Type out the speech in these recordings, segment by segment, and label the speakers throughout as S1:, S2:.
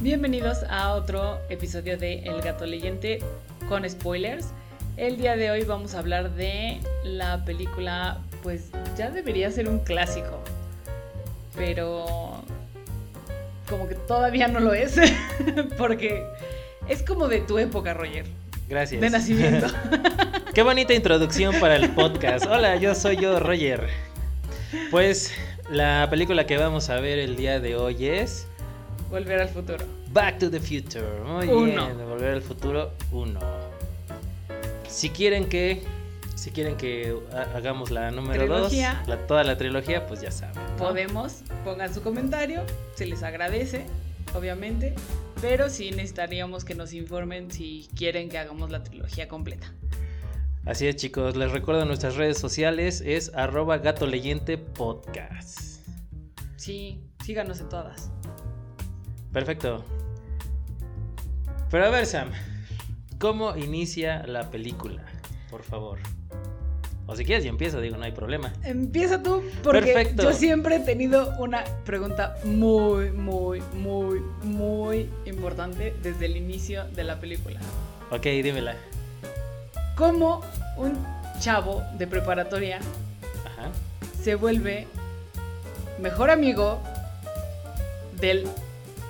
S1: Bienvenidos a otro episodio de El Gato Leyente con spoilers. El día de hoy vamos a hablar de la película, pues ya debería ser un clásico, pero como que todavía no lo es, porque es como de tu época, Roger,
S2: Gracias.
S1: de nacimiento.
S2: Qué bonita introducción para el podcast. Hola, yo soy yo, Roger. Pues la película que vamos a ver el día de hoy es
S1: Volver al futuro.
S2: Back to the Future. Muy
S1: Uno.
S2: bien, de Volver al Futuro 1. Si quieren que si quieren que ha- hagamos la número 2,
S1: Trilogía.
S2: toda la trilogía, pues ya saben. ¿no?
S1: Podemos, pongan su comentario, se les agradece, obviamente, pero sí necesitaríamos que nos informen si quieren que hagamos la trilogía completa.
S2: Así es, chicos. Les recuerdo nuestras redes sociales es arroba gato leyente podcast.
S1: Sí, síganos en todas.
S2: Perfecto. Pero a ver, Sam, ¿cómo inicia la película? Por favor. O si quieres, yo empiezo, digo, no hay problema.
S1: Empieza tú, porque
S2: Perfecto.
S1: yo siempre he tenido una pregunta muy, muy, muy, muy importante desde el inicio de la película.
S2: Ok, dímela.
S1: ¿Cómo un chavo de preparatoria
S2: Ajá.
S1: se vuelve mejor amigo del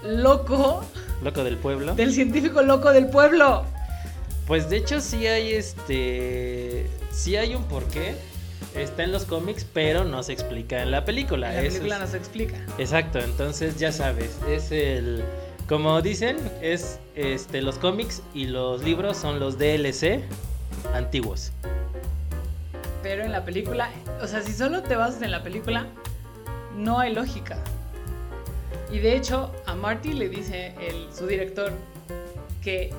S1: loco,
S2: Loco del pueblo.
S1: del científico loco del pueblo?
S2: Pues de hecho sí hay este... Sí hay un porqué. Está en los cómics, pero no se explica en la película.
S1: La
S2: Eso
S1: película
S2: es-
S1: nos explica.
S2: Exacto, entonces ya sabes, es el... Como dicen, es este, los cómics y los libros son los DLC antiguos.
S1: Pero en la película, o sea, si solo te basas en la película, no hay lógica. Y de hecho, a Marty le dice el, su director que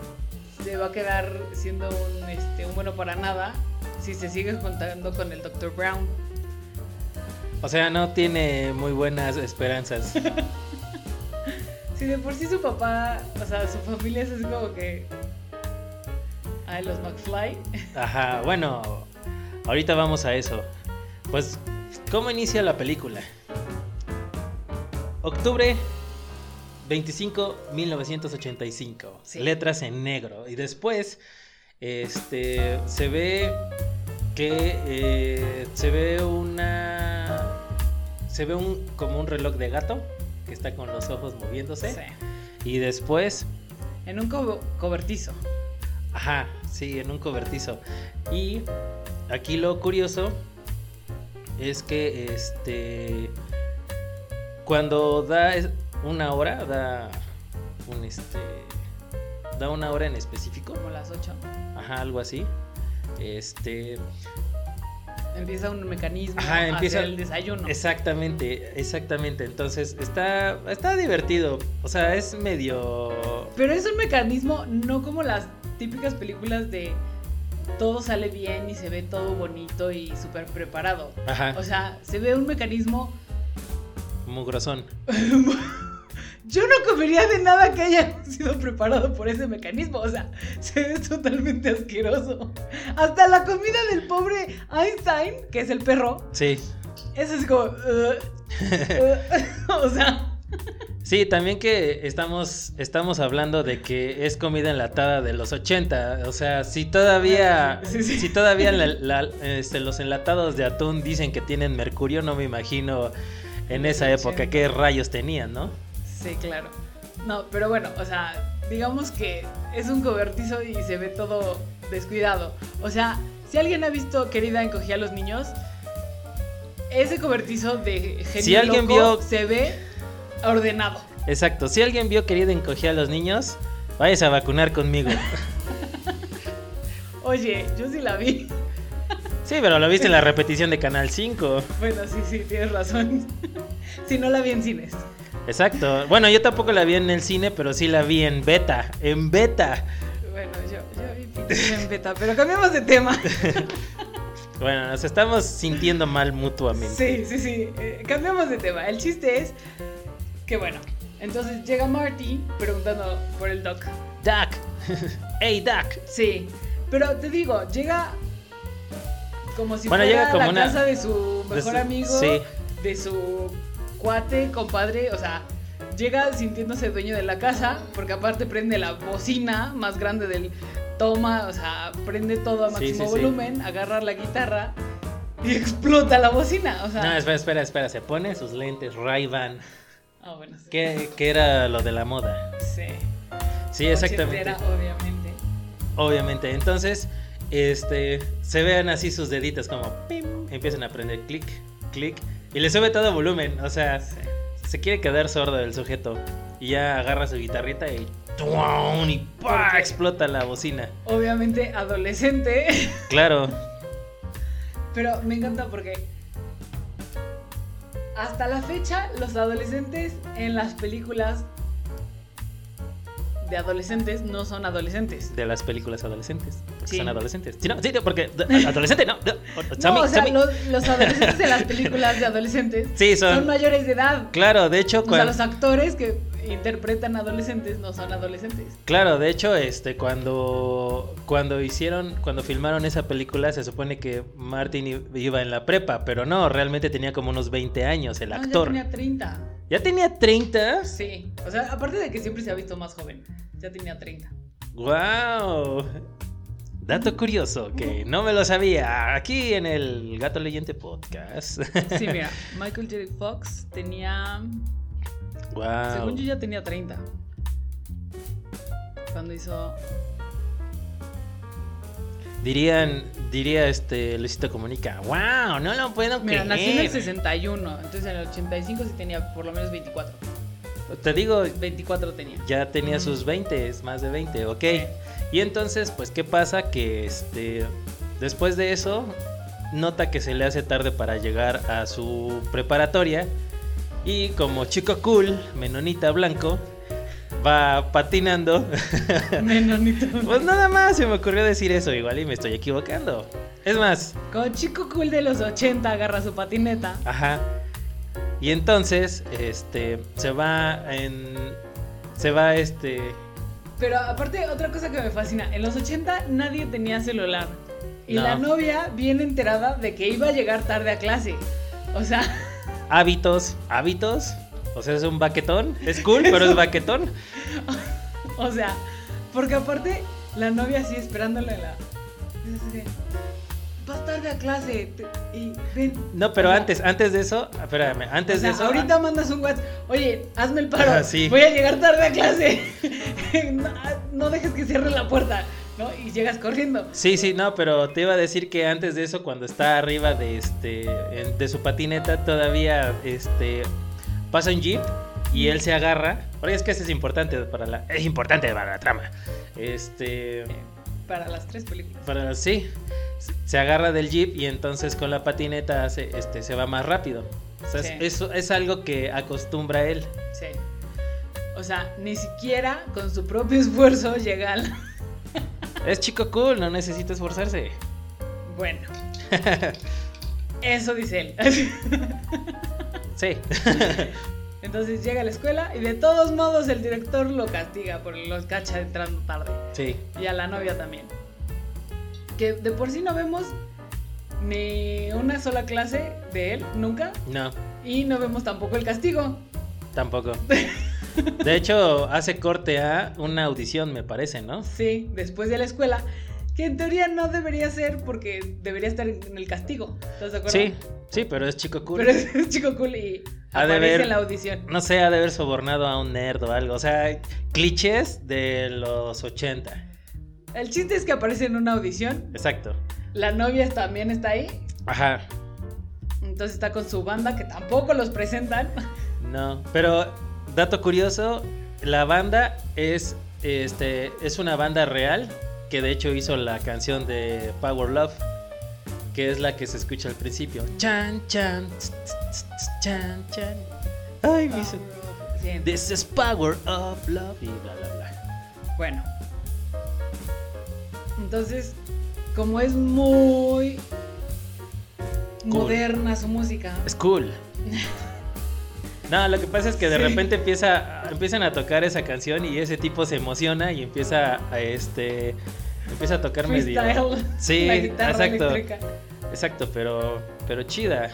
S1: se va a quedar siendo un, este, un bueno para nada si se sigue juntando con el Dr. Brown.
S2: O sea, no tiene muy buenas esperanzas.
S1: Si de por sí su papá, o sea, su familia es así como que. A los McFly.
S2: Ajá, bueno, ahorita vamos a eso. Pues, ¿cómo inicia la película? Octubre 25, 1985.
S1: Sí.
S2: Letras en negro. Y después, este, se ve que eh, se ve una... Se ve un, como un reloj de gato que está con los ojos moviéndose.
S1: Sí.
S2: Y después
S1: En un co- cobertizo.
S2: Ajá, sí, en un cobertizo. Y aquí lo curioso es que este cuando da es- una hora, da un este da una hora en específico,
S1: Como las 8.
S2: ajá, algo así. Este,
S1: Empieza un mecanismo.
S2: Ajá,
S1: hacia
S2: empieza-
S1: el desayuno.
S2: exactamente, exactamente. Entonces, está está divertido, o sea, es medio
S1: Pero es un mecanismo no como las típicas películas de todo sale bien y se ve todo bonito y súper preparado.
S2: ajá,
S1: O sea, se ve un mecanismo...
S2: mugrosón.
S1: Yo no comería de nada que haya sido preparado por ese mecanismo. O sea, se ve totalmente asqueroso. Hasta la comida del pobre Einstein, que es el perro,
S2: Sí.
S1: eso es como... "Ugh, ugh". o sea,
S2: Sí, también que estamos, estamos hablando de que es comida enlatada de los 80. O sea, si todavía,
S1: Sí, sí.
S2: si todavía la- la- este, los enlatados de atún dicen que tienen mercurio, no me imagino en esa
S1: Los
S2: época
S1: 80.
S2: qué rayos tenían, ¿no?
S1: sí, claro. No, pero bueno, o sea, digamos que es un cobertizo y se ve todo descuidado. O sea, si alguien ha visto Querida encogía a los niños, ese cobertizo de genio
S2: Si alguien
S1: loco
S2: vio-
S1: se ve ordenado.
S2: Exacto. Si alguien vio querido encogía a los niños, vayas a vacunar conmigo.
S1: Oye, yo sí la vi.
S2: Sí, pero lo viste en la repetición de Canal 5.
S1: Bueno, sí, sí, tienes razón. si no la vi en cines.
S2: Exacto. Bueno, yo tampoco la vi en el cine, pero sí la vi en beta. En beta.
S1: Bueno, yo, yo vi Pinky en beta, pero cambiamos de tema.
S2: Bueno, nos estamos sintiendo mal
S1: Sí,
S2: mutuamente.
S1: sí, sí. eh, cambiamos de tema. El chiste es que, bueno, entonces llega Marty preguntando por el doc.
S2: Duck. hey, Duck.
S1: Sí, pero te digo, llega como si
S2: Bueno,
S1: fuera
S2: llega como
S1: la
S2: una-
S1: casa de su
S2: de
S1: mejor
S2: su-
S1: amigo,
S2: sí.
S1: de su cuate, compadre, o sea, Llega sintiéndose dueño de la casa, porque aparte prende la bocina más grande del toma, o sea, prende todo a
S2: Sí,
S1: máximo
S2: sí, sí.
S1: volumen, agarra la guitarra y explota la bocina. O sea,
S2: No, espera, espera, espera. Se pone sus lentes Ray-Ban.
S1: ah, bueno, sí.
S2: Que, que era lo de la moda.
S1: Sí.
S2: Sí, exactamente.
S1: Ochentera, obviamente.
S2: Obviamente. Entonces, este, se vean así sus deditos como pim, empiezan a prender clic, clic. Y le sube todo volumen. O sea,
S1: Sí.
S2: se quiere quedar sordo el sujeto. Y ya agarra su guitarrita y ¡tuan! y ¡pa!
S1: Porque-
S2: explota la bocina.
S1: Obviamente adolescente.
S2: Claro.
S1: Pero me encanta porque hasta la fecha los adolescentes en las películas de adolescentes no son adolescentes.
S2: de las películas adolescentes. Porque
S1: Sí.
S2: son adolescentes. Sí, no, sí, no, porque a- adolescente, no. no, o- o- Sammy,
S1: no, o sea,
S2: Sammy.
S1: los, los adolescentes en las películas de adolescentes
S2: Sí, son.
S1: son mayores de edad.
S2: Claro, de hecho,
S1: O sea,
S2: cuan-
S1: los actores que interpretan adolescentes no son adolescentes.
S2: claro, de hecho, este, cuando, cuando hicieron, cuando filmaron esa película, se supone que Martin i- iba en la prepa, pero no, realmente tenía como unos 20 años el
S1: No, Ah, ya
S2: actor.
S1: tenía 30.
S2: ya, tenía... 30.
S1: Sí. O sea, aparte de que siempre se ha visto más joven, ya tenía 30.
S2: Wow. Dato curioso que no me lo sabía. Aquí en el Gato Leyente Podcast.
S1: Sí, mira, Michael J. Fox tenía
S2: wow.
S1: Según yo ya tenía 30. Cuando hizo.
S2: Dirían, diría este Luisito Comunica, wow, no lo puedo
S1: Mira,
S2: creer.
S1: nació en el 61. Entonces en el 85 sí tenía por lo menos 24.
S2: Te digo,
S1: 24 tenía.
S2: ya tenía sus 20, es más de 20, ok. Y entonces, pues, ¿qué pasa? Que este, después de eso, nota que se le hace tarde para llegar a su preparatoria. Y como chico cool, menonita blanco, va patinando.
S1: Menonito.
S2: pues nada más se me ocurrió decir eso, igual y me estoy equivocando. Es más,
S1: Como chico cool de los 80 agarra su patineta.
S2: Ajá. Y entonces, este, se va en, se va este,
S1: Pero aparte, otra cosa que me fascina. En los 80 nadie tenía celular. Y
S2: No.
S1: la novia bien enterada de que iba a llegar tarde a clase. O sea,
S2: hábitos, hábitos, o sea, es un baquetón, es cool, pero es baquetón.
S1: o sea, porque aparte la novia así esperándole la. es así de, Vas tarde a clase te- y ven,
S2: No, pero
S1: O sea,
S2: antes, antes de eso, espérame, antes
S1: O sea,
S2: de eso.
S1: ahorita mandas un WhatsApp, oye, hazme el paro,
S2: Ah, sí.
S1: voy a llegar tarde a clase, no, no dejes que cierre la puerta, ¿no? Y llegas corriendo.
S2: Sí, sí, no, pero te iba a decir que antes de eso, cuando está arriba de este, en- de su patineta, todavía, este, pasa un jeep y él se agarra. Porque es que eso es importante para la, es importante para la trama. Este.
S1: Para las tres películas.
S2: Para sí. Se agarra del jeep y entonces con la patineta hace, este, se va más rápido. O sea, es-
S1: Sí.
S2: eso es algo que acostumbra él.
S1: Sí. O sea, ni siquiera con su propio esfuerzo llega al...
S2: Es chico cool, no necesita esforzarse.
S1: Bueno. Eso dice él.
S2: Sí.
S1: Entonces llega a la escuela y de todos modos el director lo castiga por los cacha entrando tarde.
S2: Sí.
S1: y a la novia también. Que de por sí no vemos ni una sola clase de él, nunca,
S2: No,
S1: y no vemos tampoco el castigo.
S2: tampoco. De hecho, hace corte a una audición, me parece, ¿no?
S1: Sí, después de la escuela, que en teoría no debería ser porque debería estar en el castigo. ¿Estás de acuerdo?
S2: Sí, sí, pero es chico cool.
S1: Pero es un chico cool y
S2: Ha de
S1: aparece
S2: ver-
S1: en la audición.
S2: No sé, ha de haber sobornado a un nerd o algo. O sea, clichés de los 80.
S1: El chiste es que aparece en una audición,
S2: Exacto.
S1: la novia también está ahí,
S2: Ajá.
S1: entonces está con su banda que tampoco los presentan.
S2: No, pero dato curioso, la banda es este es una banda real que de hecho hizo la canción de Power Love, que es la que se escucha al principio. Chan chan tss, tss, tss, chan chan. Ay, mis-
S1: Sí,
S2: This is Power of Love y bla bla bla.
S1: Bueno. Entonces, como es muy
S2: Cool.
S1: moderna su música.
S2: Es cool. No, lo que pasa es que de
S1: Sí.
S2: repente empieza, empiezan a tocar esa canción y ese tipo se emociona y empieza a este empieza a tocar medio.
S1: Freestyle.
S2: Sí,
S1: la guitarra
S2: exacto.
S1: eléctrica.
S2: Exacto, pero, pero chida.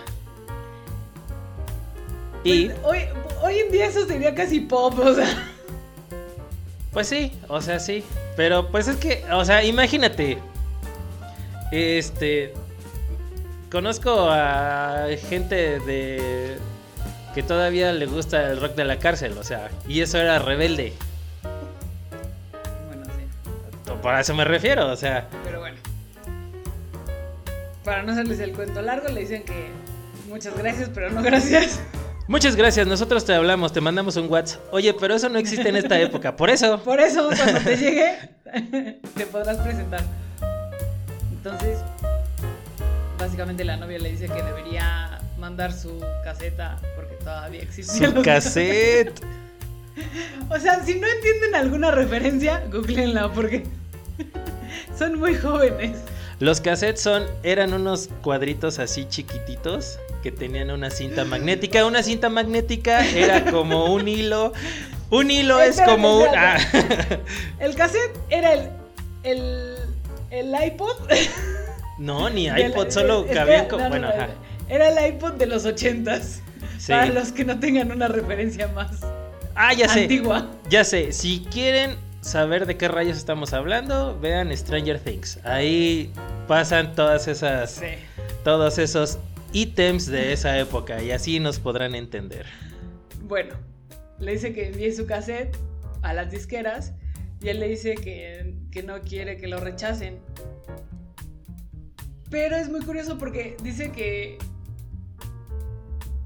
S2: Y
S1: Pues, hoy, hoy en día eso sería casi pop, o sea.
S2: pues sí, o sea, sí. Pero pues es que, o sea, imagínate. Este. Conozco a gente de. que todavía le gusta el rock de la cárcel, o sea, y eso era rebelde.
S1: Bueno, sí.
S2: Para eso me refiero, o sea.
S1: Pero bueno. Para no hacerles el cuento largo, le dicen que muchas gracias, pero no gracias.
S2: Muchas gracias, nosotros te hablamos, te mandamos un WhatsApp. Oye, pero eso no existe en esta época, por eso.
S1: Por eso, cuando te llegue, te podrás presentar. Entonces, básicamente la novia le dice que debería mandar su caseta porque todavía existe.
S2: Su cassette.
S1: O sea, si no entienden alguna referencia, googleenla porque son muy jóvenes.
S2: Los cassettes son, eran unos cuadritos así chiquititos que tenían una cinta magnética. Una cinta magnética era como un hilo. Un hilo es
S1: Espérate,
S2: como un. ah,
S1: El cassette era el el, el iPod.
S2: no, ni
S1: del-
S2: iPod, solo
S1: espera,
S2: cabían como.
S1: no, no,
S2: bueno,
S1: no,
S2: ajá.
S1: Era el iPod de los ochentas.
S2: Sí.
S1: Para los que no tengan una referencia más
S2: Ah, ya sé.
S1: antigua.
S2: Ya sé, si quieren saber de qué rayos estamos hablando, vean Stranger Things. Ahí pasan todas esas.
S1: Sí.
S2: todos esos ítems de esa época y así nos podrán entender.
S1: Bueno, le dice que envíe su cassette a las disqueras y él le dice que, que no quiere que lo rechacen. Pero es muy curioso porque dice que.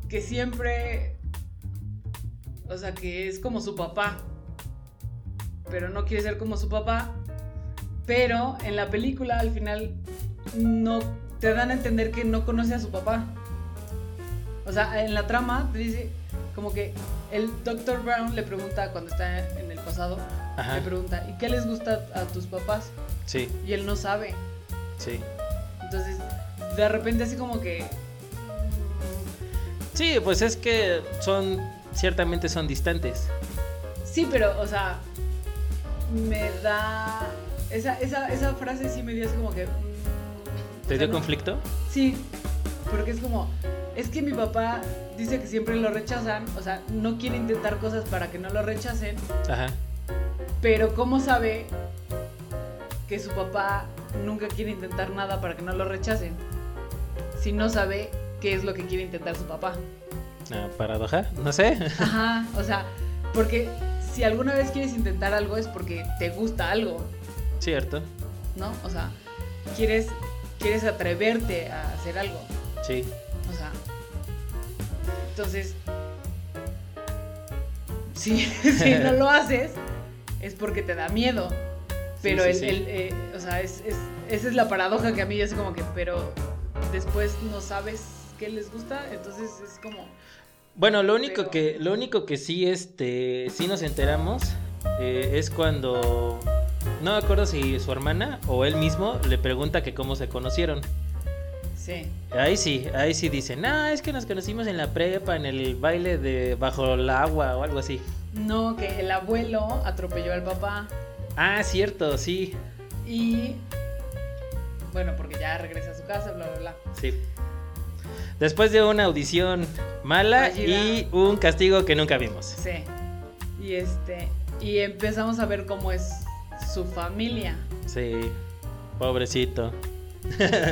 S1: que siempre. O sea, que es como su papá. Pero no quiere ser como su papá. Pero en la película al final no te dan a entender que no conoce a su papá. O sea, en la trama te dice como que el Dr. Brown le pregunta cuando está en el pasado,
S2: Ajá,
S1: le pregunta, ¿y qué les gusta a tus papás?
S2: sí,
S1: Y él no sabe.
S2: sí.
S1: Entonces, de repente así como que...
S2: Sí, pues es que son, ciertamente son distantes.
S1: Sí, pero, o sea, me da... Esa, esa, esa frase sí me dio así como que... mm, o
S2: ¿Te
S1: sea,
S2: dio
S1: no-
S2: conflicto?
S1: Sí, porque es como, es que mi papá dice que siempre lo rechazan, o sea, no quiere intentar cosas para que no lo rechacen,
S2: Ajá.
S1: Pero ¿cómo sabe que su papá nunca quiere intentar nada para que no lo rechacen? Si no sabe qué es lo que quiere intentar su papá.
S2: Ah, paradoja, no sé.
S1: Ajá, o sea, porque si alguna vez quieres intentar algo es porque te gusta algo,
S2: Cierto.
S1: ¿no? O sea, quieres, quieres atreverte a hacer algo.
S2: Sí.
S1: O sea, entonces, si, si no lo haces, es porque te da miedo. Pero
S2: Sí,
S1: el,
S2: sí, sí.
S1: el, eh, o sea, es, es- esa es la paradoja que a mí yo sé como que, pero después no sabes qué les gusta, entonces es como,
S2: Bueno, lo único
S1: Pero-
S2: que, lo único que sí, este, sí nos enteramos eh, es cuando, no me acuerdo si su hermana o él mismo le pregunta que cómo se conocieron.
S1: sí,
S2: Ahí sí, ahí sí dicen, ah, es que nos conocimos en la prepa, en el baile de bajo el agua o algo así.
S1: no, que el abuelo atropelló al papá
S2: Ah, cierto, sí,
S1: y, bueno, porque ya regresa a su casa, bla, bla, bla.
S2: sí. Después de una audición mala
S1: Fallida.
S2: y un castigo que nunca vimos.
S1: Sí. Y este, y empezamos a ver cómo es su familia.
S2: Sí, pobrecito.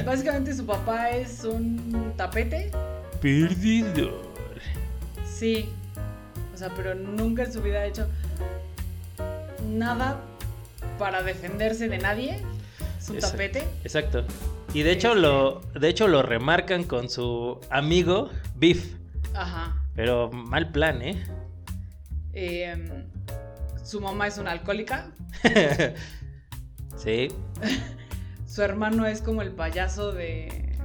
S1: Básicamente su papá es un tapete.
S2: Perdedor.
S1: Sí. O sea, pero nunca en su vida ha hecho nada para defenderse de nadie. Es un
S2: Exacto.
S1: tapete.
S2: Exacto. Y de hecho lo, de hecho lo remarcan con su amigo Biff,
S1: Ajá.
S2: pero mal plan, ¿eh?
S1: Eh, su mamá es una alcohólica.
S2: sí,
S1: Su hermano es como el payaso de.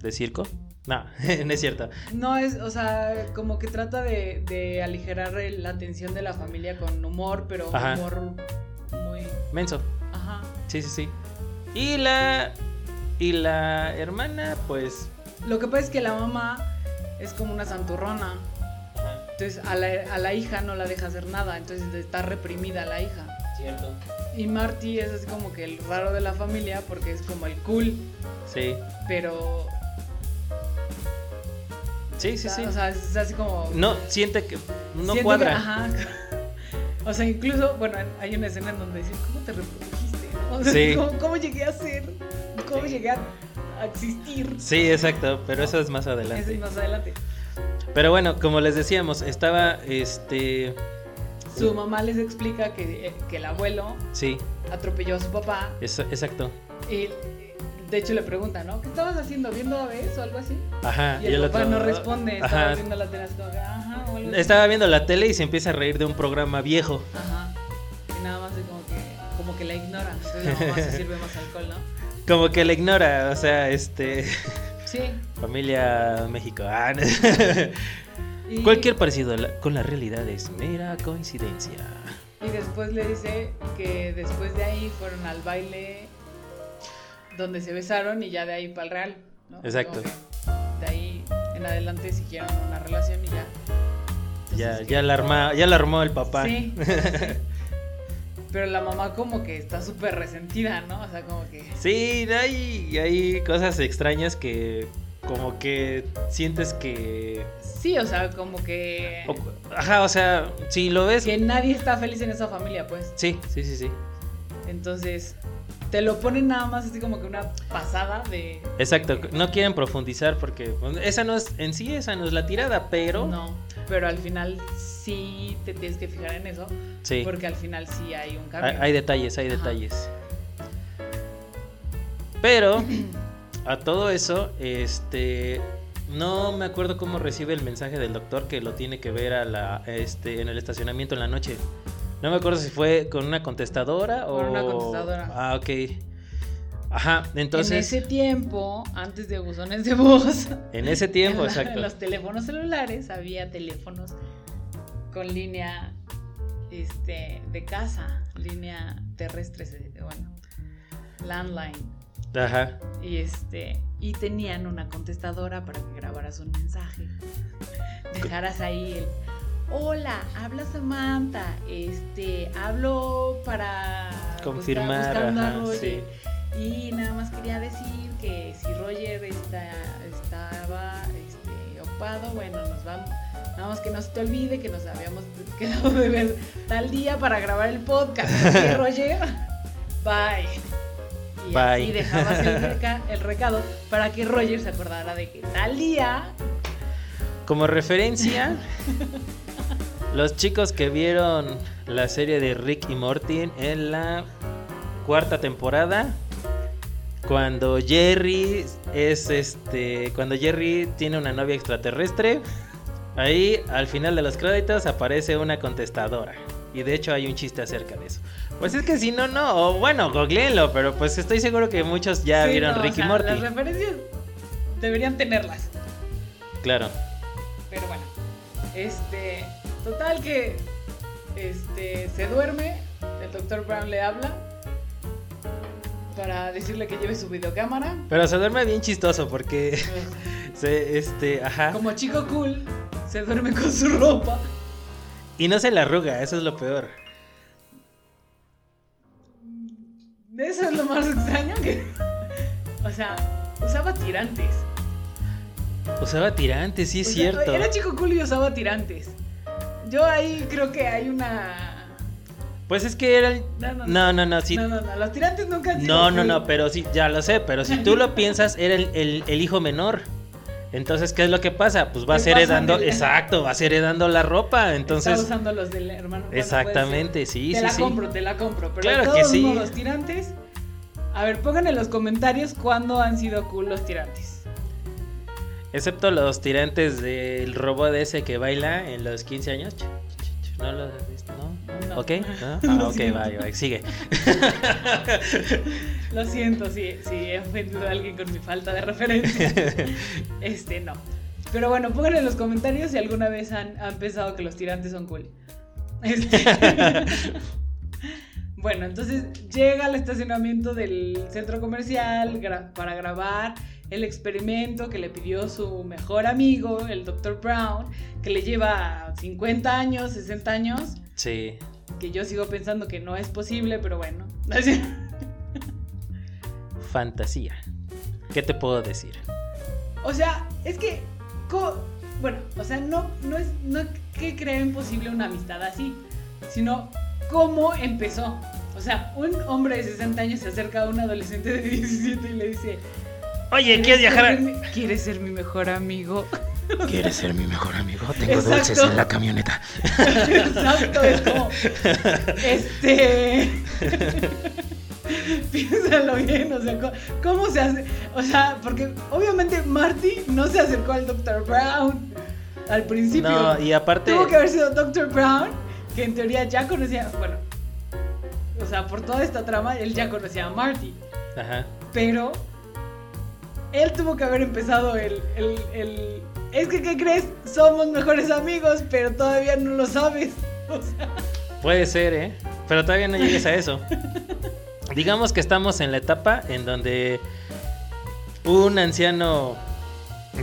S2: de circo. No, no es cierto.
S1: No, es, o sea, como que trata de, de aligerar el- la tensión de la familia con humor, pero
S2: Ajá.
S1: humor muy.
S2: Menso.
S1: Ajá.
S2: Sí, sí, sí. Y la. Y la hermana, pues.
S1: Lo que pasa es que la mamá es como una santurrona. Entonces a la, a la hija no la deja hacer nada. Entonces está reprimida la hija.
S2: Cierto.
S1: Y Marty es así como que el raro de la familia porque es como el cool.
S2: Sí.
S1: Pero
S2: Sí, sí, sí.
S1: O sea, es así como.
S2: No, siente que no
S1: siento que-
S2: cuadra.
S1: ajá. O sea, incluso, bueno, hay una escena en donde dicen, ¿cómo te reprodujiste? O sea,
S2: Sí.
S1: ¿cómo, cómo llegué a ser? ¿Cómo
S2: Sí.
S1: llegué a, a existir?
S2: Sí, exacto, pero eso es más
S1: Eso
S2: adelante.
S1: es más adelante.
S2: Pero bueno, como les decíamos, estaba este.
S1: Su mamá les explica que, eh, que el abuelo
S2: Sí,
S1: atropelló a su papá
S2: es- exacto.
S1: y de hecho le pregunta, ¿no? ¿Qué estabas haciendo? ¿Viendo a veces o algo así?
S2: Ajá.
S1: Y el, papá
S2: Ah, otro-
S1: no responde, estaba
S2: Ajá.
S1: viendo la tele así como que, ajá, o algo así.
S2: Estaba viendo la tele y se empieza a reír de un programa viejo.
S1: Ajá. Y nada más es como que, como que la ignora. Entonces la mamá se sirve más alcohol, ¿no?
S2: Como que la ignora, o sea, este.
S1: Sí.
S2: Familia México. Ah, no.
S1: Y-
S2: Cualquier parecido la- con la realidad es mera coincidencia.
S1: Y después le dice que después de ahí fueron al baile donde se besaron y ya de ahí para el real. ¿no?
S2: Exacto.
S1: Como que De ahí en adelante siguieron una relación y ya. Entonces,
S2: Ya,
S1: Pues que-
S2: ya, la arma, ya la armó el papá.
S1: Sí, sí, sí. Pero la mamá como que está súper resentida, ¿no? O sea, como que...
S2: Sí, hay, hay cosas extrañas que como que sientes que...
S1: Sí, o sea, como que...
S2: o- ajá, o sea, si lo ves...
S1: Que nadie está feliz en esa familia, pues.
S2: Sí, sí, sí, sí.
S1: Entonces, te lo ponen nada más así como que una pasada de...
S2: Exacto, no quieren profundizar porque bueno, esa no es, en sí esa no es la tirada, pero...
S1: No, pero al final sí te tienes que fijar en eso,
S2: sí,
S1: porque al final sí hay un
S2: hay,
S1: cambio.
S2: hay detalles, hay
S1: Ajá.
S2: detalles. Pero a todo eso, este... No me acuerdo cómo recibe el mensaje del doctor que lo tiene que ver a la, este, en el estacionamiento en la noche. No me acuerdo si fue con una contestadora o...
S1: Con una contestadora.
S2: Ah, ok. Ajá,
S1: en
S2: entonces...
S1: ese tiempo, antes de buzones de voz,
S2: En ese tiempo,
S1: en la-
S2: exacto.
S1: en los teléfonos celulares había teléfonos con línea este, de casa, línea terrestre, se- bueno, landline.
S2: Ajá.
S1: Y este y tenían una contestadora para que grabaras un mensaje. Dejaras ahí el Hola, habla Samantha. Este, hablo para buscar-
S2: Confirmar,
S1: buscando a
S2: ajá,
S1: Roger. Y nada más quería decir que si Roger está, estaba este, ocupado, bueno, nos vamos. Nada más que no se te olvide que nos habíamos quedado de ver tal día para grabar el podcast. ¿Sí, Roger? Bye. Y
S2: Bye.
S1: así dejabas el, reca- el recado para que Roger se acordara de que tal día.
S2: Como referencia, los chicos que vieron la serie de Rick y Morty en la cuarta temporada, cuando Jerry es este, cuando Jerry tiene una novia extraterrestre, ahí al final de los créditos aparece una contestadora. Y de hecho hay un chiste acerca de eso. Pues es que si no, no. O bueno, googleenlo, pero pues estoy seguro que muchos ya
S1: Sí,
S2: vieron
S1: no, o
S2: Rick y
S1: sea,
S2: Morty.
S1: Las referencias deberían tenerlas.
S2: Claro.
S1: Pero bueno. Este. Total que. Este. Se duerme. El doctor Brown le habla. Para decirle que lleve su videocámara.
S2: Pero se duerme bien chistoso porque se, este, ajá.
S1: Como chico cool. Se duerme con su ropa.
S2: Y no se la arruga, eso es lo peor.
S1: Eso es lo más extraño que. O sea, usaba tirantes.
S2: Usaba tirantes, sí es
S1: O sea,
S2: cierto.
S1: Pues, Era chico cool y usaba tirantes. Yo ahí creo que hay una.
S2: Pues es que era el...
S1: No, no,
S2: No, no, no, sí.
S1: No, no, no, Los tirantes nunca han sido
S2: No, no,
S1: cool.
S2: no, pero sí, ya lo sé, pero si tú lo piensas, era el, el- el hijo menor. Entonces, ¿qué es lo que pasa? Pues va a
S1: Te
S2: ser
S1: pasan
S2: heredando,
S1: el-
S2: exacto, va a ser heredando la ropa,
S1: Estaba
S2: entonces...
S1: usando los del hermano. Bueno, puede ser.
S2: Exactamente, sí,
S1: te
S2: sí,
S1: la
S2: sí.
S1: compro, te la compro. Pero
S2: Claro
S1: de
S2: que
S1: todos
S2: sí.
S1: modos, tirantes. A ver, pongan en los comentarios cuándo han sido cool los tirantes.
S2: Excepto los tirantes del robot ese que baila en los 15 años. Ch- ch- ch- ¿No lo has visto? ¿No?
S1: No.
S2: ¿Ok? ¿No?
S1: Lo
S2: Ah, ok,
S1: siento.
S2: vaya, vaya, sigue.
S1: Lo siento si, si he ofendido a alguien con mi falta de referencia. Este, no. Pero bueno, pongan en los comentarios si alguna vez han, han pensado que los tirantes son cool. Este. bueno, entonces llega al estacionamiento del centro comercial gra- para grabar el experimento que le pidió su mejor amigo, el Dr. Brown, que le lleva 50 años, 60 años,
S2: Sí.
S1: que yo sigo pensando que no es posible, pero bueno.
S2: Fantasía. ¿Qué te puedo decir?
S1: O sea, es que co- Bueno, o sea, no, no es no que creen posible una amistad así, sino cómo empezó. O sea, un hombre de 60 años se acerca a un adolescente de 17 y le dice,
S2: Oye, ¿quieres
S1: ser
S2: viajar? a-
S1: mi- ¿Quieres ser mi mejor amigo?
S3: ¿Quieres ser mi mejor amigo? Tengo
S1: Exacto.
S3: dulces en la camioneta.
S1: Exacto, es como, este, piénsalo bien, o sea, co- ¿cómo se hace? O sea, porque obviamente Marty no se acercó al Dr. Brown al principio.
S2: No, y aparte.
S1: Tuvo que haber sido Dr. Brown, que en teoría ya conocía, bueno, o sea, por toda esta trama, él ya conocía a Marty,
S2: Ajá.
S1: pero él tuvo que haber empezado el... el- el- es que, ¿qué crees? Somos mejores amigos, pero todavía no lo sabes. O sea,
S2: Puede ser, ¿eh? Pero todavía no llegues a eso. Digamos que estamos en la etapa en donde un anciano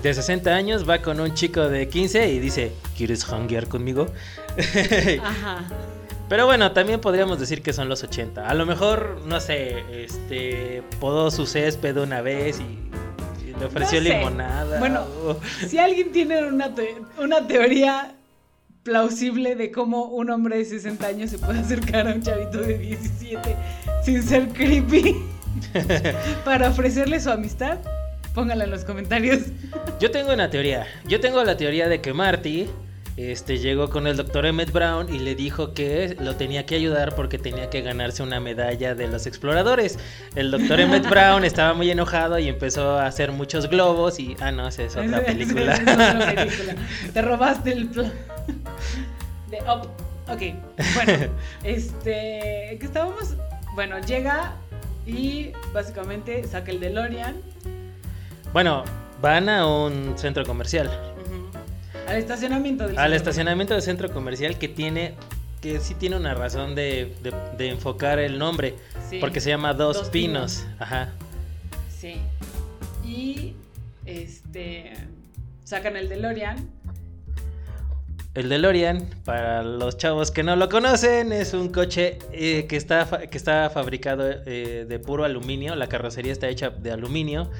S2: de 60 años va con un chico de 15 y dice, ¿quieres hanguear conmigo?
S1: Ajá.
S2: Pero bueno, también podríamos decir que son los 80. A lo mejor, no sé, este, podó su césped una vez y, y le ofreció
S1: No sé.
S2: limonada.
S1: Bueno.
S2: o-
S1: Si alguien tiene una, te- una teoría plausible de cómo un hombre de 60 años se puede acercar a un chavito de 17 sin ser creepy para ofrecerle su amistad, póngala en los comentarios.
S2: Yo tengo una teoría. Yo tengo la teoría de que Marty este, llegó con el doctor Emmett Brown y le dijo que lo tenía que ayudar porque tenía que ganarse una medalla de los exploradores. El doctor Emmett Brown estaba muy enojado y empezó a hacer muchos globos y... Ah, no, esa es otra
S1: Esa- esa-
S2: película.
S1: esa es otra película. Te robaste el plan de Up. Ok, bueno, este, que estábamos, bueno, llega y básicamente saca el DeLorean
S2: bueno, van a un centro comercial.
S1: Ujú. Al estacionamiento del
S2: Al
S1: centro.
S2: estacionamiento del centro comercial que tiene... Que sí tiene una razón de, de- de enfocar el nombre.
S1: Sí,
S2: Porque se llama Dos,
S1: Dos
S2: Pinos. Ajá.
S1: Sí. Y este sacan el DeLorean.
S2: El DeLorean, para los chavos que no lo conocen, es un coche eh, que, está fa- que está fabricado eh, de puro aluminio, la carrocería está hecha de aluminio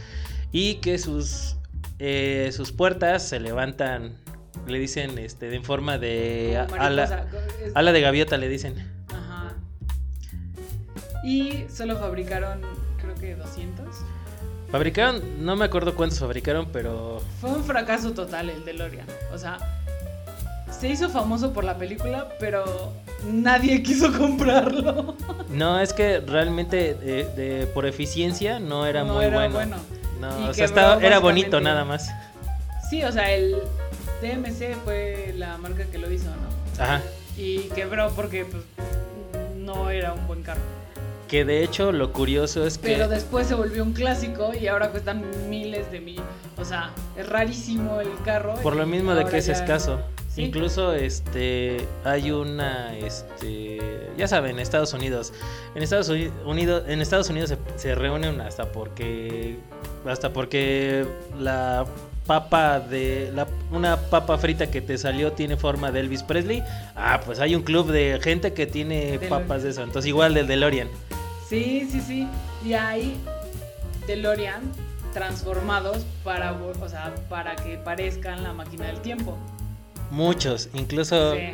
S2: y que sus, eh, sus puertas se levantan, le dicen, este, en forma de Eh, a-
S1: como
S2: ala,
S1: mariposa, co- es-
S2: ala de gaviota, le dicen.
S1: Ajá. Y solo fabricaron creo que 200.
S2: Fabricaron, no me acuerdo cuántos fabricaron, pero
S1: Fue un fracaso total el DeLorean. O sea, se hizo famoso por la película, pero nadie quiso comprarlo.
S2: no, es que realmente eh, de- por eficiencia no era
S1: no
S2: muy
S1: era
S2: bueno.
S1: bueno. Y
S2: No, o sea,
S1: quebró
S2: estaba- era bonito
S1: básicamente.
S2: nada más.
S1: Sí, o sea, el DMC fue la marca que lo hizo, ¿no?
S2: Ajá.
S1: y quebró porque pues, no era un buen carro.
S2: Que de hecho lo curioso es que...
S1: Pero después se volvió un clásico y ahora cuestan miles de mil. O sea, es rarísimo el carro.
S2: Por lo
S1: y
S2: mismo de
S1: ahora
S2: que es
S1: ya-
S2: escaso.
S1: Sí.
S2: Incluso este hay una este ya saben, Estados Unidos. En Estados Uni- Unidos en Estados Unidos se, se reúnen hasta porque hasta porque la papa de la, una papa frita que te salió tiene forma de Elvis Presley. Ah, pues hay un club de gente que tiene
S1: DeLorean.
S2: papas de eso. Entonces igual del DeLorean.
S1: Sí, sí, sí. Y hay DeLorean transformados para, o sea, para que parezcan la máquina del tiempo.
S2: Muchos, incluso
S1: Sí.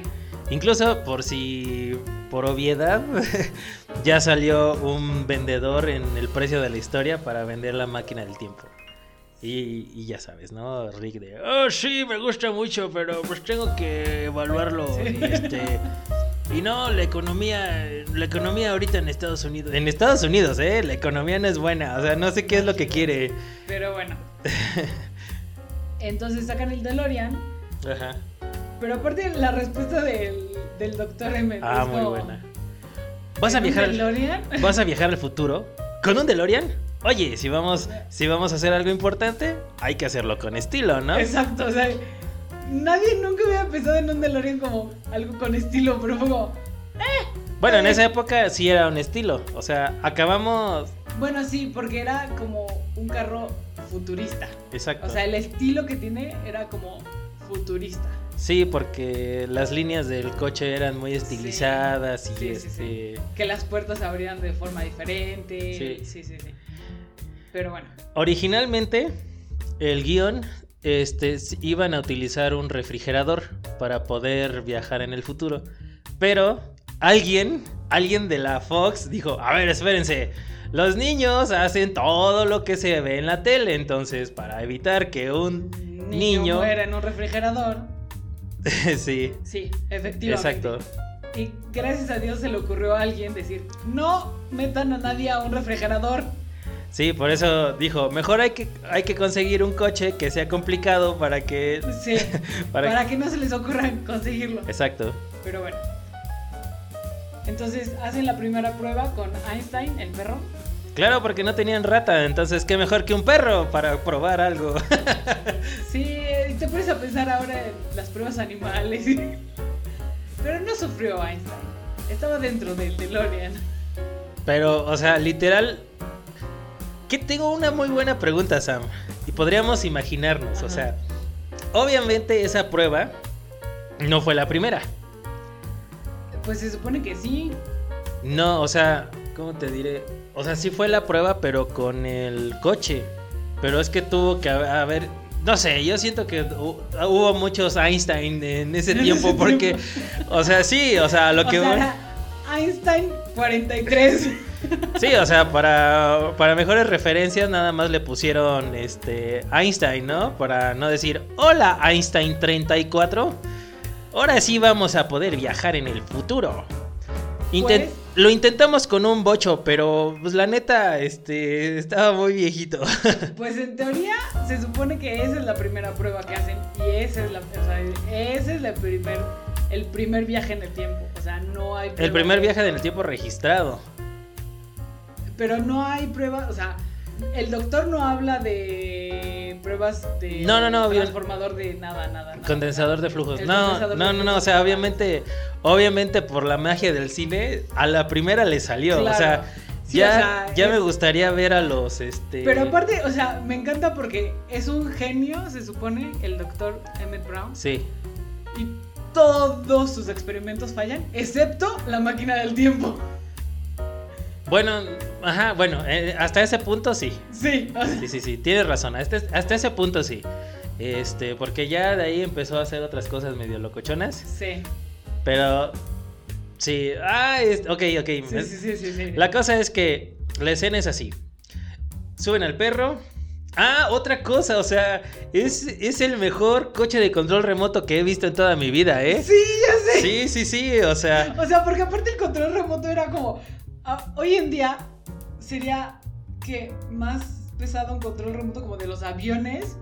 S2: Incluso por si, por obviedad, ya salió un vendedor en el precio de la historia para vender la máquina del tiempo. Y, y ya sabes, ¿no? Rick de, oh sí, me gusta mucho, pero pues tengo que evaluarlo.
S1: Sí.
S2: Y, este, y no, la economía, la economía ahorita en Estados Unidos, en Estados Unidos, ¿eh? La economía no es buena, o sea, no sé qué es lo que quiere.
S1: Pero bueno. Entonces sacan el DeLorean.
S2: Ajá.
S1: Pero aparte la respuesta del, del doctor M.
S2: Ah,
S1: es
S2: muy
S1: como,
S2: buena. Vas a
S1: ¿en un
S2: viajar. al-
S1: DeLorean?
S2: ¿Vas a viajar al futuro? ¿Con un DeLorean? Oye, si vamos, si vamos a hacer algo importante, hay que hacerlo con estilo, ¿no?
S1: Exacto, o sea, nadie nunca había pensado en un DeLorean como algo con estilo, pero fue como,
S2: Bueno, en esa época sí era un estilo. O sea, acabamos.
S1: bueno, sí, porque era como un carro futurista.
S2: Exacto.
S1: O sea, el estilo que tiene era como futurista.
S2: sí, porque las líneas del coche eran muy estilizadas y
S1: Sí, sí,
S2: este.
S1: sí. Que las puertas se abrían de forma diferente.
S2: Sí.
S1: Sí, sí, sí. Pero bueno,
S2: Originalmente, el guión este, s- iban a utilizar un refrigerador para poder viajar en el futuro. Pero alguien, alguien de la Fox dijo, a ver, espérense. Los niños hacen todo lo que se ve en la tele, entonces para evitar que un...
S1: Niño,
S2: Niño.
S1: muera en un refrigerador.
S2: sí,
S1: Sí, efectivamente.
S2: exacto.
S1: Y gracias a Dios se le ocurrió a alguien decir, no metan a nadie a un refrigerador.
S2: Sí, por eso dijo, mejor hay que, hay que conseguir un coche que sea complicado para que...
S1: Sí,
S2: Para
S1: para, que no se les ocurra conseguirlo.
S2: Exacto.
S1: Pero bueno. Entonces hacen la primera prueba con Einstein, el perro.
S2: Claro, porque no tenían rata, entonces qué mejor que un perro para probar algo.
S1: Sí, y te pones a pensar ahora en las pruebas animales. Pero no sufrió Einstein. Estaba dentro del DeLorean.
S2: Pero, o sea, literal... Que tengo una muy buena pregunta, Sam. Y podríamos imaginarnos, o
S1: Ajá.
S2: sea... Obviamente esa prueba no fue la primera.
S1: Pues se supone que sí.
S2: No, o sea, ¿cómo te diré? O sea, sí fue la prueba, pero con el coche. Pero es que tuvo que hab- haber... No sé, yo siento que hu- hubo muchos Einstein en ese
S1: En ese
S2: tiempo porque...
S1: tiempo.
S2: O sea, sí, o sea, lo
S1: O
S2: que...
S1: sea,
S2: voy-
S1: era Einstein 43.
S2: Sí, o sea, para, para mejores referencias nada más le pusieron este Einstein, ¿no? Para no decir, hola Einstein 34, ahora sí vamos a poder viajar en el futuro. Inten-
S1: Pues-
S2: Lo intentamos con un bocho, pero pues la neta, este, estaba muy viejito.
S1: Pues en teoría se supone que esa es la primera prueba que hacen y esa es la, o sea, ese es la primer, el primer viaje en el tiempo. O sea, no hay
S2: El
S1: prueba
S2: primer
S1: de-
S2: viaje en el tiempo registrado.
S1: Pero no hay prueba, o sea, el doctor no habla de pruebas de
S2: No, no, no, bien.
S1: transformador de nada, nada. nada.
S2: Condensador de flujos.
S1: El
S2: No,
S1: condensador
S2: no,
S1: de
S2: no, no,
S1: flujos.
S2: o sea, obviamente, obviamente por la magia del cine, a la primera le salió. O
S1: Claro.
S2: sea,
S1: Sí,
S2: ya,
S1: o sea,
S2: ya
S1: es-
S2: me gustaría ver a los este.
S1: Pero aparte, o sea, me encanta porque es un genio, se supone, el doctor Emmett Brown.
S2: Sí.
S1: Y todos sus experimentos fallan, excepto la máquina del tiempo.
S2: Bueno, ajá, bueno, eh, hasta ese punto sí.
S1: Sí, o sea,
S2: Sí, sí, sí, tienes razón. Hasta, hasta ese punto sí. Este, porque ya de ahí empezó a hacer otras cosas medio locochonas.
S1: sí.
S2: Pero. Sí. Ah, es- ok, ok.
S1: Sí, sí, sí, sí, sí.
S2: La cosa es que la escena es así. Suben al perro. Ah, otra cosa, o sea, es, es el mejor coche de control remoto que he visto en toda mi vida, ¿eh?
S1: Sí, ya sé.
S2: sí, sí, sí, o sea,
S1: O sea, porque aparte el control remoto era como. ah, hoy en día sería que más pesado un control remoto como de los aviones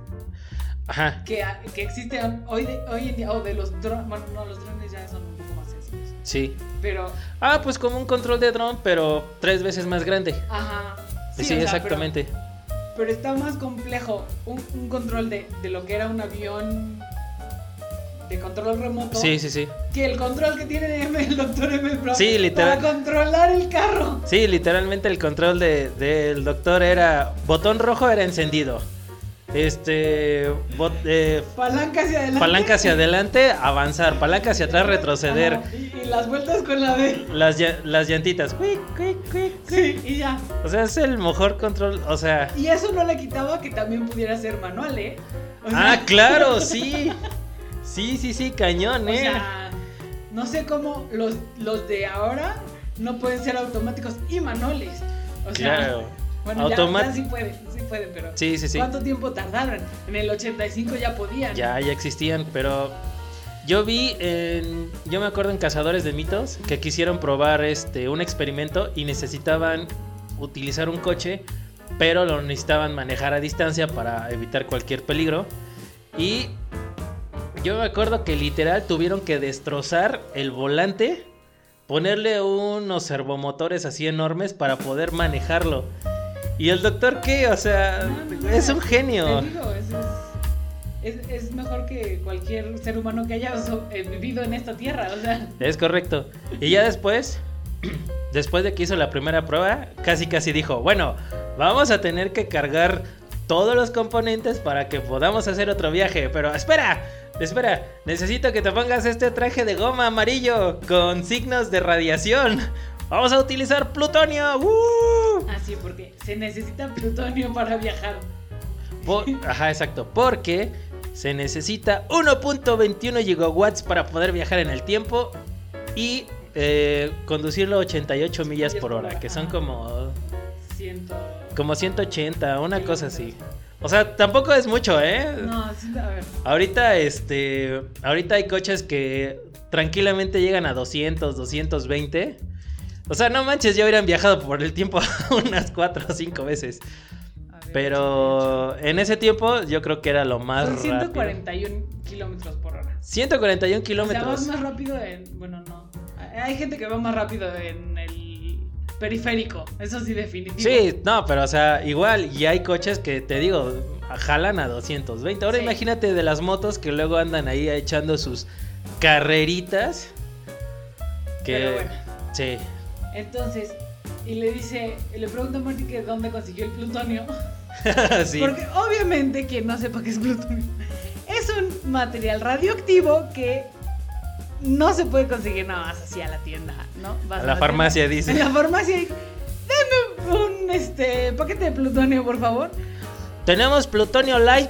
S2: ajá,
S1: que, a- que existen hoy, de- hoy en día, o de los drones. Bueno, no, los drones ya son un poco más sencillos.
S2: sí.
S1: Pero,
S2: Ah, pues como un control de dron, pero tres veces más grande.
S1: ajá.
S2: Sí,
S1: o sea,
S2: exactamente.
S1: Pero, pero está más complejo un, un control de, de lo que era un avión de control remoto
S2: Sí, sí, sí.
S1: que el control que tiene M, el doctor M. Pro
S2: Sí, literal.
S1: para controlar el carro.
S2: Sí, literalmente el control de- del doctor era botón rojo era encendido. Este bot- eh,
S1: Palanca hacia adelante.
S2: palanca hacia adelante, avanzar, palanca hacia atrás, retroceder.
S1: Ajá, Y, y las vueltas con la D.
S2: Las, llan- las llantitas. cuic, cuic, cuic.
S1: Sí, y ya.
S2: O sea, es el mejor control. O sea.
S1: Y eso no le quitaba que también pudiera ser manual, ¿eh? O
S2: Ah,
S1: sea,
S2: claro, sí. Sí, sí, sí, cañón,
S1: O
S2: eh.
S1: sea, no sé cómo los, los de ahora no pueden ser automáticos y manuales. O sea,
S2: claro.
S1: bueno, ya-
S2: Automa-
S1: ya, sí pueden, sí pueden, pero
S2: Sí, sí, sí.
S1: ¿cuánto tiempo tardaron? En el 85 ya podían.
S2: Ya, ya existían, pero. Yo vi en. Yo me acuerdo en Cazadores de Mitos que quisieron probar este un experimento y necesitaban utilizar un coche, pero lo necesitaban manejar a distancia para evitar cualquier peligro. Y yo me acuerdo que literal tuvieron que destrozar el volante, ponerle unos servomotores así enormes para poder manejarlo. ¿Y el doctor qué? O sea,
S1: No, no,
S2: es
S1: no,
S2: un
S1: Te
S2: genio.
S1: digo, eso es, es, es mejor que cualquier ser humano que haya so- eh, vivido en esta tierra, o sea.
S2: Es correcto. Y ya después, después de que hizo la primera prueba, casi casi dijo, bueno, vamos a tener que cargar todos los componentes para que podamos hacer otro viaje. Pero espera, espera, necesito que te pongas este traje de goma amarillo con signos de radiación. Vamos a utilizar plutonio. ¡Uh!
S1: Ah, sí, porque se necesita plutonio para viajar.
S2: Por- ajá, exacto. Porque Se necesita 1.21 gigawatts para poder viajar en el tiempo y eh, conducirlo a 88 millas por hora, que son
S1: Ajá.
S2: como,
S1: Siento.
S2: como 180, una cosa así. O sea, tampoco es mucho, ¿eh?
S1: No, sí, a ver.
S2: Ahorita, este, ahorita hay coches que tranquilamente llegan a 200, 220. O sea, no manches, ya hubieran viajado por el tiempo unas 4 o 5 veces.
S1: a ver,
S2: Pero en ese tiempo yo creo que era lo más
S1: Son
S2: rápido.
S1: 141 kilómetros por hora.
S2: 141
S1: O sea, vas
S2: kilómetros.
S1: más rápido en. Bueno, no. Hay gente que va más rápido en el periférico. Eso sí, definitivo.
S2: Sí, no, pero o sea, igual, y hay coches que te digo, jalan a 220. Ahora
S1: Sí.
S2: imagínate de las motos que luego andan ahí echando sus carreritas. Que
S1: Pero bueno.
S2: sí.
S1: Entonces, y le dice. Le pregunta a Marty que dónde consiguió el plutonio.
S2: sí.
S1: Porque obviamente quien no sepa qué es plutonio es un material radioactivo que no se puede conseguir nada más así a la tienda, ¿no? Vas
S2: A la
S1: tienda.
S2: farmacia
S1: En
S2: dice.
S1: la farmacia y, dame un este paquete de plutonio, por favor.
S2: Tenemos plutonio light,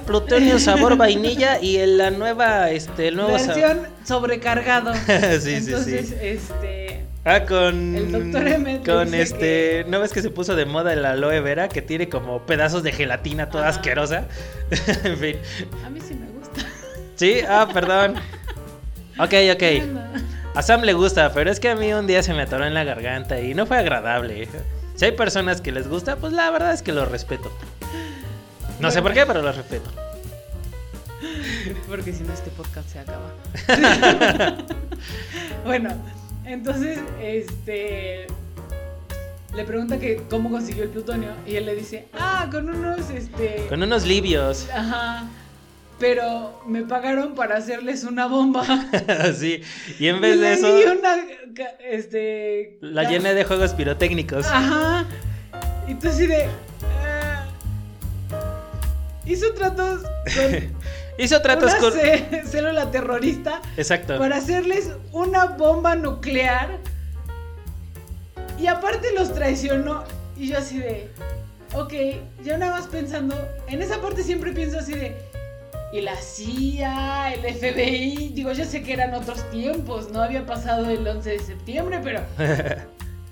S2: plutonio sabor vainilla y el- la nueva este el nuevo sabor.
S1: Versión sobrecargado.
S2: sí,
S1: Entonces,
S2: sí, sí.
S1: este
S2: Ah, con
S1: el doctor Emmett
S2: con
S1: dice
S2: este, ¿no ves que se puso de moda el aloe vera que tiene como pedazos de gelatina toda
S1: Ajá.
S2: asquerosa? en fin.
S1: a mí sí me gusta.
S2: Sí, ah, perdón. Ok, ok. A Sam le gusta, pero es que a mí un día se me atoró en la garganta y no fue agradable. Si hay personas que les gusta, pues la verdad es que los respeto. No sé por qué, pero los respeto.
S1: Porque si no, este podcast se acaba. bueno, entonces, este. Le pregunta que cómo consiguió el plutonio. Y él le dice, ah, con unos, este.
S2: Con unos libios.
S1: Ajá. Pero me pagaron para hacerles una bomba.
S2: sí. Y en vez
S1: Y
S2: de
S1: le
S2: eso,
S1: di una. ca- Este.
S2: la
S1: ca-
S2: llené de juegos pirotécnicos.
S1: Ajá. Y tú así de. "Ah". hizo tratos con
S2: Hizo tratos
S1: una
S2: con.
S1: cé- célula terrorista
S2: Exacto.
S1: para hacerles una bomba nuclear. Y aparte los traicionó. Y yo así de, ok, ya nada más pensando, en esa parte siempre pienso así de, y la CIA, el FBI, digo, yo sé que eran otros tiempos, no había pasado el 11 de septiembre, pero...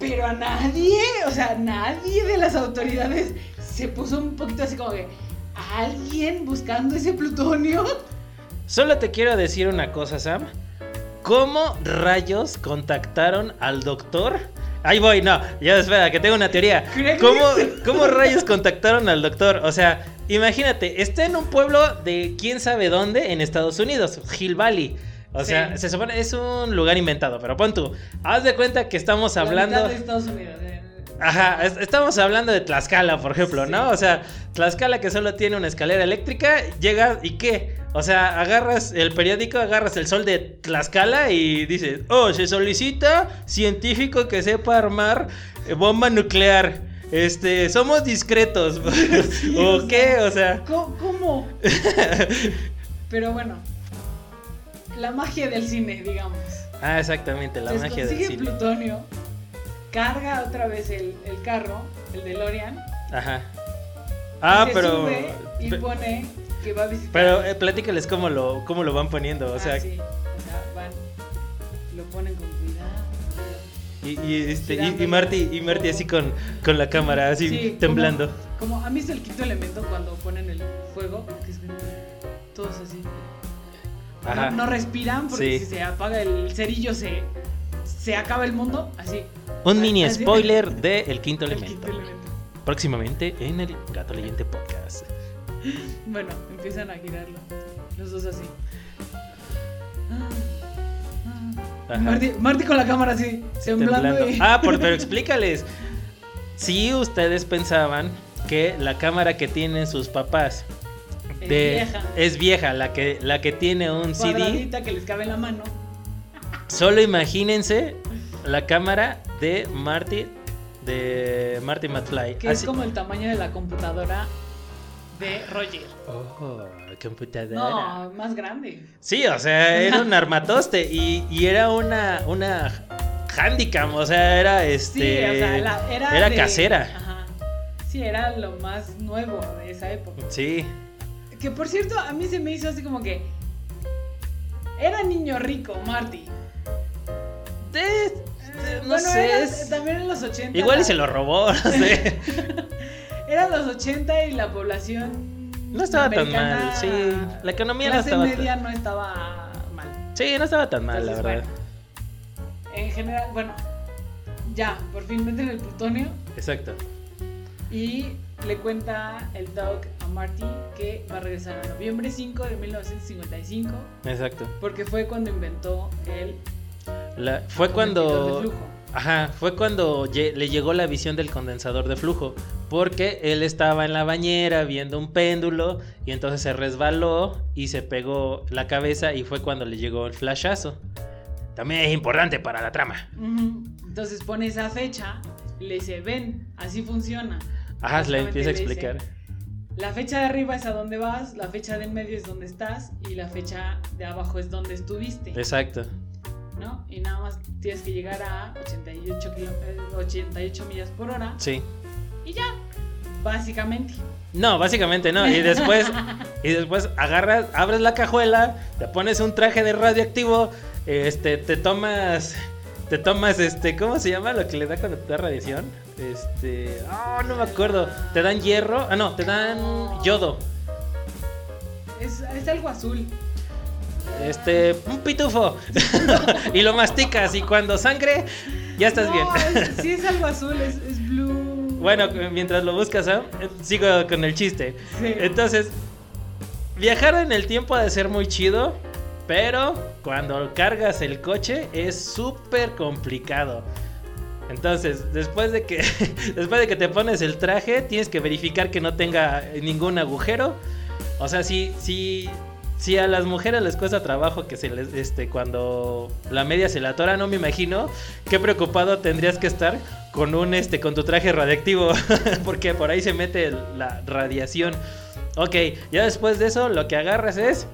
S1: Pero a nadie, o sea, nadie de las autoridades se puso un poquito así como que, ¿alguien buscando ese plutonio?
S2: Solo te quiero decir una cosa, Sam. ¿Cómo rayos contactaron al doctor? Ahí voy, no, ya espera, que tengo una teoría.
S1: Creo que-
S2: ¿Cómo, ¿Cómo rayos contactaron al doctor? O sea, imagínate, está en un pueblo de quién sabe dónde en Estados Unidos, Hill Valley. O sea,
S1: Sí.
S2: se supone, es un lugar inventado, pero pon tú, haz de cuenta que estamos hablando...
S1: La mitad de Estados Unidos. eh.
S2: Ajá, es- estamos hablando de Tlaxcala, por ejemplo,
S1: Sí.
S2: ¿no? O sea, Tlaxcala que solo tiene una escalera eléctrica, llegas y qué? O sea, agarras el periódico, agarras el sol de Tlaxcala y dices, oh, se solicita científico que sepa armar eh, bomba nuclear. Este, somos discretos. ¿O
S1: o
S2: qué? O sea,
S1: Co- ¿Cómo? Pero bueno, la magia del cine, digamos.
S2: ah, exactamente, la
S1: Entonces,
S2: magia del
S1: consigue
S2: cine.
S1: plutonio, carga otra vez el, el carro, el DeLorean. y
S2: Ajá. Ah,
S1: se
S2: pero
S1: sube y
S2: pe-
S1: pone que va a visitar.
S2: pero eh, platícales cómo lo cómo lo van poniendo, o
S1: Ah,
S2: sea,
S1: sí, o sea, van, lo ponen con cuidado.
S2: Y, y, este, y,
S1: Girando
S2: y
S1: el
S2: Marty, y Marty
S1: codo.
S2: así con, con la cámara, así
S1: Sí, como-
S2: temblando.
S1: Como, a mí es el quinto elemento cuando ponen el fuego, que es como todos así.
S2: Ajá.
S1: No, no respiran porque
S2: Sí.
S1: si se apaga el cerillo se, se acaba el mundo. Así.
S2: Un mini
S1: Así-
S2: spoiler de El Quinto
S1: El
S2: Elemento.
S1: quinto elemento.
S2: Próximamente en el Gato Leyente Podcast.
S1: Bueno, empiezan a girarlo. Los dos así. Ah, ah.
S2: Ajá.
S1: Marty, Marty con la cámara así, temblando.
S2: Temblando.
S1: y-
S2: Ah, por- pero explícales. Si ustedes pensaban que la cámara que tienen sus papás
S1: Es
S2: de-
S1: vieja.
S2: es vieja, la que, la que tiene un CD,
S1: cuadradita que les cabe en la mano.
S2: solo imagínense la cámara de Marty, de Marty McFly.
S1: Que es
S2: Así-
S1: como el tamaño de la computadora de Roger.
S2: Oh, computadora.
S1: No, más grande.
S2: Sí, o sea, era un armatoste y, y era una, una handicam, o sea, era este.
S1: Sí, o sea, la- era.
S2: era
S1: de-
S2: casera.
S1: Ajá. Sí, era lo más nuevo de esa época.
S2: Sí,
S1: Que por cierto, a mí se me hizo así como que. Era niño rico, Marty.
S2: Eh, eh, no
S1: Bueno,
S2: sé.
S1: era-
S2: es-
S1: también en los 80.
S2: Igual y
S1: la-
S2: se lo robó, no sé.
S1: Eran los 80 y la población.
S2: No estaba tan
S1: americana,
S2: mal, sí. La economía no
S1: clase
S2: estaba tan-
S1: media no estaba mal.
S2: Sí, no estaba tan mal,
S1: Entonces,
S2: la verdad.
S1: bueno, en general, bueno, ya, por fin meten el plutonio
S2: Exacto.
S1: y le cuenta el Doc a Marty que va a regresar a noviembre 5 de 1955
S2: Exacto.
S1: porque fue cuando inventó el
S2: La- fue
S1: condensador de
S2: cuando.
S1: flujo.
S2: Ajá, fue cuando lle- le llegó la visión del condensador de flujo. Porque él estaba en la bañera viendo un péndulo y entonces se resbaló y se pegó la cabeza y fue cuando le llegó el flashazo. También es importante para la trama.
S1: Ujú. Entonces pone esa fecha, le dice, ven, así funciona.
S2: Ajá, le
S1: Justamente
S2: empieza a
S1: le dice,
S2: explicar.
S1: La fecha de arriba es a donde vas, la fecha del medio es donde estás y la fecha de abajo es donde estuviste.
S2: Exacto.
S1: ¿no? Y nada más tienes que llegar a 88, kilo- eh, 88 millas por hora,
S2: Sí.
S1: básicamente.
S2: No, básicamente no. Y después, y después agarras, abres la cajuela, te pones un traje de radioactivo, este, te tomas, te tomas, este, ¿cómo se llama lo que le da cuando te da radiación? Este, ah, no me acuerdo. Te dan hierro, ah no, te dan yodo.
S1: Es, es algo azul.
S2: Este, un pitufo y lo masticas y cuando sangre ya estás
S1: No,
S2: bien.
S1: es- sí, es algo azul, es, es blue.
S2: Bueno, mientras lo buscas, Sam, eh, sigo con el chiste.
S1: Sí.
S2: Entonces, viajar en el tiempo ha de ser muy chido, pero cuando cargas el coche es súper complicado. Entonces, después de que después de que te pones el traje, tienes que verificar que no tenga ningún agujero. O sea, si si si a las mujeres les cuesta trabajo que se les este cuando la media se la atora, no me imagino qué preocupado tendrías que estar con un este con tu traje radiactivo, porque por ahí se mete el- la radiación. Ok, ya después de eso lo que agarras es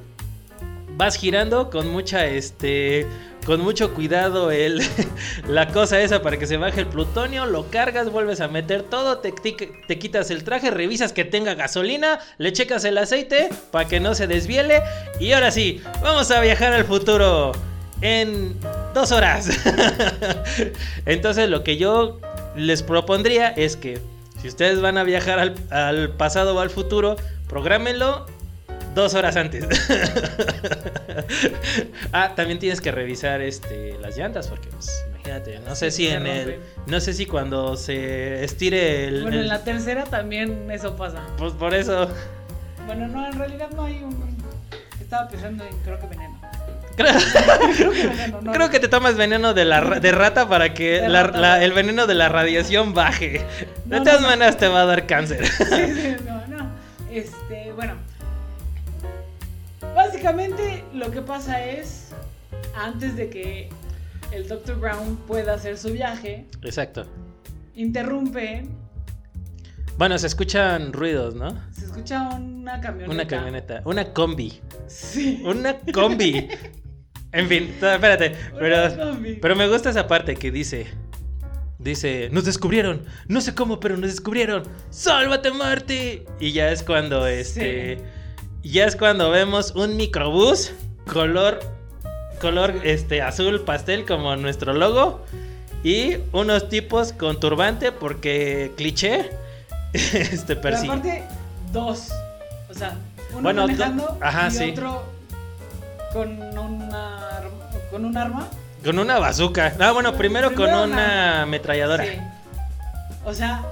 S2: vas girando con mucha este con mucho cuidado el la cosa esa para que se baje el plutonio, lo cargas, vuelves a meter todo, te, tic- te quitas el traje, revisas que tenga gasolina, le checas el aceite para que no se desviele y ahora sí, vamos a viajar al futuro en dos horas. Entonces lo que yo les propondría es que si ustedes van a viajar al, al pasado o al futuro, prográmenlo dos horas antes. ah, también tienes que revisar este, las llantas porque pues, imagínate, no sé
S1: Sí,
S2: si
S1: se
S2: en el,
S1: rompen.
S2: no sé si cuando se estire el,
S1: Bueno,
S2: el-
S1: en la tercera también eso pasa.
S2: pues por eso
S1: Bueno, no, en realidad no hay un. Estaba pensando en creo que veneno.
S2: creo,
S1: Creo que veneno, no.
S2: creo que te tomas veneno de la ra- de rata para que
S1: De
S2: la-
S1: rata.
S2: la- el veneno de la radiación baje.
S1: No,
S2: de
S1: no,
S2: todas
S1: no.
S2: maneras te va a dar cáncer.
S1: Sí, sí, no, no. Este, bueno. Básicamente lo que pasa es, antes de que el Dr. Brown pueda hacer su viaje,
S2: Exacto.
S1: interrumpen,
S2: Bueno, se escuchan ruidos, ¿no?
S1: se escucha una camioneta.
S2: Una camioneta, una combi,
S1: Sí.
S2: una combi. en fin, t- espérate,
S1: una
S2: pero,
S1: combi.
S2: pero me gusta esa parte que dice, dice, nos descubrieron, no sé cómo, pero nos descubrieron, sálvate Marty. Y ya es cuando, este, ya es cuando vemos un microbús color, color, este, azul pastel como nuestro logo y unos tipos con turbante porque cliché, este,
S1: Pero
S2: persigue.
S1: aparte, dos. O sea, uno
S2: Bueno, do-
S1: manejando
S2: ajá,
S1: y
S2: sí.
S1: otro con una ar- con un arma.
S2: Con una bazooka. No, bueno, primero,
S1: Primero
S2: con
S1: una-
S2: una ametralladora.
S1: Sí. O sea,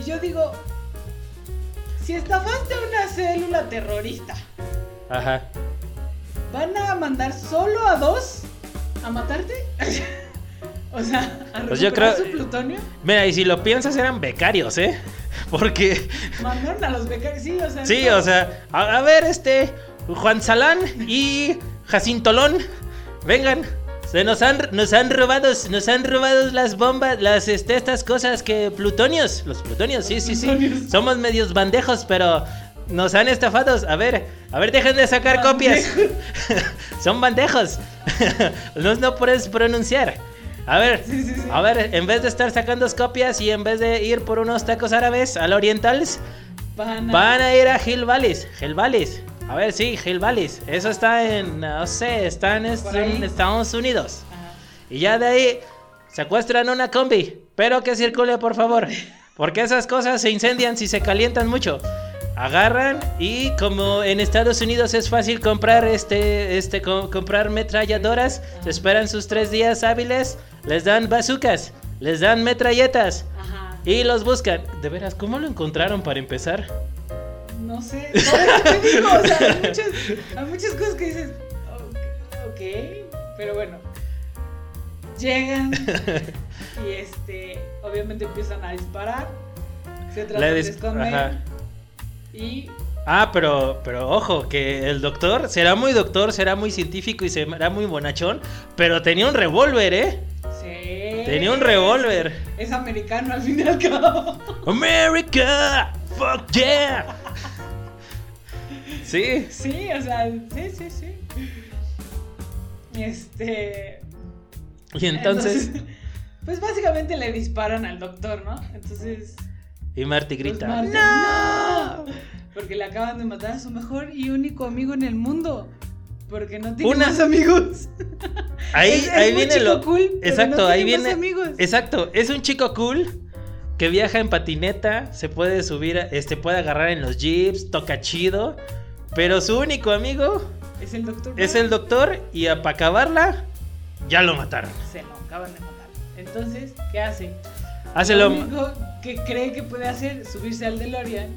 S1: y yo digo, si estafaste a una célula terrorista,
S2: Ajá.
S1: ¿van a mandar solo a dos a matarte? o sea, a recuperar
S2: Pues yo creo-
S1: su plutonio,
S2: Mira, y si lo piensas, eran becarios, ¿eh? Porque,
S1: mandaron a los becarios, sí, o sea.
S2: sí,
S1: no.
S2: o sea, a, a ver, este, Juan Salán y Jacintolón, vengan. Se nos han, nos han robado, nos han robado las bombas, las, este, estas cosas que plutonios, los plutonios, sí, sí, sí.
S1: Plutonios.
S2: Somos medios bandejos, pero nos han estafados. A ver, a ver, dejen de sacar copias. Son bandejos. no, no puedes pronunciar. A ver,
S1: Sí, sí, sí.
S2: a ver, en vez de estar sacando copias y en vez de ir por unos tacos árabes al orientales,
S1: Van a-
S2: van a ir a Hill Valleys. Hill Valleys. A ver, sí, Hail Valleys. Eso está en, no sé, está en, est-
S1: Por ahí.
S2: en Estados Unidos.
S1: Ajá.
S2: Y ya de ahí secuestran una combi. Pero que circule, por favor. Porque esas cosas se incendian si se calientan mucho. Agarran y como en Estados Unidos es fácil comprar este, este co- comprar metralladoras, se esperan sus tres días hábiles, les dan bazucas, les dan metralletas
S1: Ajá.
S2: y los buscan. De veras, ¿cómo lo encontraron para empezar?
S1: No sé. por eso te digo, o sea, hay muchas, hay muchas cosas que dices. "Ok, ok, pero bueno. Llegan y este, obviamente empiezan a disparar. Se tratan
S2: dis-
S1: de esconder.
S2: Ajá.
S1: Y
S2: Ah, pero, pero ojo, que el doctor será muy doctor, será muy científico y será muy bonachón, pero tenía un revólver, ¿eh?
S1: se.
S2: Tenía un revólver.
S1: Es americano al fin y al cabo.
S2: America, fuck yeah. Sí.
S1: Sí, o sea, sí, sí, sí. Este.
S2: Y entonces,
S1: Pues básicamente le disparan al doctor, ¿no? Entonces.
S2: y Marty
S1: pues,
S2: grita.
S1: Marta, ¡No! Porque le acaban de matar a su mejor y único amigo en el mundo. Porque no tiene
S2: Una-
S1: más amigos.
S2: Ahí,
S1: Es- es
S2: ahí
S1: muy
S2: viene
S1: chico
S2: lo.
S1: cool, pero
S2: exacto,
S1: no tiene
S2: ahí viene.
S1: más amigos.
S2: Exacto, es un chico cool que viaja en patineta, se puede subir, a- este puede agarrar en los jeeps, toca chido, pero su único amigo
S1: Es el doctor.
S2: es
S1: ¿no?
S2: el doctor y para acabarla ya lo mataron.
S1: Se lo acaban de matar. Entonces, ¿qué hace?
S2: Hácelo
S1: Lo único que cree que puede hacer subirse al DeLorean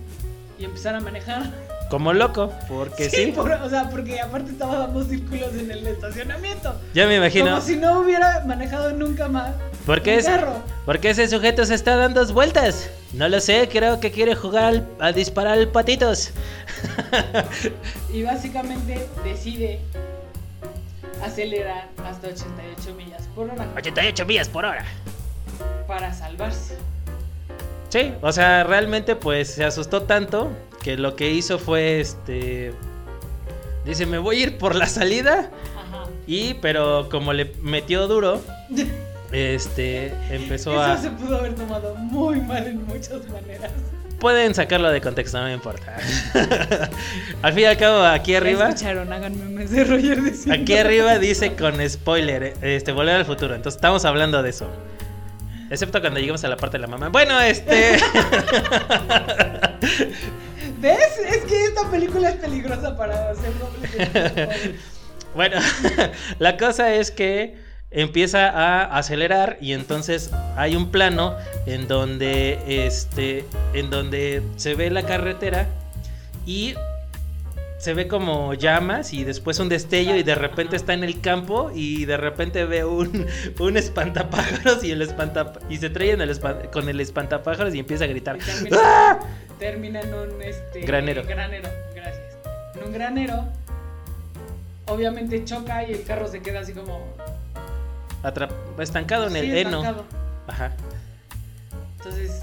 S1: y empezar a manejar.
S2: como loco, porque sí.
S1: por- o sea, porque aparte estaba dando círculos en el estacionamiento.
S2: Ya me imagino.
S1: Como si no hubiera manejado nunca más.
S2: Porque
S1: un
S2: es-
S1: Carro.
S2: ¿Por qué ese sujeto se está dando dos vueltas? No lo sé, creo que quiere jugar al- a disparar al patitos.
S1: Y básicamente decide acelerar hasta 88 millas por hora
S2: 88 millas por hora.
S1: para salvarse.
S2: Sí, o sea, realmente pues se asustó tanto que lo que hizo fue este... Dice, me voy a ir por la salida.
S1: Ajá.
S2: Y, pero como le metió duro, este, empezó a...
S1: Eso se pudo haber tomado muy mal en muchas maneras.
S2: Pueden sacarlo de contexto, no me importa. al fin y al cabo, aquí
S1: Ya
S2: arriba...
S1: escucharon, háganme memes de Roger diciendo-
S2: Aquí arriba dice con spoiler, este, volver al futuro. Entonces estamos hablando de eso. Excepto cuando lleguemos a la parte de la mamá. Bueno, este.
S1: ¿Ves? Es que esta película es peligrosa para hacer dobles. de-
S2: bueno, la cosa es que empieza a acelerar y entonces hay un plano en donde este en donde se ve la carretera y se ve como llamas y después un destello y de repente está en el campo y de repente ve un, un espantapájaros y el espanta y se trae en el espan- con el espantapájaros y empieza a gritar
S1: Y termina,
S2: ¡Ah!
S1: termina en un este,
S2: Granero.
S1: Granero, gracias. En un granero, obviamente choca y el carro se queda así como.
S2: Atrap- estancado en el
S1: sí,
S2: heno.
S1: estancado.
S2: Ajá.
S1: Entonces,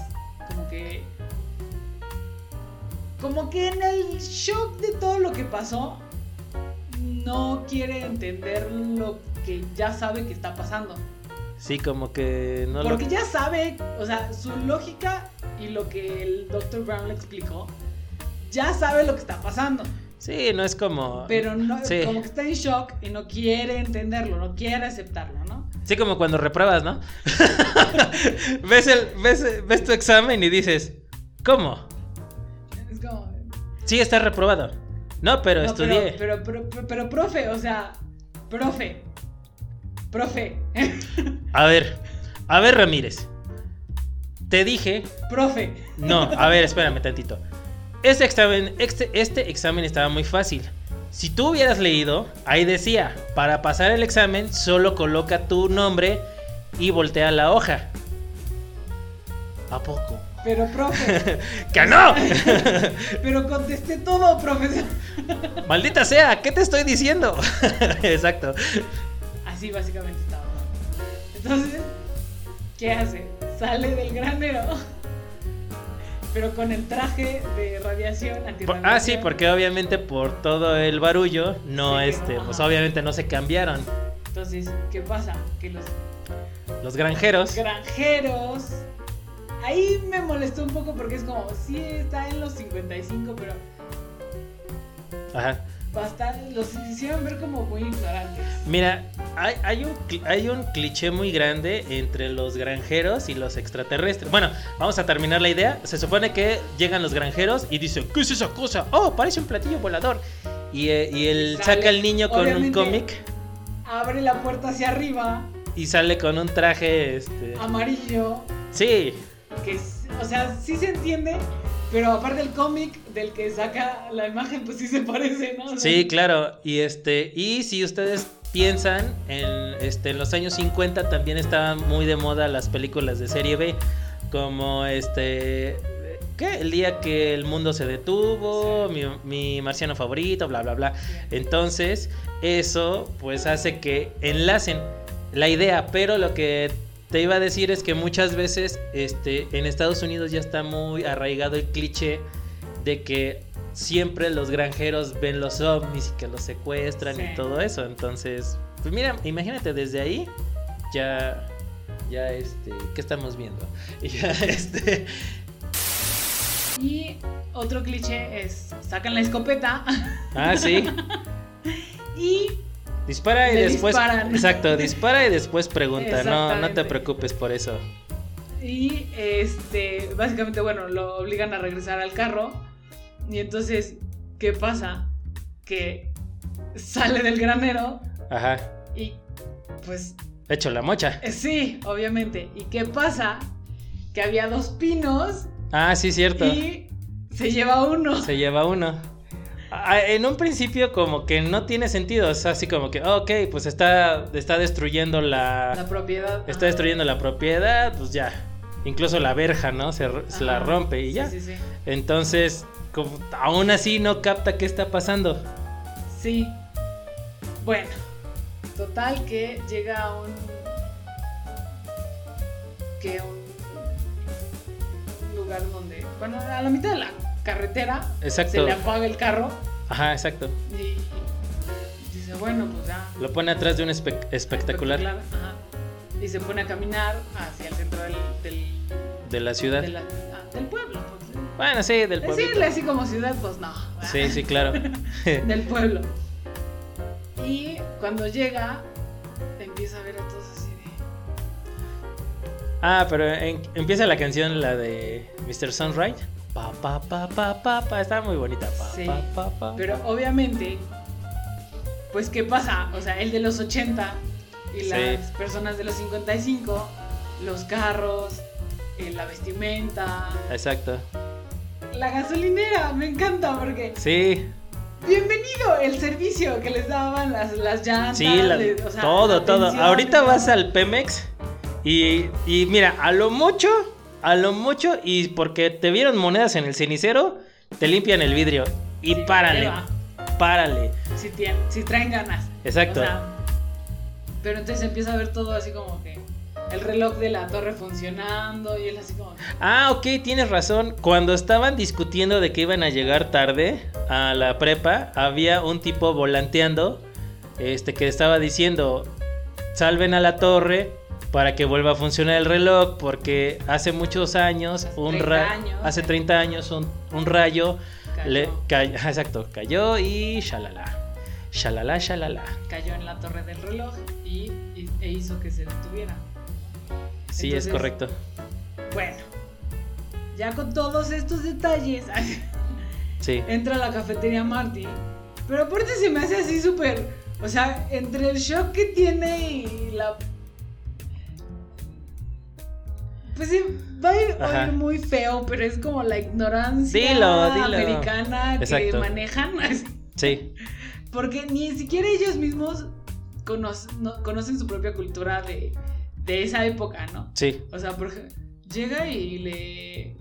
S1: como que. Como que en el shock de todo lo que pasó, no quiere entender lo que ya sabe que está pasando.
S2: Sí, como que no lo
S1: Porque ya sabe, o sea, su lógica y lo que el Dr. Brown le explicó, ya sabe lo que está pasando.
S2: Sí, no es como.
S1: Pero no,
S2: Ah, Sí.
S1: como que está en shock y no quiere entenderlo, no quiere aceptarlo, ¿no?
S2: Sí, como cuando repruebas, ¿no? ves, el, ves, ves tu examen y dices, ¿cómo?
S1: Es como.
S2: Sí, estás reprobado. No, pero
S1: no,
S2: estudié.
S1: Pero, pero, pero, pero, profe, o sea, profe. Profe,
S2: A ver, a ver, Ramírez. Te dije.
S1: profe.
S2: No, a ver, espérame tantito. Este examen, este, este examen estaba muy fácil. Si tú hubieras leído, ahí decía, para pasar el examen solo coloca tu nombre y voltea la hoja. ¿A poco?
S1: Pero, profe,
S2: ¡Que no!
S1: pero contesté todo, profesor.
S2: Maldita sea, ¿qué te estoy diciendo? Exacto.
S1: Así básicamente estaba. ¿no? Entonces, ¿qué hace? Sale del granero, pero con el traje de radiación
S2: Por-
S1: antirradiación.
S2: ah, sí, porque obviamente por todo el barullo, no
S1: Sí, que
S2: este,
S1: no,
S2: pues
S1: ajá.
S2: obviamente no se cambiaron.
S1: Entonces, ¿qué pasa? Que los
S2: Los granjeros.
S1: granjeros. Ahí me molestó un poco porque es como, sí está en los 55, pero.
S2: Ajá.
S1: bastante, los hicieron ver como muy ignorantes.
S2: Mira, hay, hay un, cli- hay un cliché muy grande entre los granjeros y los extraterrestres. Bueno, vamos a terminar la idea. Se supone que llegan los granjeros y dicen, ¿qué es esa cosa? Oh, parece un platillo volador. Y, eh, y él
S1: Y sale,
S2: saca al niño con un
S1: obviamente.
S2: cómic
S1: Abre la puerta hacia arriba,
S2: y sale con un traje, este...
S1: Ah. amarillo,
S2: Sí,
S1: que, es- o sea, sí se entiende, pero aparte el cómic del que saca la imagen, pues sí se parece, ¿no? O sea,
S2: Sí, claro. Y este, y si ustedes piensan, en, este, en los años 50 también estaban muy de moda las películas de serie B, como este, ¿qué? El día que el mundo se detuvo, mi, mi marciano favorito, bla, bla, bla. Entonces, eso pues hace que enlacen la idea, pero lo que te iba a decir es que muchas veces este, en Estados Unidos ya está muy arraigado el cliché de que siempre los granjeros ven los ovnis y que los secuestran
S1: Sí.
S2: y todo eso. Entonces, pues mira, imagínate desde ahí ya ya este, ¿qué estamos viendo? Y ya este
S1: Y otro cliché es, sacan la escopeta
S2: Ah, sí.
S1: y
S2: Dispara y
S1: Le
S2: después
S1: disparan.
S2: Exacto, dispara y después pregunta. No, no
S1: Exactamente.
S2: te preocupes por eso.
S1: Y este, básicamente, bueno, lo obligan a regresar al carro. Y entonces, ¿qué pasa? Que sale del granero
S2: Ajá.
S1: y pues
S2: Hecho la mocha.
S1: eh, sí, obviamente. ¿Y qué pasa? Que había dos pinos
S2: Ah, sí, cierto.
S1: y se lleva uno.
S2: Se lleva uno. Ah, En un principio como que no tiene sentido, es así como que, ok, pues está, está destruyendo la,
S1: La propiedad.
S2: Está
S1: ajá.
S2: destruyendo la propiedad, pues ya. Incluso la verja, ¿no? Se, r- se la
S1: Ajá.
S2: rompe y
S1: Sí,
S2: ya.
S1: Sí, sí.
S2: Entonces, como- aún así no capta qué está pasando.
S1: Sí. Bueno, total que llega un. que un. lugar donde. bueno, a la mitad de la carretera se
S2: Exacto.
S1: le apaga el carro
S2: Ajá, exacto.
S1: y dice, bueno, pues ya.
S2: Lo pone atrás de un espe- espectacular
S1: Ajá. Y se pone a caminar hacia el centro del. del,
S2: de la ciudad.
S1: de la- ah, del pueblo. Pues.
S2: Bueno, sí, del
S1: Decirle
S2: pueblo.
S1: así como ciudad, pues no. ¿verdad?
S2: Sí, sí, claro.
S1: del pueblo. Y cuando llega, empieza a ver a todos así de.
S2: Ah, pero en- empieza la canción, la de Mr. Sunrise. Pa, pa, pa, pa, pa, pa. Está muy bonita. Pa,
S1: Sí,
S2: pa, pa, pa.
S1: Pero obviamente, pues, ¿qué pasa? O sea, el de los 80 y
S2: Sí.
S1: las personas de los 55, los carros, eh, la vestimenta,
S2: Exacto.
S1: la gasolinera, me encanta porque.
S2: Sí,
S1: Bienvenido el servicio que les daban las, las llantas.
S2: Sí, la-
S1: de- o sea,
S2: todo, todo.
S1: atención,
S2: Ahorita
S1: todo.
S2: vas al Pemex y, y mira, a lo mucho, a lo mucho, y porque te vieron monedas en el cenicero, te limpian el vidrio. Y
S1: Sí,
S2: párale,
S1: lleva.
S2: párale.
S1: si, tien- si traen ganas.
S2: Exacto.
S1: O sea, pero entonces empieza a ver todo así como que el reloj de la torre funcionando y él así como que,
S2: Ah, ok, tienes razón. Cuando estaban discutiendo de que iban a llegar tarde a la prepa, había un tipo volanteando este, que estaba diciendo, salven a la torre para que vuelva a funcionar el reloj, porque hace muchos años,
S1: Hace
S2: un
S1: 30
S2: ra-
S1: años. eh.
S2: hace 30 años, un, un rayo
S1: cayó,
S2: le cay- exacto, cayó y shalala. Shalala, shalala.
S1: cayó en la torre del reloj y, y- e hizo que se detuviera.
S2: Sí,
S1: Entonces-
S2: es correcto.
S1: Bueno, ya con todos estos detalles
S2: Sí.
S1: entra a la cafetería Marty, pero aparte se me hace así súper, o sea, entre el shock que tiene y la... Pues sí, va a ir-
S2: Ajá.
S1: a oír muy feo, pero es como la ignorancia
S2: Dilo, dilo.
S1: americana que
S2: Exacto.
S1: manejan.
S2: Sí,
S1: Porque ni siquiera ellos mismos conoc- no- conocen su propia cultura de, de esa época, ¿no?
S2: sí.
S1: O sea, porque llega y le...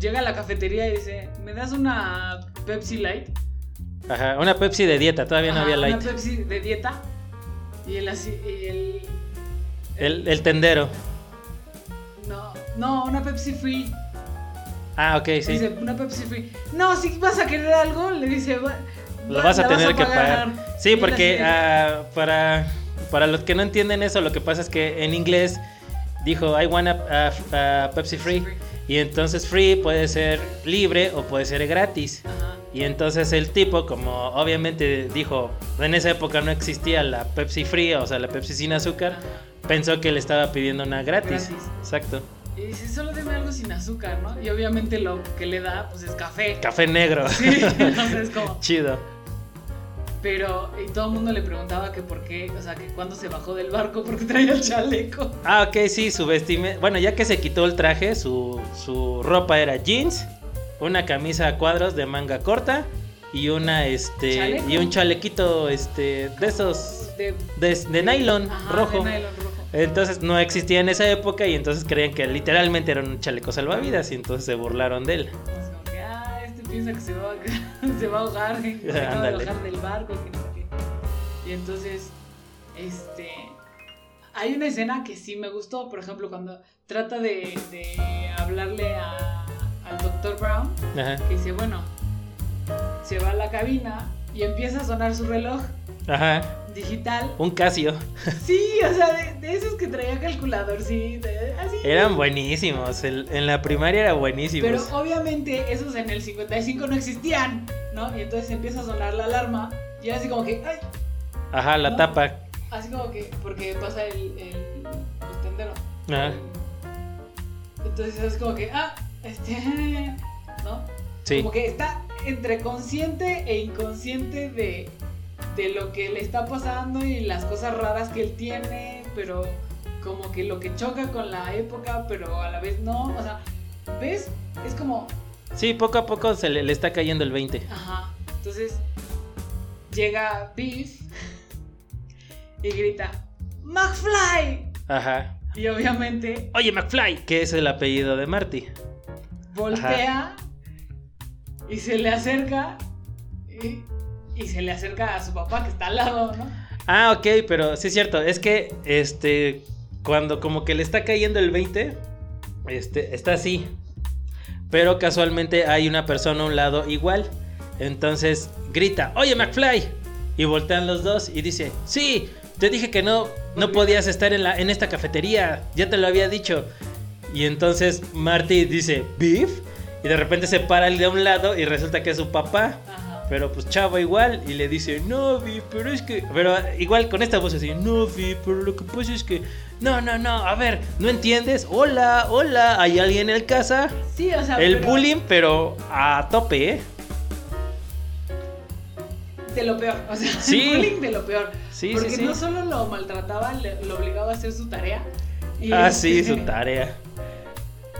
S1: Llega a la cafetería y dice, ¿me das una Pepsi Light?
S2: Ajá, una Pepsi de dieta, todavía no
S1: Ajá,
S2: había light.
S1: Una Pepsi de dieta. Y él así. y él-
S2: El, el tendero.
S1: No, no, una Pepsi free.
S2: Ah, ok, sí.
S1: Dice, una Pepsi free. No, si vas a querer algo, le dice. va-
S2: Lo
S1: va-
S2: vas a
S1: la
S2: tener que
S1: pagar.
S2: pagar.
S1: Y
S2: Sí,
S1: él
S2: porque
S1: así de,
S2: ah, para, para los que no entienden eso, lo que pasa es que en inglés dijo I want a, a- a Pepsi Free. Y entonces free puede ser libre o puede ser gratis.
S1: Ajá.
S2: Y entonces el tipo, como obviamente dijo, en esa época no existía la Pepsi fría, o sea, la Pepsi sin azúcar, pensó que le estaba pidiendo una gratis.
S1: Gratis.
S2: Exacto.
S1: Y dice, solo deme algo sin azúcar, ¿no? Y obviamente lo que le da, pues es café.
S2: Café negro.
S1: Sí, entonces como...
S2: Chido.
S1: Pero y todo el mundo le preguntaba que por qué, o sea, que cuando se bajó del barco porque traía el chaleco.
S2: Ah, ok, sí, su vestimenta. Bueno, ya que se quitó el traje, su, su ropa era jeans, una camisa a cuadros de manga corta y una este
S1: ¿Chaleco?
S2: y un chalequito este de esos
S1: De,
S2: de, de nylon
S1: ajá,
S2: rojo.
S1: de nylon rojo.
S2: Entonces no existía en esa época y entonces creían que literalmente era un chaleco salvavidas y entonces se burlaron de él.
S1: Entonces, como que, ah, este piensa que se va, a- se va a ahogar, que se acaba de
S2: Ándale.
S1: bajar del barco, que no sé qué. Y entonces, este. Hay una escena que sí me gustó, por ejemplo, cuando trata de, de hablarle a- al Dr. Brown,
S2: Ajá,
S1: que dice, bueno, se va a la cabina y empieza a sonar su reloj
S2: ajá,
S1: digital.
S2: un Casio.
S1: Sí, o sea, de, de esos que traía calculador, sí, de- así.
S2: Eran buenísimos, el- en la primaria eran buenísimos.
S1: Pero obviamente esos en el 55 no existían, ¿no? Y entonces empieza a sonar la alarma y era así como que, ay,
S2: Ajá, la
S1: No.
S2: tapa.
S1: así como que, porque pasa el, el, el tendero.
S2: Ajá,
S1: Entonces es como que, ah, este, ¿no?
S2: sí.
S1: Como que está entre consciente e inconsciente de, de lo que le está pasando y las cosas raras que él tiene, pero como que lo que choca con la época, pero a la vez no. O sea, ¿ves? Es como,
S2: Sí, poco a poco se le, le está cayendo el 20.
S1: Ajá. Entonces llega Beef y grita, ¡McFly!
S2: Ajá.
S1: Y obviamente
S2: Oye, McFly, que es el apellido de Marty.
S1: voltea y se le acerca y, y se le acerca a su papá que está al lado, ¿no?
S2: Ah, ok, pero sí es cierto, es que este cuando como que le está cayendo el 20, este está así. Pero casualmente hay una persona a un lado igual. Entonces grita, "Oye, McFly." Y voltean los dos y dice, "Sí, te dije que no no podías estar en la en esta cafetería, ya te lo había dicho." Y entonces Marty dice, "Beef." Y de repente se para el de un lado y resulta que es su papá.
S1: Ajá.
S2: Pero pues Chava igual y le dice, no, vi, pero es que... Pero igual con esta voz así, no, vi, pero lo que pasa es que... No, no, no, a ver, ¿no entiendes? Hola, hola, ¿hay alguien en el casa?
S1: Sí, o sea,
S2: El
S1: Ah, pero
S2: bullying, pero a tope, ¿eh?
S1: de lo peor, o sea,
S2: Sí.
S1: el bullying de lo peor,
S2: Sí,
S1: porque
S2: sí, sí.
S1: no solo lo maltrataba, le- lo obligaba a hacer su tarea. y- este,
S2: Ah, sí, su tarea.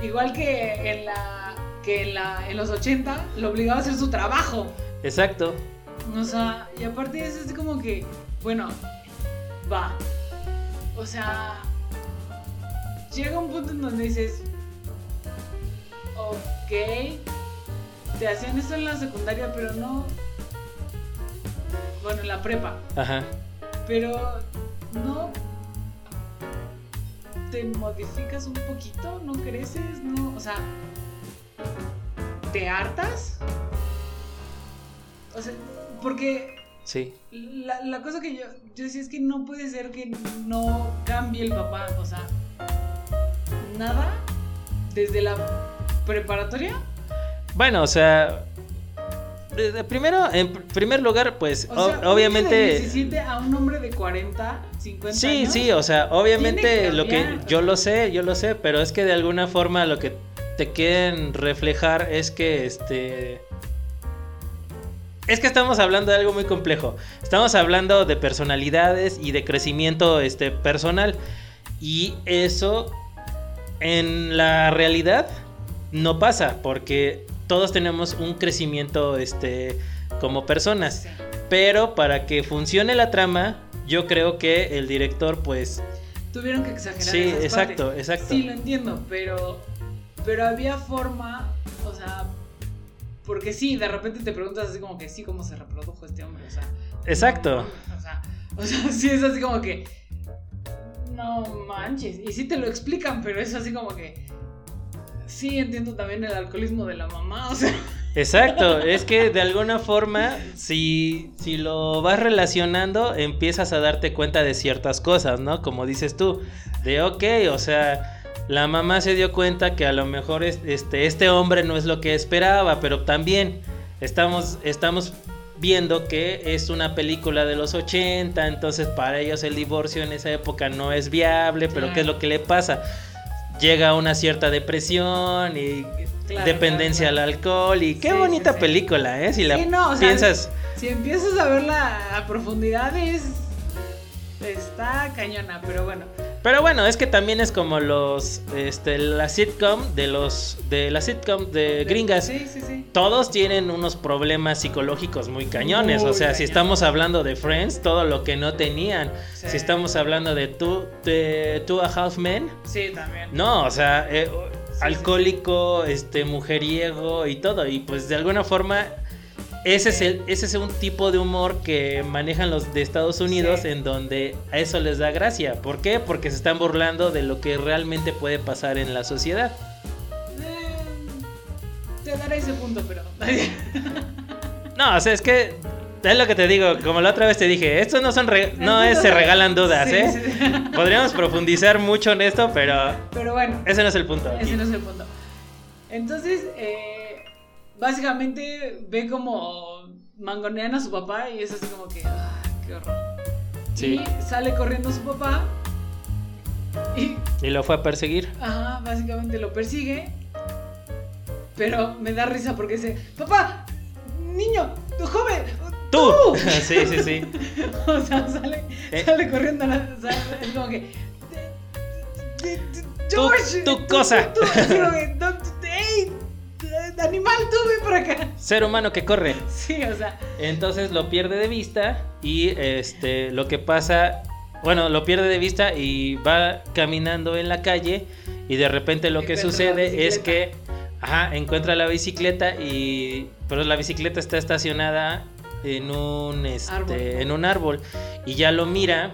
S1: Igual que en la que en, la, en los 80 lo obligaba a hacer su trabajo.
S2: Exacto.
S1: O sea, y aparte es así como que, bueno, va. O sea, llega un punto en donde dices, ok, te hacían eso en la secundaria, pero no. Bueno, en la prepa,
S2: Ajá.
S1: pero no te modificas un poquito, no creces, no, o sea, te hartas. O sea, porque
S2: Sí.
S1: la, la cosa que yo, yo decía es que no puede ser que no cambie el papá, o sea, nada desde la preparatoria.
S2: Bueno, o sea... desde primero, en pr- primer lugar, pues
S1: O
S2: o-
S1: sea, un niño
S2: obviamente...
S1: De 17 a un hombre de 40, 50
S2: Sí,
S1: años.
S2: sí, o sea, obviamente
S1: Tiene que
S2: lo que
S1: cambiar.
S2: yo lo sé, yo lo sé, pero es que de alguna forma lo que te quieren reflejar es que este es que estamos hablando de algo muy complejo. Estamos hablando de personalidades y de crecimiento este personal y eso en la realidad no pasa porque todos tenemos un crecimiento este como personas.
S1: Sí.
S2: Pero para que funcione la trama, yo creo que el director, pues.
S1: Tuvieron que exagerar.
S2: sí,
S1: esas
S2: exacto,
S1: partes.
S2: exacto.
S1: Sí, lo entiendo, pero, pero había forma, o sea, porque sí, de repente te preguntas así como que sí, cómo se reprodujo este hombre, o sea.
S2: Exacto.
S1: no, o, sea, o sea, sí es así como que, no manches, y sí te lo explican, pero es así como que, sí entiendo también el alcoholismo de la mamá, o sea,
S2: Exacto. Es que de alguna forma, si, si lo vas relacionando, empiezas a darte cuenta de ciertas cosas, ¿no? Como dices tú. De ok, o sea. La mamá se dio cuenta que a lo mejor es- este, este hombre no es lo que esperaba, pero también estamos, estamos viendo que es una película de los 80, entonces para ellos el divorcio en esa época no es viable, pero
S1: Claro.
S2: ¿qué es lo que le pasa? Llega a una cierta depresión y
S1: Claro,
S2: dependencia
S1: claro, claro.
S2: al alcohol y qué
S1: Sí, sí,
S2: bonita
S1: sí.
S2: película, ¿eh? Si la
S1: Sí, no, o sea,
S2: piensas,
S1: Si empiezas a verla a profundidades, está cañona, pero bueno.
S2: pero bueno, es que también es como los este la sitcom de los de la sitcom de Eh, gringas.
S1: Sí, sí, sí.
S2: todos tienen unos problemas psicológicos muy cañones.
S1: Muy
S2: o sea, si
S1: cañón.
S2: estamos hablando de Friends, todo lo que no tenían.
S1: Sí.
S2: Si estamos hablando de Two, de Two and a Half Men,
S1: Sí, también.
S2: no, o sea, eh, o-
S1: sí,
S2: alcohólico, este, mujeriego y todo. Y pues de alguna forma. Ese es,
S1: Sí.
S2: el, ese es un tipo de humor que manejan los de Estados Unidos
S1: Sí.
S2: en donde a eso les da gracia. ¿Por qué? Porque se están burlando de lo que realmente puede pasar en la sociedad.
S1: Eh, te daré ese punto, pero.
S2: No, o sea, es que es lo que te digo, como la otra vez te dije, estos no son re- no es, se regalan dudas,
S1: Sí,
S2: ¿eh?
S1: sí.
S2: Podríamos profundizar mucho en esto, pero
S1: Pero bueno.
S2: ese no es el punto. aquí.
S1: Ese no es el punto. Entonces, eh, básicamente ve como mangonean a su papá y es así como que, ah, qué horror.
S2: Sí.
S1: Y sale corriendo su papá y,
S2: Y lo fue a perseguir.
S1: ajá, básicamente lo persigue. Pero me da risa porque dice, papá, niño, joven,
S2: ¡Tú!
S1: ¡Tú!
S2: sí, sí, sí.
S1: o sea, sale,
S2: Eh.
S1: sale corriendo, la- sale- es como que. "Te- te- te- George,
S2: tu cosa".
S1: Tú, así como que, "No, te- ey, te- animal, tú ven para acá.
S2: Ser humano que corre.
S1: Sí, o sea,
S2: Entonces lo pierde de vista y este lo que pasa, bueno, lo pierde de vista y va caminando en la calle y de repente lo que
S1: Encuentra la
S2: sucede es que
S1: bicicleta.
S2: ajá, encuentra la bicicleta y pero la bicicleta está estacionada en un este,
S1: Árbol.
S2: en un árbol y ya lo mira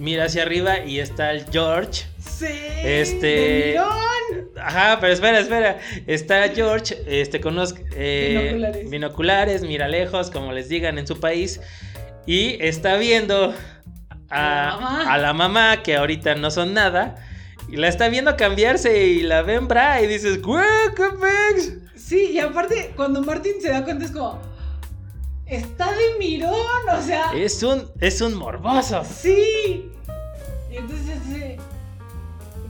S2: mira hacia arriba y está el George
S1: sí.
S2: Este-
S1: de mirón.
S2: Ajá, pero espera, espera. Está George, este, con unos eh,
S1: Binoculares.
S2: binoculares, miralejos, como les digan en su país. Y está viendo
S1: A
S2: a,
S1: la mamá.
S2: a la mamá, que ahorita no son nada. Y la está viendo cambiarse y la ve en bra y dices, ¡Güey, qué pex!
S1: Sí, y aparte, cuando Martin se da cuenta es como. Está de mirón, o sea.
S2: Es un, es un morboso.
S1: Sí. Y entonces eh,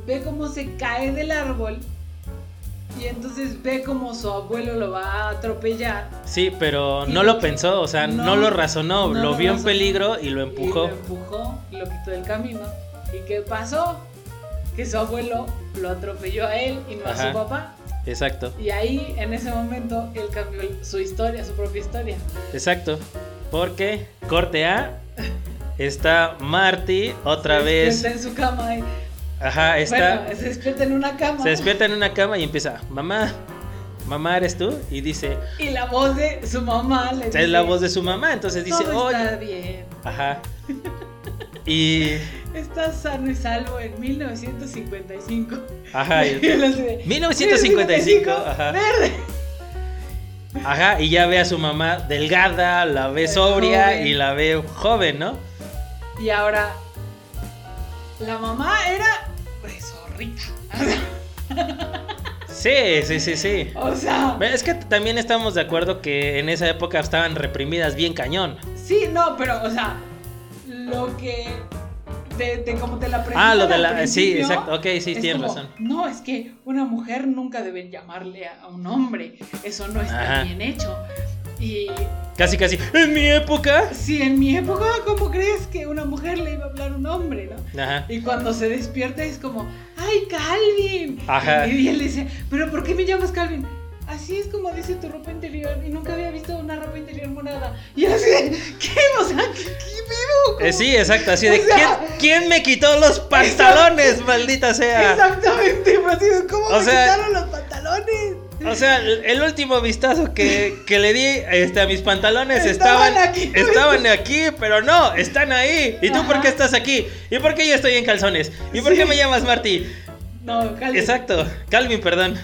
S1: ve cómo se cae del árbol. Y entonces ve cómo su abuelo lo va a atropellar.
S2: Sí, pero
S1: Sí,
S2: no lo
S1: porque-
S2: pensó, o sea, no,
S1: no,
S2: lo razonó.
S1: no
S2: lo
S1: lo
S2: vio en
S1: razonó.
S2: peligro y lo
S1: Y
S2: empujó.
S1: lo empujó, lo quitó del camino. ¿Y qué pasó? Que su abuelo lo atropelló a él y no a
S2: Ajá.
S1: su papá.
S2: Exacto,
S1: Y ahí, en ese momento, él cambió su historia, su propia historia.
S2: exacto. Porque, corte A, está Marty otra
S1: Se
S2: vez.
S1: Despierta en su cama. y-
S2: Ajá, está.
S1: Bueno, se despierta en una cama.
S2: se despierta en una cama y empieza, mamá, mamá eres tú. Y dice,
S1: Y la voz de su mamá le dice:
S2: es la voz de su mamá. Entonces dice,
S1: Todo
S2: oye.
S1: está bien.
S2: Ajá. Y.
S1: Estás sano y salvo en 1955.
S2: Ajá.
S1: Y
S2: y-
S1: él así de,
S2: 1955.
S1: 1955,
S2: Ajá.
S1: Verde.
S2: Ajá. Y ya ve a su mamá delgada, la ve
S1: Pero
S2: sobria
S1: joven.
S2: y la ve joven, ¿no?
S1: Y ahora, la mamá era pues, resorrita.
S2: Sí, sí, sí, sí.
S1: O sea,
S2: Es que también estamos de acuerdo que en esa época estaban reprimidas bien cañón.
S1: sí, no, pero, o sea, lo que. De, de cómo te la presentan
S2: Ah, lo de
S1: al
S2: la. Sí,
S1: principio,
S2: exacto. Ok, sí,
S1: es
S2: tienes
S1: como,
S2: razón.
S1: No, es que una mujer nunca debe llamarle a a un hombre. Eso no está
S2: Ajá.
S1: bien hecho. Y
S2: Casi, casi. En mi época.
S1: si en mi época, ¿cómo crees que una mujer le iba a hablar a un hombre, no?
S2: Ajá.
S1: Y cuando se despierta es como, ¡ay, Calvin!
S2: Ajá.
S1: Y él dice, ¿pero por qué me llamas Calvin? Así es como dice tu ropa interior y nunca había visto una ropa interior morada. Y él así, de, ¿qué? O sea, ¿qué, qué pedo?
S2: Eh, sí, exacto, así de
S1: O sea-
S2: ¿quién, quién me quitó los pantalones, maldita sea?
S1: Exactamente, fue así de, ¿cómo
S2: O
S1: me
S2: sea-
S1: quitaron los pantalones?
S2: O sea, el el último vistazo que, que le di este, a mis pantalones
S1: Estaban
S2: estaban,
S1: aquí.
S2: estaban aquí, pero no, están ahí. ¿Y tú por
S1: Ajá.
S2: qué estás aquí? ¿Y por qué yo estoy en calzones? ¿Y por qué
S1: Sí.
S2: me llamas Marty?
S1: No, Calvin.
S2: Exacto, Calvin, perdón.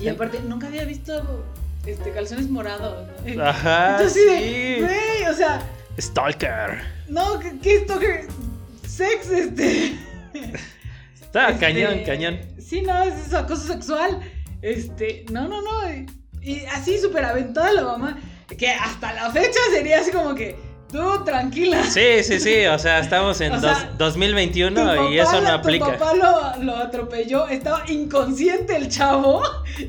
S1: Y aparte, nunca había visto este, calzones morados. ¿no?
S2: Ajá,
S1: Yo así de,
S2: sí.
S1: güey, o sea,
S2: Stalker.
S1: no, ¿qué, qué esto? ¿Qué? Sex, este...
S2: Está
S1: Este,
S2: Ah, cañón, cañón.
S1: Sí, no, es eso, acoso sexual. Este, no, no, no. y- Y así súper aventada la mamá, que hasta la fecha sería así como que, tú tranquila.
S2: Sí, sí, sí, o sea, estamos en
S1: O
S2: dos-
S1: sea, Tu
S2: 2021
S1: papá-
S2: y eso no
S1: Tu
S2: aplica.
S1: papá lo, lo atropelló, estaba inconsciente el chavo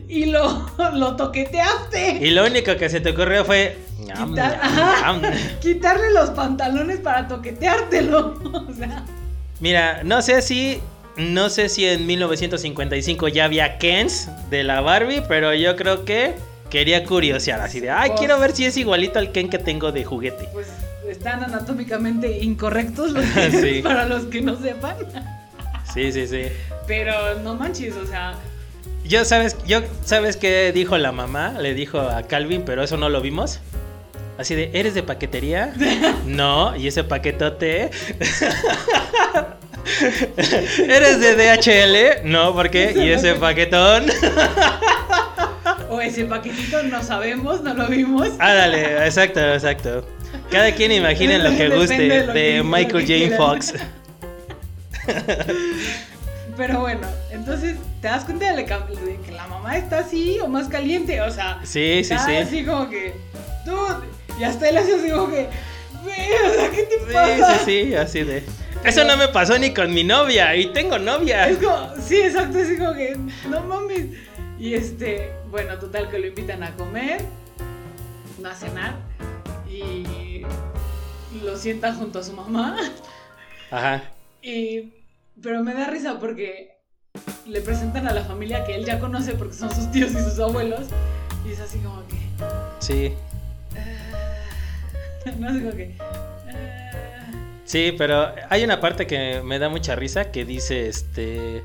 S1: y lo, lo toqueteaste.
S2: Y lo único que se te ocurrió fue... ñam,
S1: Quitar-
S2: ñam,
S1: Ajá.
S2: ñam.
S1: Quitarle los pantalones para toqueteártelo. O sea,
S2: Mira, no sé si... No sé si en 1955 ya había Kens de la Barbie, pero yo creo que quería curiosear así de, ay,
S1: Pues-
S2: quiero ver si es igualito al Ken que tengo de juguete.
S1: pues están anatómicamente incorrectos los que-
S2: Sí.
S1: para los que no sepan.
S2: Sí, sí, sí.
S1: Pero no manches, o sea,
S2: Yo sabes, yo sabes qué dijo la mamá, le dijo a Calvin, pero eso no lo vimos. Así de, ¿eres de paquetería? no, y ese paquetote. ¿Eres de DHL? No, ¿por qué? Y ese paquetón.
S1: o ese paquetito no sabemos, no lo vimos.
S2: Ah. Ándale, exacto, exacto. Cada quien imagine lo que
S1: Depende
S2: guste
S1: de lo que-
S2: de
S1: lo
S2: Michael
S1: que
S2: J.
S1: quieran.
S2: Fox.
S1: Pero bueno, entonces te das cuenta de la- de que la mamá está así o más caliente, o sea,
S2: Sí, sí,
S1: está
S2: sí.
S1: así como que, tú, y hasta él hace así como que, "Güey, o sea, ¿qué te
S2: Sí,
S1: pasa?
S2: sí, sí, así de. Eso no me pasó ni con mi novia, y tengo novia.
S1: Es como, sí, exacto, así como que, no mames. Y este, bueno, total que lo invitan a comer, no a cenar, y lo sienta junto a su mamá.
S2: Ajá.
S1: Y, pero me da risa porque le presentan a la familia que él ya conoce porque son sus tíos y sus abuelos. Y es así como que.
S2: Sí.
S1: ah, no sé como que. ah,
S2: Sí, pero hay una parte que me da mucha risa que dice este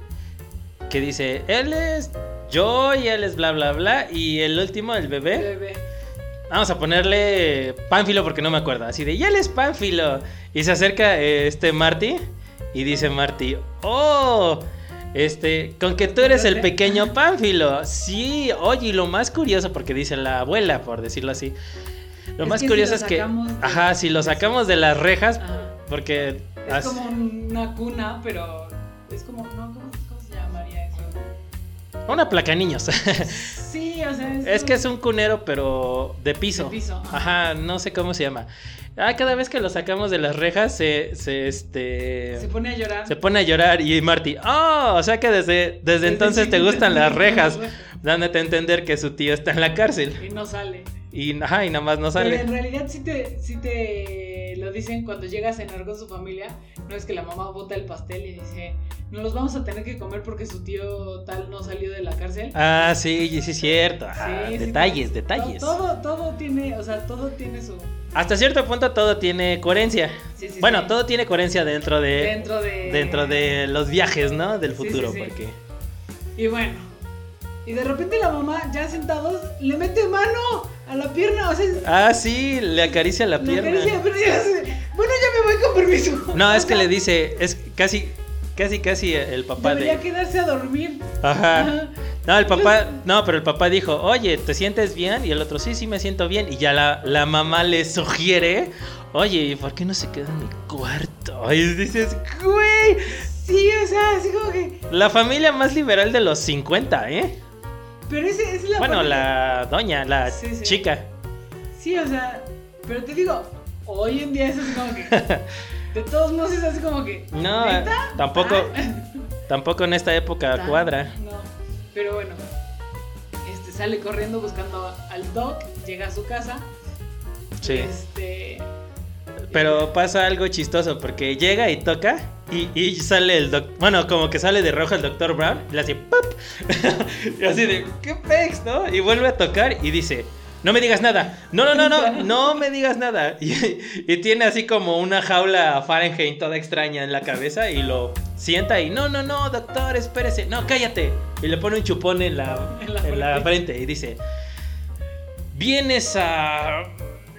S2: que dice él es yo y él es bla bla bla y el último el bebé
S1: bebé.
S2: vamos a ponerle Pánfilo porque no me acuerdo así de y él es Pánfilo y se acerca eh, este Marty y dice Marty oh este con que tú eres el pequeño Pánfilo sí oye y lo más curioso porque dice la abuela por decirlo así lo
S1: Es
S2: más
S1: que si
S2: curioso
S1: lo
S2: es que
S1: sacamos de-
S2: ajá si lo sacamos de las rejas
S1: Ajá.
S2: porque
S1: Es
S2: as-
S1: como una cuna, pero. Es como. No, ¿cómo, cómo se llamaría eso?
S2: Una placa niños.
S1: Sí, o sea. Es,
S2: es que es
S1: un-
S2: un cunero, pero de piso.
S1: de piso. ajá.
S2: Ajá, no sé cómo se llama. Ah, cada vez que lo sacamos de las rejas se, se,
S1: Se
S2: este,
S1: pone a llorar.
S2: se pone a llorar y Marty, oh, o sea que desde, desde, entonces te gustan las rejas, dándote a entender que su tío está en la cárcel.
S1: Y no sale.
S2: Y, ajá, y nada más no
S1: Pero en
S2: sale.
S1: realidad sí te, sí te lo dicen cuando llegas a cenar con su familia. No es que la mamá bota el pastel y dice, no los vamos a tener que comer porque su tío tal no salió de la cárcel.
S2: Ah, sí, sí, es cierto. Ajá,
S1: Sí, sí,
S2: detalles,
S1: todo-
S2: detalles.
S1: Todo, todo tiene, o sea, todo tiene su...
S2: Hasta cierto punto todo tiene coherencia.
S1: sí, sí,
S2: bueno,
S1: sí.
S2: todo tiene coherencia dentro de,
S1: dentro de...
S2: dentro de los viajes, ¿no? Del
S1: Sí, sí,
S2: futuro,
S1: sí.
S2: porque...
S1: Y bueno. Y de repente la mamá, ya sentados, le mete mano a la pierna, o sea...
S2: Ah, sí, le acaricia la
S1: la
S2: pierna.
S1: acaricia, pero ya se- bueno, ya me voy con permiso.
S2: No, es que
S1: O sea,
S2: le dice, es casi, casi, casi el papá
S1: Debería
S2: de. Ah.
S1: quedarse a dormir.
S2: Ajá.
S1: Ajá.
S2: No, el papá, no, pero el papá dijo, oye, ¿te sientes bien? Y el otro, sí, sí, me siento bien. Y ya la, la mamá le sugiere, oye, ¿y por qué no se queda en mi cuarto? Y dices, güey,
S1: Sí, o sea, así como que...
S2: la familia más liberal de los 50, ¿eh?
S1: Pero ese, esa es la
S2: Bueno,
S1: parte-
S2: la doña, la
S1: Sí, sí.
S2: chica.
S1: Sí, o sea, pero te digo, hoy en día es así como que... De todos modos es así como que...
S2: No,
S1: ¿neta?
S2: tampoco,
S1: Ah,
S2: tampoco en esta época
S1: ah,
S2: cuadra.
S1: No, pero bueno. Este, sale corriendo buscando a- al Doc, llega a su casa.
S2: Sí.
S1: Este...
S2: Pero pasa algo chistoso porque llega y toca y, y sale el doctor. Bueno, como que sale de rojo el doctor Brown y le hace ¡pop! y así de ¡qué pex, no? Y vuelve a tocar y dice: No me digas nada, no, no, no, no, no me digas nada. Y, y tiene así como una jaula Fahrenheit toda extraña en la cabeza y lo sienta y: No, no, no, doctor, espérese, no, cállate. Y le pone un chupón en la,
S1: En la
S2: en la frente y dice: Vienes a.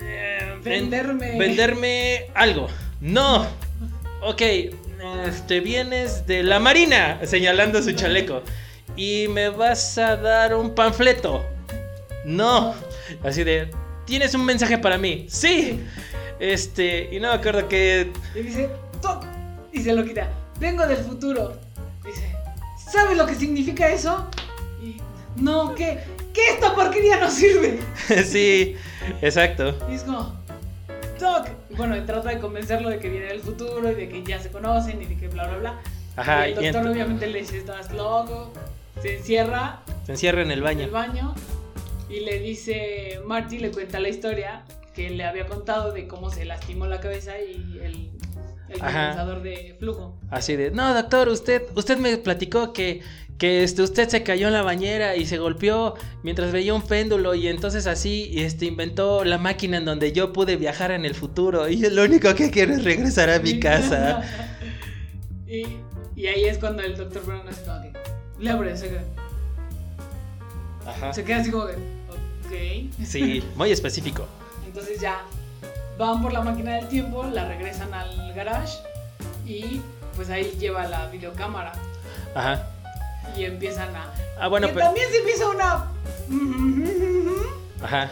S2: eh, ven-
S1: Venderme.
S2: Venderme algo. No. Ok. Te vienes de la Marina, señalando su chaleco. Y me vas a dar un panfleto. No. Así de... ¿Tienes un mensaje para mí? Sí. Este... Y no me acuerdo que...
S1: Y dice, Doc. Y se lo quita. Vengo del futuro. Dice, ¿sabes lo que significa eso? Y, no, ¿qué? que esta porquería no sirve.
S2: sí, exacto.
S1: Y es como, Doc. Y bueno, trata de convencerlo de que viene el futuro y de que ya se conocen y de que bla, bla, bla.
S2: Ajá,
S1: y el
S2: y
S1: doctor
S2: ent-
S1: obviamente le dice, estás loco. Se encierra
S2: se encierra en el
S1: en
S2: baño.
S1: el baño y le dice, Marty le cuenta la historia que le había contado de cómo se lastimó la cabeza y el, el
S2: Ajá.
S1: condensador de flujo.
S2: Así de, no, doctor, usted, usted me platicó que, que este, usted se cayó en la bañera y se golpeó mientras veía un péndulo y entonces así este, inventó la máquina en donde yo pude viajar en el futuro y yo lo único que quiero es regresar a mi casa.
S1: y, y ahí es cuando el doctor Brown es como que le abre, se queda,
S2: Ajá.
S1: se queda así como que, ok.
S2: Sí, muy específico.
S1: Entonces ya van por la máquina del tiempo, la regresan al garage y pues ahí lleva la videocámara
S2: Ajá.
S1: y empiezan a...
S2: Ah, bueno,
S1: que
S2: pero...
S1: también se me hizo una...
S2: Ajá.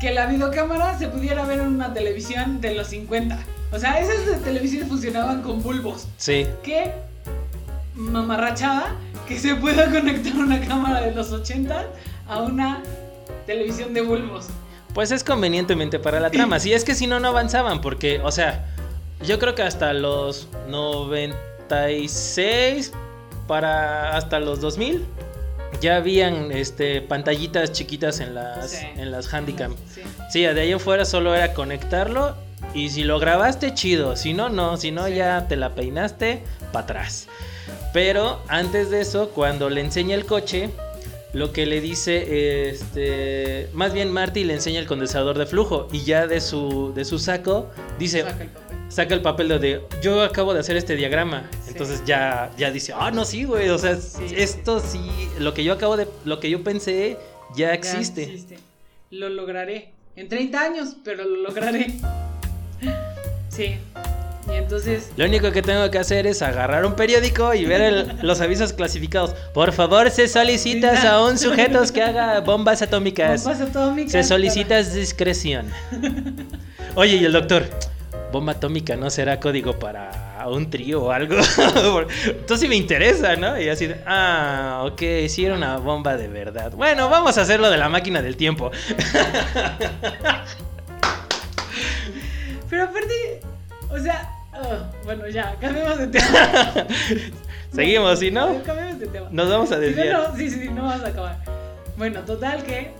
S1: que la videocámara se pudiera ver en una televisión de los 50. O sea, esas de televisión funcionaban con bulbos.
S2: Sí,
S1: Qué mamarrachada que se pueda conectar una cámara de los 80 a una televisión de bulbos.
S2: Pues es convenientemente para la trama. Si es que si no, no avanzaban. Porque, o sea, yo creo que hasta los 96 para hasta los 2000 ya habían este, pantallitas chiquitas en las,
S1: Sí.
S2: en las Handicam.
S1: Sí.
S2: Sí, de ahí en fuera solo era conectarlo. Y si lo grabaste, chido. Si no, no. Si no,
S1: Sí.
S2: ya te la peinaste para atrás. Pero antes de eso, cuando le enseña el coche, lo que le dice, este. Más bien, Marty le enseña el condensador de flujo. Y ya de su, de su saco, dice.
S1: Saca el papel.
S2: Saca el papel de, de, yo acabo de hacer este diagrama.
S1: Sí.
S2: Entonces ya, ya dice, ah, no, sí, güey. O sea,
S1: Sí, sí,
S2: esto sí, lo que yo acabo de, lo que yo pensé, ya existe.
S1: Ya existe. Lo lograré. En 30 años, pero lo lograré. Sí. Y entonces
S2: Lo único que tengo que hacer es agarrar un periódico y ver el- los avisos clasificados. Por favor, se solicitas a un sujeto que haga bombas atómicas.
S1: bombas atómicas
S2: Se
S1: para-
S2: solicitas discreción. Oye, y el doctor. Bomba atómica no será código para un trío o algo. Entonces me interesa, ¿no? Y así, de, ah, ok, sí era una bomba de verdad. Bueno, vamos a hacerlo de la máquina del tiempo.
S1: Pero aparte, o sea, ah, bueno, ya, cambiemos de tema.
S2: Seguimos, ¿sí, no?
S1: Cambiemos de tema.
S2: Nos vamos a
S1: Si no,
S2: desviar.
S1: no, sí, sí, sí, no vas a acabar. Bueno, total que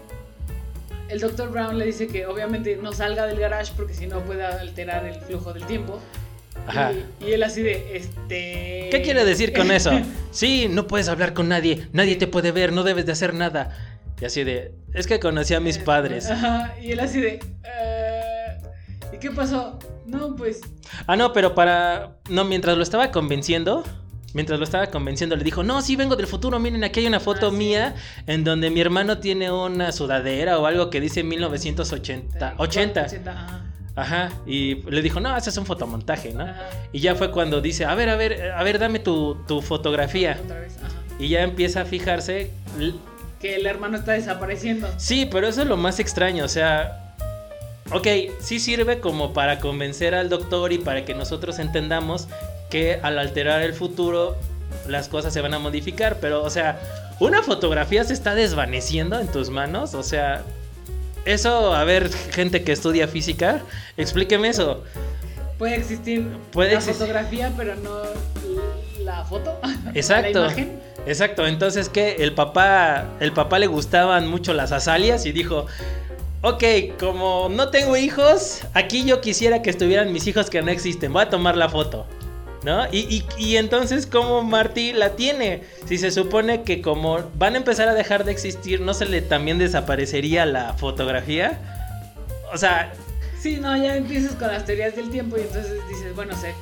S1: el doctor Brown le dice que obviamente no salga del garage porque si no puede alterar el flujo del tiempo.
S2: Ajá.
S1: Y, y él así de, este...
S2: ¿Qué quiere decir con eso? Sí, no puedes hablar con nadie, nadie te puede ver, no debes de hacer nada. Y así de, es que conocí a mis padres.
S1: Ajá, y él así de... "Eh, ¿Y qué pasó? No, pues...
S2: Ah, no, pero para... No, mientras lo estaba convenciendo, mientras lo estaba convenciendo, le dijo, no, sí, vengo del futuro, miren, aquí hay una foto
S1: Ah, sí.
S2: mía en donde mi hermano tiene una sudadera o algo que dice
S1: Ah,
S2: 1980. 80.
S1: 80. ajá,
S2: Ajá. Y le dijo, no, ese es un fotomontaje, ¿no?
S1: ajá.
S2: Y ya fue cuando dice, a ver, a ver, a ver, dame tu, tu fotografía.
S1: Otra vez, ajá.
S2: Y ya empieza a fijarse l-
S1: Que el hermano está desapareciendo.
S2: Sí, pero eso es lo más extraño, o sea, ok, sí sirve como para convencer al doctor y para que nosotros entendamos que al alterar el futuro las cosas se van a modificar, pero o sea, una fotografía se está desvaneciendo en tus manos, o sea, eso, a ver, gente que estudia física, explíqueme eso.
S1: Puede existir
S2: Puede
S1: la
S2: existir.
S1: fotografía, pero no la foto.
S2: Exacto.
S1: La imagen.
S2: Exacto, entonces que el papá, el papá le gustaban mucho las azaleas y dijo, ok, como no tengo hijos, aquí yo quisiera que estuvieran mis hijos que no existen, voy a tomar la foto. ¿No? Y, y- y entonces, ¿cómo Marty la tiene? Si se supone que como van a empezar a dejar de existir, ¿no se le también desaparecería la fotografía? O sea,
S1: Sí, no, ya empiezas con las teorías del tiempo y entonces dices, bueno, se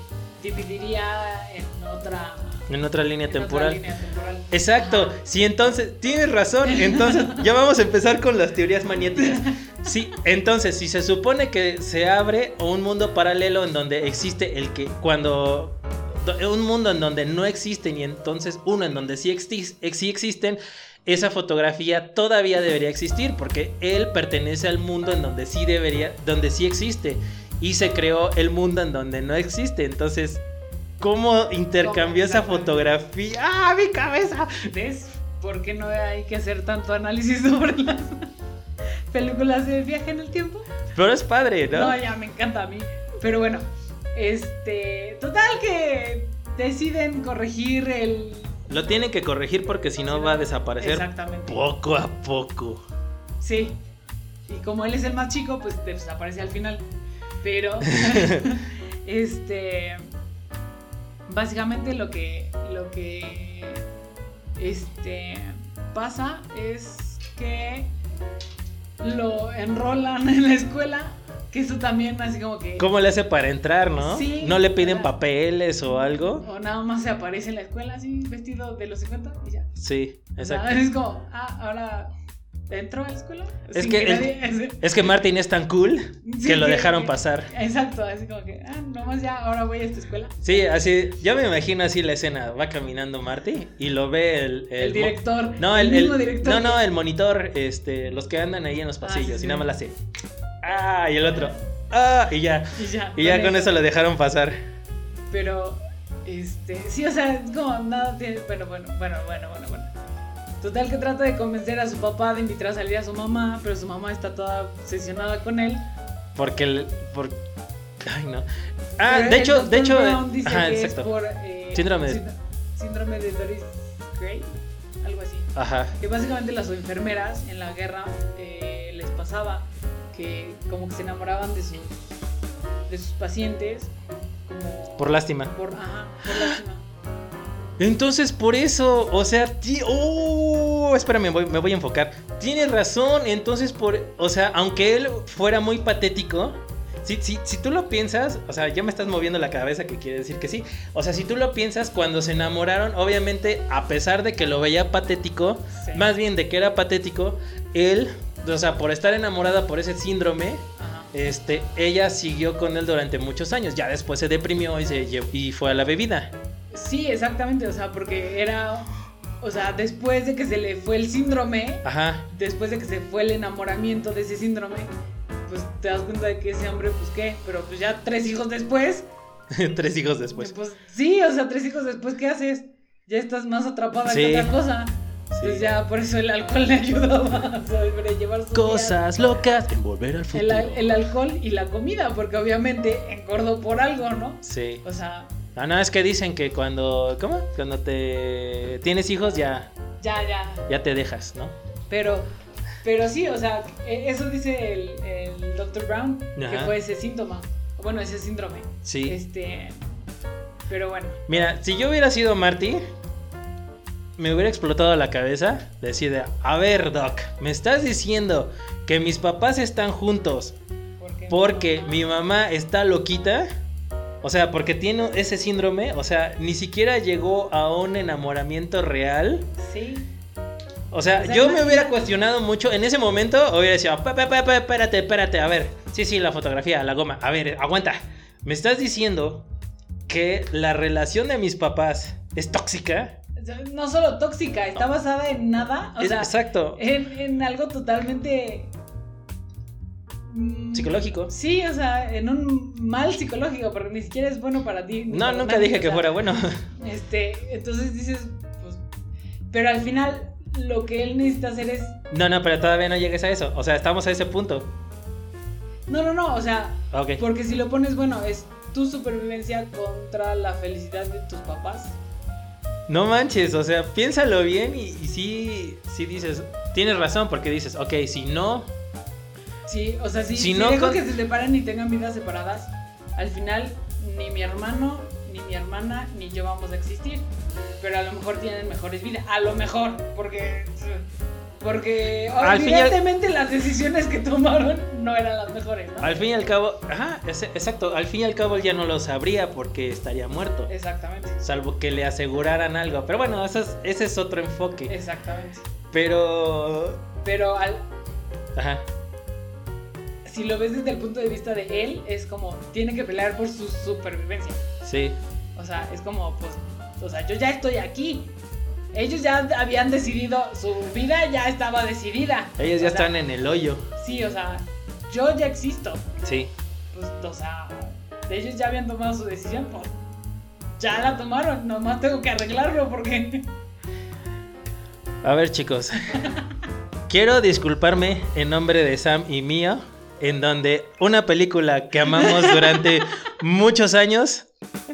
S1: dividiría en otra,
S2: en otra línea
S1: en
S2: temporal.
S1: otra línea temporal.
S2: Exacto,
S1: Ajá.
S2: si entonces, tienes razón, entonces ya vamos a empezar con las teorías maniáticas. Sí, entonces, si se supone que se abre un mundo paralelo en donde existe el que, cuando, do- un mundo en donde no existen y entonces uno en donde sí, exis- ex- sí existen, esa fotografía todavía debería existir porque él pertenece al mundo en donde sí debería, donde sí existe y se creó el mundo en donde no existe, entonces... ¿Cómo intercambió esa
S1: intercambió?
S2: fotografía? ¡Ah, mi cabeza!
S1: ¿Ves? ¿por qué no hay que hacer tanto análisis sobre las películas de viaje en el tiempo?
S2: Pero es padre, ¿no?
S1: No, ya me encanta a mí. Pero bueno, este, total que deciden corregir el...
S2: Lo tienen que corregir porque si no va a desaparecer
S1: Exactamente.
S2: poco a poco.
S1: Sí. Y como él es el más chico, pues desaparece al final. Pero, este, básicamente lo que, lo que, este, pasa es que lo enrolan en la escuela, que eso también así como que...
S2: ¿Cómo le hace para entrar, no?
S1: Sí,
S2: ¿No le piden
S1: ah.
S2: papeles o algo?
S1: O nada más se aparece en la escuela así, vestido de los 50 y ya.
S2: Sí,
S1: O sea,
S2: exacto.
S1: es como, ah, ahora entro a la escuela.
S2: Es
S1: sin
S2: que el-
S1: nadie-
S2: Es que Martin es tan cool
S1: Sí,
S2: que lo
S1: que-
S2: dejaron
S1: que-
S2: pasar.
S1: Exacto, así como que, ah, nomás ya, ahora voy a esta escuela.
S2: Sí, así, yo me imagino así la escena, va caminando Marty y lo ve el...
S1: El,
S2: mo-
S1: director.
S2: No, el,
S1: mismo
S2: el-
S1: director.
S2: No, no, el monitor, este, los que andan ahí en los
S1: Ah, sí,
S2: pasillos
S1: sí.
S2: y nada más la hace. Ah, y el otro. Ah, y ya.
S1: Y ya,
S2: Y ya con eso lo dejaron pasar.
S1: Pero, este, sí, o sea, es como nada tiene. Bueno, bueno, bueno, bueno, bueno, bueno. Total que trata de convencer a su papá de invitar a salir a su mamá, pero su mamá está toda obsesionada con él.
S2: Porque el... por- Ay, no. Ah,
S1: Pero
S2: de
S1: el
S2: hecho,
S1: Dr.
S2: de hecho...
S1: Brown dice
S2: Ajá,
S1: que es
S2: exacto.
S1: por, eh,
S2: Síndrome de-
S1: sínd- Síndrome de Doris Gray, algo así.
S2: Ajá.
S1: que básicamente las enfermeras en la guerra eh, les pasaba que como que se enamoraban de sus de sus pacientes como
S2: Por lástima.
S1: por ajá por lástima
S2: Entonces, por eso, o sea, ti- oh, espérame, voy- me voy a enfocar. Tienes razón, entonces, por, o sea, aunque él fuera muy patético, si, si, si tú lo piensas, o sea, ya me estás moviendo la cabeza que quiere decir que sí. O sea, si tú lo piensas, cuando se enamoraron, obviamente, a pesar de que lo veía patético,
S1: Sí.
S2: más bien de que era patético, él, o sea, por estar enamorada por ese síndrome,
S1: Ajá.
S2: este, ella siguió con él durante muchos años. Ya después se deprimió y, se, lle- y fue a la bebida.
S1: sí exactamente o sea porque era o sea después de que se le fue el síndrome
S2: Ajá.
S1: después de que se fue el enamoramiento de ese síndrome pues te das cuenta de que ese hombre pues qué pero pues ya tres hijos después
S2: Tres hijos
S1: pues,
S2: después.
S1: sí o sea tres hijos después qué haces ya estás más atrapada
S2: Sí.
S1: que otra cosa Entonces
S2: Sí.
S1: Pues ya por eso el alcohol le ayudaba a sobrellevar sus días.
S2: Cosas locas en volver al
S1: El,
S2: futuro.
S1: al- el alcohol y la comida, porque obviamente engordó por algo, ¿no?
S2: Sí.
S1: O sea,
S2: Ah, no, es que dicen que cuando. ¿Cómo? Cuando te. Tienes hijos ya.
S1: ya, ya.
S2: Ya te dejas, ¿no?
S1: Pero, pero sí, o sea, e- eso dice el, el Dr. Brown, que
S2: Ajá.
S1: fue ese síntoma. Bueno, ese síndrome.
S2: Sí.
S1: Este. Pero bueno,
S2: Mira, si yo hubiera sido Marty. Me hubiera explotado la cabeza. Decide, a ver, Doc, me estás diciendo que mis papás están juntos
S1: porque.
S2: porque mi mamá está loquita. O sea, porque tiene ese síndrome. O sea, ni siquiera llegó a un enamoramiento real.
S1: Sí.
S2: O sea,
S1: O sea,
S2: yo me
S1: imagínate.
S2: hubiera cuestionado mucho. En ese momento hubiera dicho, "Pa, pa, pa, pa, espérate, espérate, a ver. Sí, sí, la fotografía, la goma. A ver, aguanta. Me estás diciendo que la relación de mis papás es tóxica.
S1: No solo tóxica, está basada en nada. O
S2: Es-
S1: sea,
S2: exacto.
S1: en, en algo totalmente. mm,
S2: Psicológico.
S1: Sí, o sea, en un mal psicológico, porque ni siquiera es bueno para ti. ni
S2: No,
S1: para
S2: nunca
S1: nadie,
S2: dije
S1: o
S2: que
S1: sea,
S2: fuera bueno.
S1: Este, entonces dices, pues. Pero al final, lo que él necesita hacer es.
S2: No, no, pero todavía no llegues a eso. O sea, estamos a ese punto. Ah,
S1: No, no, no, o sea,
S2: Ok.
S1: porque si lo pones, bueno, es tu supervivencia contra la felicidad de tus papás.
S2: No manches, o sea, piénsalo bien y, y sí, sí dices, tienes razón porque dices, ok, si no,
S1: Sí, o sea, si,
S2: Si
S1: si
S2: no
S1: dejo
S2: con-
S1: que se separen y tengan vidas separadas, al final ni mi hermano, ni mi hermana, ni yo vamos a existir. Pero a lo mejor tienen mejores vidas. A lo mejor, porque. Porque
S2: Al fin y al-
S1: evidentemente las decisiones que tomaron no eran las mejores, ¿no?
S2: al fin y al cabo, ajá, ese- exacto, al fin y al cabo él ya no lo sabría porque estaría muerto.
S1: Exactamente.
S2: Salvo que le aseguraran algo. Pero bueno, eso es- ese es otro enfoque.
S1: Exactamente.
S2: Pero...
S1: Pero al,
S2: Ajá.
S1: si lo ves desde el punto de vista de él, es como, tiene que pelear por su supervivencia.
S2: Sí.
S1: O sea, es como, pues, o sea, yo ya estoy aquí. Ellos ya habían decidido, su vida ya estaba decidida.
S2: Ellos ya
S1: O sea,
S2: están en el hoyo.
S1: Sí, o sea, yo ya existo.
S2: Sí.
S1: Pues, o sea, ellos ya habían tomado su decisión, pues, ya la tomaron, nomás tengo que arreglarlo porque...
S2: A ver, chicos. Quiero disculparme en nombre de Sam y mío, en donde una película que amamos durante muchos años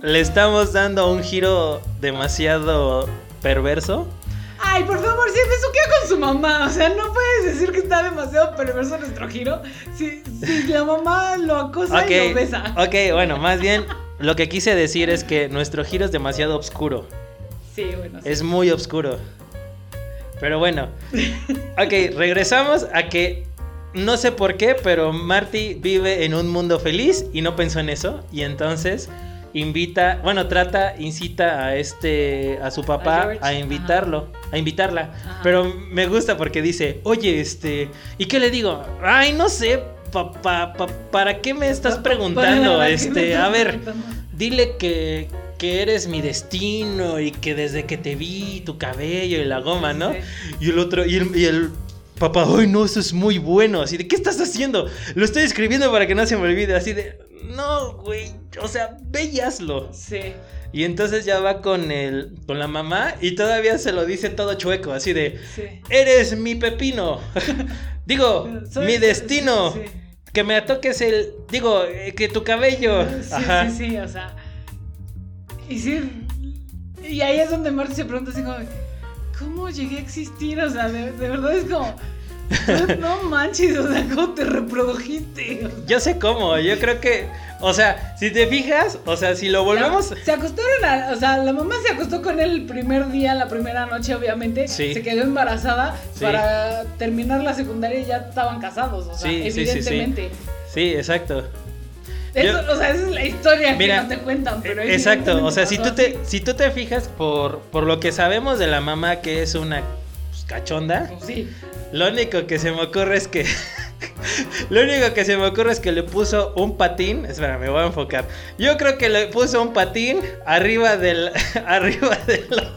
S2: le estamos dando un giro demasiado perverso.
S1: Ay, por favor, si eso queda con su mamá. O sea, no puedes decir que está demasiado perverso nuestro giro si, si la mamá lo acosa y lo besa.
S2: ok, bueno, más bien lo que quise decir es que nuestro giro es demasiado oscuro.
S1: Sí, bueno. sí.
S2: Es muy oscuro. Pero bueno. Ok, regresamos a que no sé por qué, pero Marty vive en un mundo feliz y no pensó en eso. Y entonces invita, bueno, trata, incita a este, a su
S1: A
S2: papá
S1: George,
S2: a invitarlo, a invitarla.
S1: Ajá.
S2: Pero me gusta porque dice, oye, este, ¿y qué le digo? Ay, no sé, papá, pa- ¿para qué me estás
S1: Pa- pa-
S2: preguntando?
S1: para-
S2: Este, a ver,
S1: preguntando.
S2: Dile que, que eres mi destino y que desde que te vi, tu cabello y la goma, ¿no?
S1: Sí.
S2: Y el otro, y el, y el papá, ay no, eso es muy bueno. Así de, ¿qué estás haciendo? Lo estoy escribiendo para que no se me olvide. Así de, no, güey. O sea, ve y hazlo.
S1: Sí.
S2: Y entonces ya va con el. con la mamá y todavía se lo dice todo chueco, así de.
S1: Sí.
S2: Eres mi pepino. Digo,
S1: Soy-
S2: mi destino.
S1: Sí,
S2: Que me toques el. Digo, eh, que tu cabello.
S1: sí, sí, sí, sí, o sea. Y sí. Y ahí es donde Marty se pregunta así como, ¿cómo llegué a existir? O sea, de, de verdad es como, pues, no manches, o sea, ¿cómo te reprodujiste?
S2: Yo sé cómo, yo creo que, o sea, si te fijas, o sea, si lo volvemos,
S1: Se acostaron a, o sea, la mamá se acostó con él el primer día, la primera noche, obviamente.
S2: Sí.
S1: Se quedó embarazada
S2: Sí.
S1: para terminar la secundaria y ya estaban casados, o sea,
S2: Sí, sí, sí, sí.
S1: evidentemente.
S2: sí, exacto,
S1: Eso, o sea, esa es la historia
S2: Mira,
S1: que no te cuentan, pero
S2: Eh, exacto, o sea, si tú
S1: evidentemente
S2: te, si tú te fijas por, por lo que sabemos de la mamá que es una pues, cachonda,
S1: pasó así. Pues sí.
S2: lo único que se me ocurre es que, lo único que se me ocurre es que le puso un patín, espera, me voy a enfocar, yo creo que le puso un patín arriba del, arriba de la-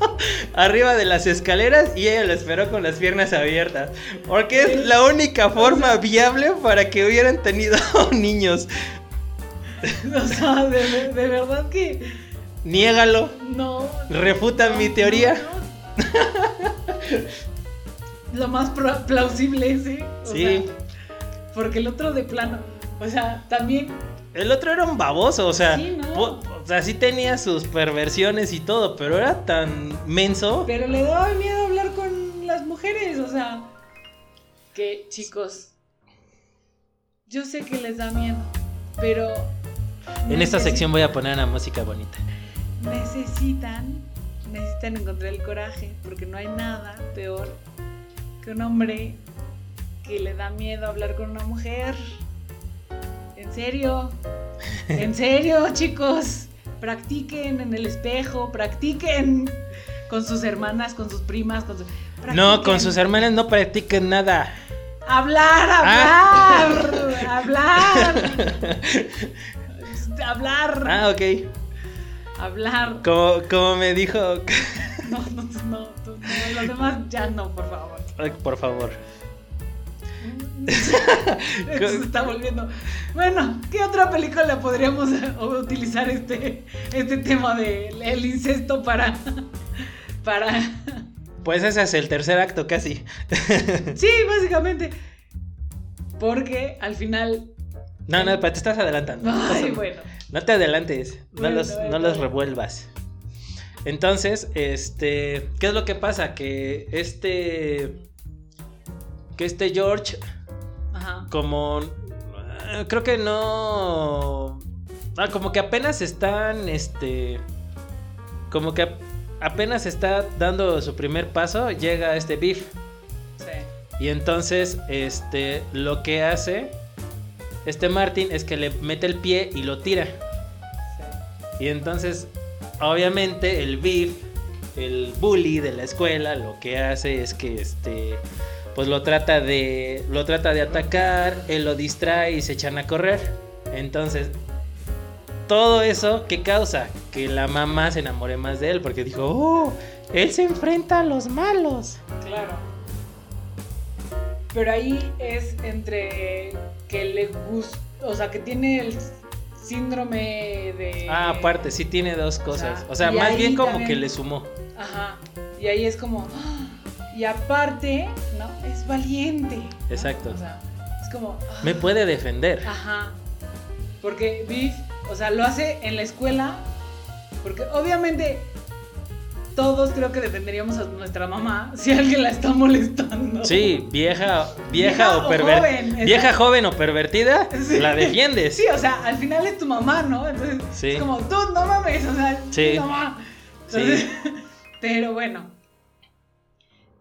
S2: arriba de las escaleras y ella lo esperó con las piernas abiertas. Porque es la única forma viable para que hubieran tenido niños.
S1: O sea, de, de verdad que
S2: Niégalo,
S1: no.
S2: refuta
S1: no,
S2: mi teoría.
S1: no, no. Lo más pro- plausible, sí. o
S2: Sí.
S1: sea, porque el otro de plano. O sea, también.
S2: El otro era un baboso, o sea,
S1: Sí, ¿no?
S2: po- o sea, sí tenía sus perversiones y todo, pero era tan menso.
S1: Pero le daba miedo hablar con las mujeres, o sea. Que, chicos. Yo sé que les da miedo, pero.
S2: En esta
S1: necesi-
S2: sección voy a poner una música bonita.
S1: necesitan, necesitan encontrar el coraje, porque no hay nada peor que un hombre que le da miedo hablar con una mujer. En serio, en serio, chicos, practiquen en el espejo, practiquen con sus hermanas, con sus primas, con sus...
S2: No, con
S1: practiquen.
S2: sus hermanas no practiquen nada.
S1: Hablar,
S2: Ah.
S1: hablar, hablar. Hablar,
S2: Ah, ok.
S1: hablar.
S2: Como, como me dijo.
S1: No, no, no, tú no, los demás ya no, por favor.
S2: Ay, por favor.
S1: Esto se está volviendo. Bueno, ¿qué otra película podríamos eh, utilizar este, este tema del el incesto para, para.
S2: Pues ese es el tercer acto casi.
S1: Sí, básicamente. Porque al final.
S2: No, no, pero te estás adelantando.
S1: Ay, bueno.
S2: No te adelantes, no,
S1: Bueno,
S2: los, no
S1: bueno.
S2: los revuelvas. Entonces, este, ¿qué es lo que pasa? Que este, que este George,
S1: Ajá.
S2: como, ah, creo que no, ah, como que apenas están, este, como que ap- apenas está dando su primer paso, llega este Beef.
S1: Sí.
S2: Y entonces, este, lo que hace este Martin es que le mete el pie y lo tira. Y entonces, obviamente, el beef, el bully de la escuela, lo que hace es que este. Pues lo trata de. Lo trata de atacar. Él lo distrae y se echan a correr. Entonces. Todo eso, ¿qué causa? Que la mamá se enamore más de él. Porque dijo, oh, él se enfrenta a los malos.
S1: Claro. Pero ahí es entre que le gusta, o sea, que tiene el síndrome de...
S2: Ah, aparte, sí tiene dos cosas.
S1: Eh, sea,
S2: O sea,
S1: y
S2: más
S1: ahí
S2: bien como
S1: también-
S2: que le sumó.
S1: Ajá. Y ahí es como... ¡ah! Y aparte, ¿no? Es valiente. ¿no?
S2: Exacto.
S1: O sea, es como. ah,
S2: Me puede defender.
S1: Ajá. Porque Biff, o sea, lo hace en la escuela. Porque obviamente todos creo que defenderíamos a nuestra mamá si alguien la está molestando.
S2: Sí, vieja, vieja,
S1: Vieja
S2: o
S1: o
S2: pervertida.
S1: joven, exacto.
S2: vieja joven o pervertida,
S1: Sí.
S2: la defiendes.
S1: Sí, o sea, al final es tu mamá, ¿no? Entonces,
S2: Sí.
S1: es como, tú no mames, o sea, es
S2: Sí.
S1: tu mamá.
S2: Sí.
S1: Entonces, pero bueno.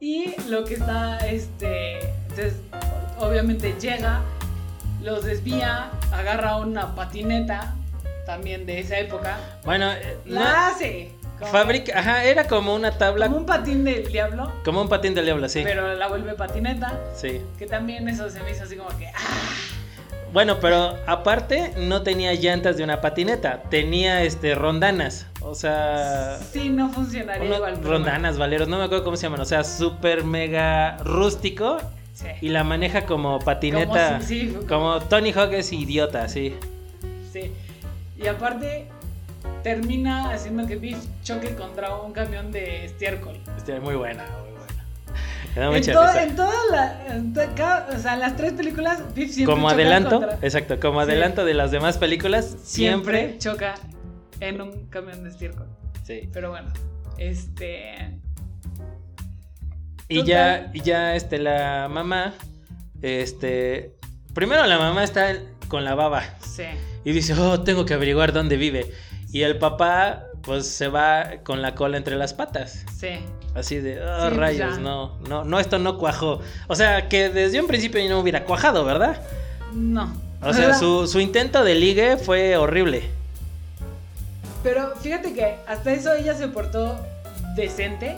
S1: Y lo que está, este, entonces, obviamente llega, los desvía, agarra una patineta, también de esa época,
S2: Bueno, eh, no-
S1: la hace. como-
S2: fabrica, ajá, era como una tabla,
S1: Como un patín del diablo,
S2: como un patín del diablo, sí.
S1: pero la vuelve patineta,
S2: Sí.
S1: que también eso se me hizo así como que, ah,
S2: Bueno, pero aparte no tenía llantas de una patineta, tenía este rondanas, o sea,
S1: "Ah, sí, no funcionaría
S2: uno-
S1: igual. pero
S2: rondanas, valeros, no me acuerdo cómo se llaman, o sea, súper mega rústico
S1: bueno, sí.
S2: y la maneja como
S1: Como
S2: patineta, como,
S1: si- sí,
S2: Tony Hawk es idiota, sí.
S1: Sí. Y aparte termina haciendo que Biff choque contra un camión de estiércol.
S2: Este, muy buena, muy buena. Me da
S1: En,
S2: mucha
S1: to-
S2: risa.
S1: en todas las, en to- cada- o sea, en las tres películas Biff siempre
S2: Como
S1: choca
S2: adelanto,
S1: contra-
S2: exacto, como
S1: Sí.
S2: adelanto de las demás películas,
S1: siempre
S2: siempre,
S1: choca en un camión de estiércol.
S2: sí.
S1: Pero bueno, este
S2: Y ya, y ya este, la mamá, este, primero la mamá está con la baba
S1: sí.
S2: y dice, oh, tengo que averiguar dónde vive. Y el papá, pues se va con la cola entre las patas.
S1: Sí.
S2: Así de, oh,
S1: Sí, pues,
S2: rayos,
S1: ya.
S2: no, no, no, esto no cuajó. O sea, que desde un principio no hubiera cuajado, ¿verdad?
S1: No.
S2: O sea,
S1: ¿Verdad?
S2: su, su intento de ligue fue horrible.
S1: Pero fíjate que hasta eso ella se portó decente.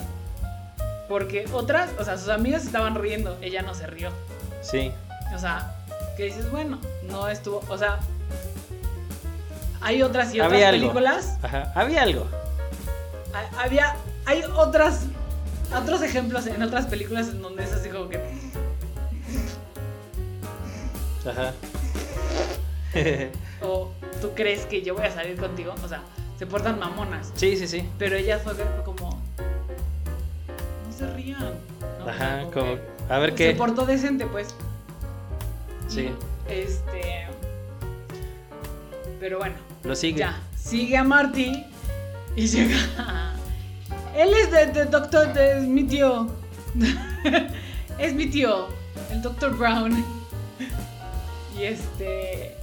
S1: Porque otras, o sea, sus amigas estaban riendo, ella no se rió.
S2: Sí,
S1: O sea, que dices, bueno, no estuvo. O sea, hay otras y otras
S2: Había algo.
S1: películas.
S2: ajá, había algo.
S1: ha- Había. Hay otras. Otros ejemplos en otras películas en donde es así como que.
S2: Ajá.
S1: O tú crees que yo voy a salir contigo. O sea, se portan mamonas.
S2: sí, sí, sí.
S1: Pero ella fue como. No se rían. ¿no? O sea,
S2: Ajá,
S1: como
S2: como,
S1: que
S2: a ver
S1: Se
S2: qué.
S1: portó decente, pues.
S2: Sí,
S1: Este. Pero bueno.
S2: lo sigue.
S1: Ya, sigue a Marty y llega. a- Él es de, de doctor, de- es mi tío. es mi tío, el doctor Brown. Y este.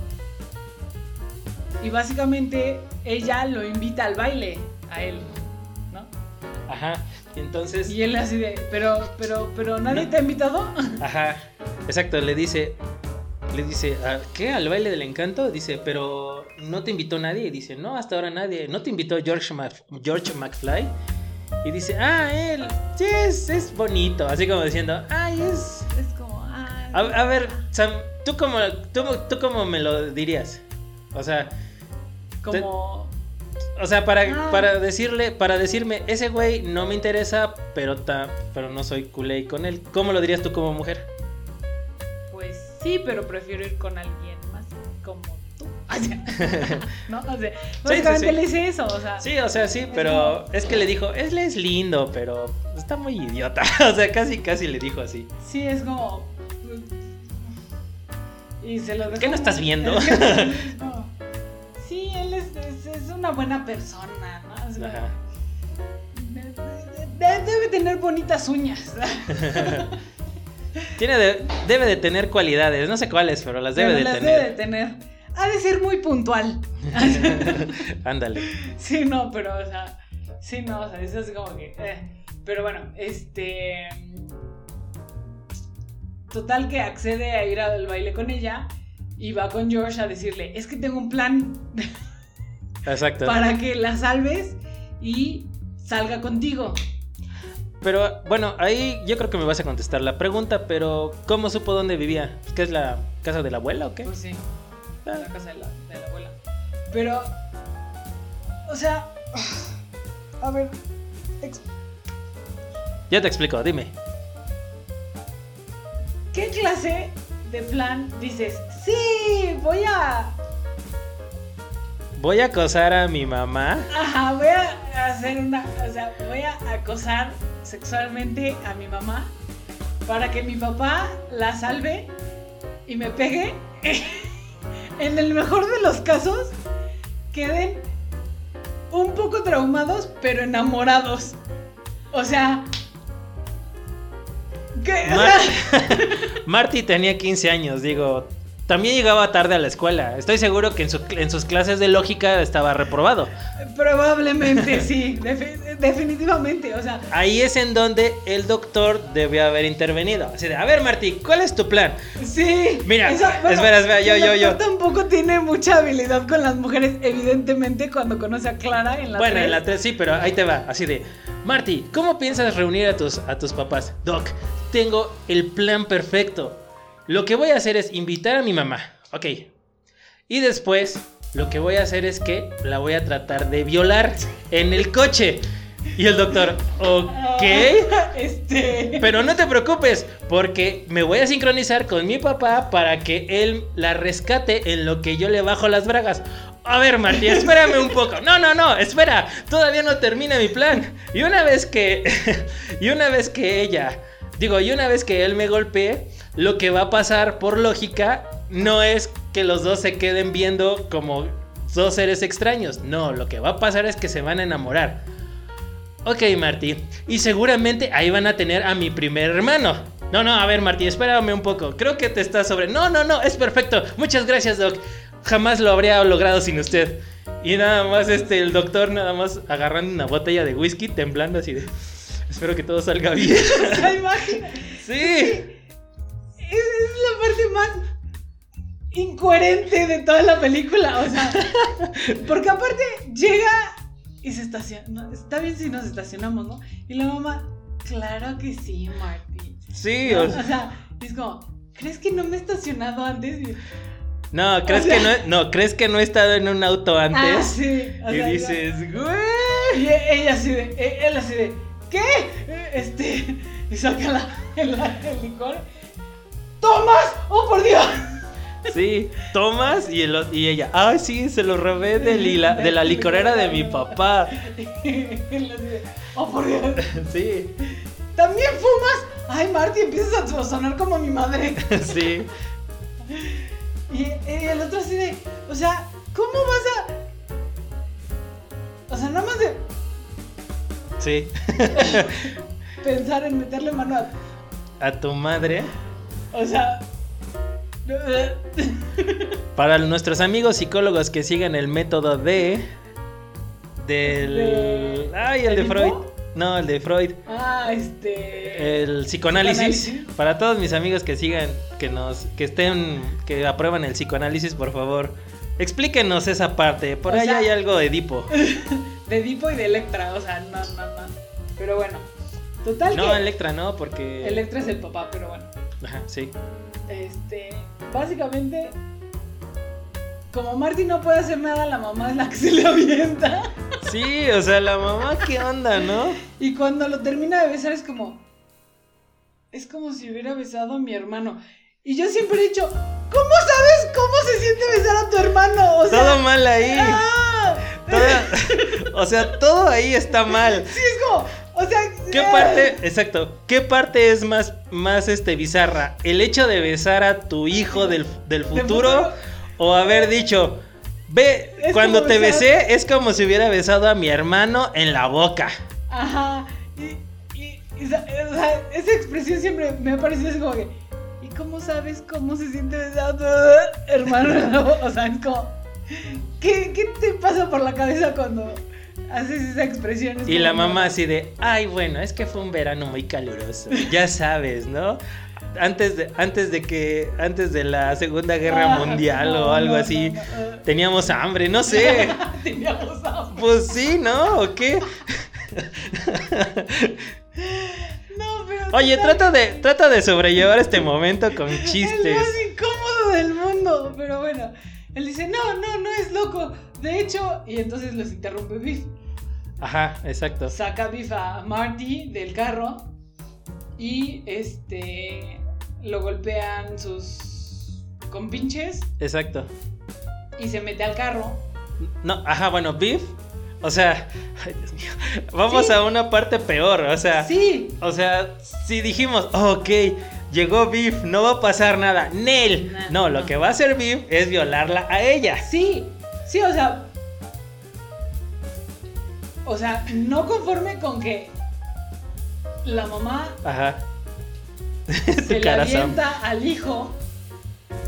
S1: Y básicamente ella lo invita al baile a él, ¿no?
S2: Ajá. Y entonces,
S1: Y él así de, pero, pero, pero nadie
S2: No.
S1: te ha invitado.
S2: ajá. Exacto, le dice le dice, "¿A ¿qué? ¿Al baile del encanto? Dice, pero no te invitó nadie. Y dice, no, hasta ahora nadie. No te invitó George, Mc- George McFly. Y dice, ah, él, sí, es, es bonito. Así como diciendo, ay, es.
S1: Es como, ah.
S2: A, a ver, Sam, ¿tú cómo, tú, tú cómo me lo dirías? O sea,
S1: Como.
S2: O sea, para,
S1: Ah.
S2: para decirle, para decirme, ese güey no me interesa, pero ta, pero no soy culé con él. ¿Cómo lo dirías tú como mujer?
S1: Pues sí, pero prefiero ir con alguien más como tú. O sea, no, o sea, básicamente
S2: sí.
S1: le hice eso, o sea.
S2: Sí, o sea, sí,
S1: Es
S2: pero es que le dijo, él es lindo, pero está muy idiota. O sea, casi casi le dijo así.
S1: Sí, es como. mm, Y se lo dejo
S2: qué no
S1: muy-
S2: estás viendo?
S1: Es que- es como, sí, él es, es- es una buena persona, ¿no? O sea,
S2: Ajá.
S1: de- de- de- debe tener bonitas uñas.
S2: Pues Tiene de- debe de tener cualidades, no sé cuáles, pero las debe
S1: Pero
S2: de
S1: las debe de
S2: tener.
S1: tener. Ha de ser muy puntual.
S2: Ándale.
S1: Sí, no, pero, o sea, sí, no, o sea, eso es como que. eh. Pero bueno, este. Total que accede a ir al baile con ella y va con George a decirle: Es que tengo un plan
S2: Exacto.
S1: para que la salves y salga contigo.
S2: Pero bueno, ahí yo creo que me vas a contestar la pregunta, pero ¿cómo supo dónde vivía? ¿Qué es la casa de la abuela o qué?
S1: Pues sí, en
S2: Ah,
S1: la casa de la, de la abuela. Pero, o sea, a ver, ex-
S2: Yo te explico, dime.
S1: ¿Qué clase de plan dices? Sí, voy a.
S2: Voy a acosar a mi mamá.
S1: Ajá, voy a, a hacer una. O sea, voy a acosar sexualmente a mi mamá para que mi papá la salve y me pegue. en el mejor de los casos, queden un poco traumados, pero enamorados. O sea. ¿qué? O
S2: Mar-
S1: sea,
S2: Marty tenía 15 años, digo. También llegaba tarde a la escuela. Estoy seguro que en, su- en sus clases de lógica estaba reprobado.
S1: probablemente sí, defi- definitivamente. O sea,
S2: Ahí es en donde el doctor debió haber intervenido. Así de, a ver, Marty, ¿cuál es tu plan?
S1: Sí.
S2: Mira, espera, espera, yo,
S1: el
S2: yo, yo.
S1: doctor tampoco tiene mucha habilidad con las mujeres, evidentemente, cuando conoce a Clara en la
S2: bueno,
S1: tres.
S2: en la 3 sí, pero ahí te va. Así de, Marty, ¿cómo piensas reunir a tus, a tus papás? Doc, tengo el plan perfecto. Lo que voy a hacer es invitar a mi mamá. Ok. Y después, lo que voy a hacer es que la voy a tratar de violar en el coche. Y el doctor,
S1: Ah,
S2: ok.
S1: Este.
S2: Pero no te preocupes, porque me voy a sincronizar con mi papá para que él la rescate en lo que yo le bajo las bragas. A ver, Martí, espérame un poco. No, no, no, espera. Todavía no termina mi plan. Y una vez que. y una vez que ella. Digo, y una vez que él me golpee, lo que va a pasar por lógica no es que los dos se queden viendo como dos seres extraños. No, lo que va a pasar es que se van a enamorar. Ok, Martí. Y seguramente ahí van a tener a mi primer hermano. No, no, a ver, Martí, espérame un poco. Creo que te estás sobre. No, no, no, es perfecto. Muchas gracias, Doc. Jamás lo habría logrado sin usted. Y nada más, este, el doctor nada más agarrando una botella de whisky, temblando así de. Espero que todo salga bien.
S1: o sea, imagina-
S2: sí.
S1: Es, es la parte más incoherente de toda la película. O sea, porque aparte llega y se estaciona. Está bien si nos estacionamos, ¿no? Y la mamá, claro que sí, Marty.
S2: Sí.
S1: No,
S2: o-
S1: o sea, es como, ¿crees que no me he estacionado antes? Y-
S2: No, ¿crees,
S1: o sea-
S2: que no, no, ¿crees que no he estado en un auto
S1: Ah,
S2: antes?
S1: sí. o
S2: y
S1: sea,
S2: dices, güey.
S1: y e- ella así de, e- él así de, ¿qué? Eh, Este, y saca la, el, el licor. ¡Tomas! ¡Oh, por Dios!
S2: Sí, tomas y, el- y ella, ay, sí, se lo robé de, la, de la licorera de mi papá.
S1: Él así de, ¡Oh, por Dios!
S2: Sí,
S1: ¿También fumas? Ay, Marty, empiezas a sonar como mi madre.
S2: sí.
S1: Y, e, y el otro así de, o sea, ¿cómo vas a...? O sea, nada más de
S2: Sí,
S1: pensar en meterle mano a...
S2: a tu madre.
S1: O sea...
S2: Para nuestros amigos psicólogos que sigan el método de. Del.
S1: ¿De-
S2: Ay, el de
S1: del
S2: Freud.
S1: mismo?
S2: No, el de Freud.
S1: Ah, este...
S2: El psicoanálisis.
S1: Psicoanálisis.
S2: Para todos mis amigos que sigan, que nos. que estén. que aprueban el psicoanálisis, por favor. Explíquenos esa parte. Por
S1: O
S2: ahí
S1: sea-
S2: hay algo de Edipo.
S1: De Edipo y de Electra, o sea, no, no, no. Pero bueno, total
S2: No,
S1: que...
S2: Electra, no, porque.
S1: Electra es el papá, pero bueno.
S2: Ajá, sí.
S1: Este, básicamente, como Marty no puede hacer nada, la mamá es la que se le avienta.
S2: Sí, o sea, la mamá, ¿qué onda, no?
S1: Y cuando lo termina de besar es como. Es como si hubiera besado a mi hermano. Y yo siempre he dicho, ¿cómo sabes cómo se siente besar a tu hermano? O sea,
S2: Todo mal ahí.
S1: ¡ah!
S2: Todo- o sea, todo ahí está mal.
S1: Sí, es como. O sea.
S2: ¿Qué
S1: ah.
S2: parte, exacto, qué parte es más, más este, bizarra? ¿El hecho de besar a tu hijo del, del
S1: De
S2: futuro o haber dicho, ve,
S1: Es
S2: cuando
S1: como
S2: te
S1: besar-
S2: besé es como si hubiera besado a mi hermano en la boca?
S1: Ajá. Y, y- y sa- o sea, esa expresión siempre me ha parecido así como que. ¿Y cómo sabes cómo se siente besar a tu hermano? O sea, es como. ¿Qué, qué te pasa por la cabeza cuando haces esa expresión? Es
S2: Y la
S1: como- "Ah,
S2: mamá así de, ay, bueno, es que fue un verano muy caluroso, ya sabes, ¿no? Antes de, antes de que, antes de la Segunda Guerra
S1: Ah,
S2: Mundial
S1: no,
S2: o algo
S1: no,
S2: así,
S1: no, no, eh.
S2: teníamos hambre, no sé.
S1: Teníamos hambre.
S2: Pues sí, ¿no? ¿O qué?
S1: No, pero.
S2: Oye,
S1: total,
S2: trata de, trata de sobrellevar este momento con
S1: Es lo
S2: chistes.
S1: más incómodo del mundo. Pero bueno. Él dice, no, no, no es loco. De hecho, y entonces los interrumpe Biff.
S2: Ajá, exacto.
S1: Saca Biff a Marty del carro. Y este. Lo golpean sus compinches.
S2: Exacto.
S1: Y se mete al carro.
S2: No, ajá, bueno, Biff O sea, ay, Dios mío, vamos
S1: Sí.
S2: a una parte peor. O sea,
S1: Sí.
S2: o sea, si dijimos, ok, llegó Biff, no va a pasar nada. Nel.
S1: Na-
S2: no, lo
S1: no.
S2: que va a hacer Biff es violarla a ella.
S1: Sí, sí, o sea. O sea, no conforme con que la mamá
S2: Ajá.
S1: se
S2: Tu
S1: le
S2: cara, Sam.
S1: avienta al hijo.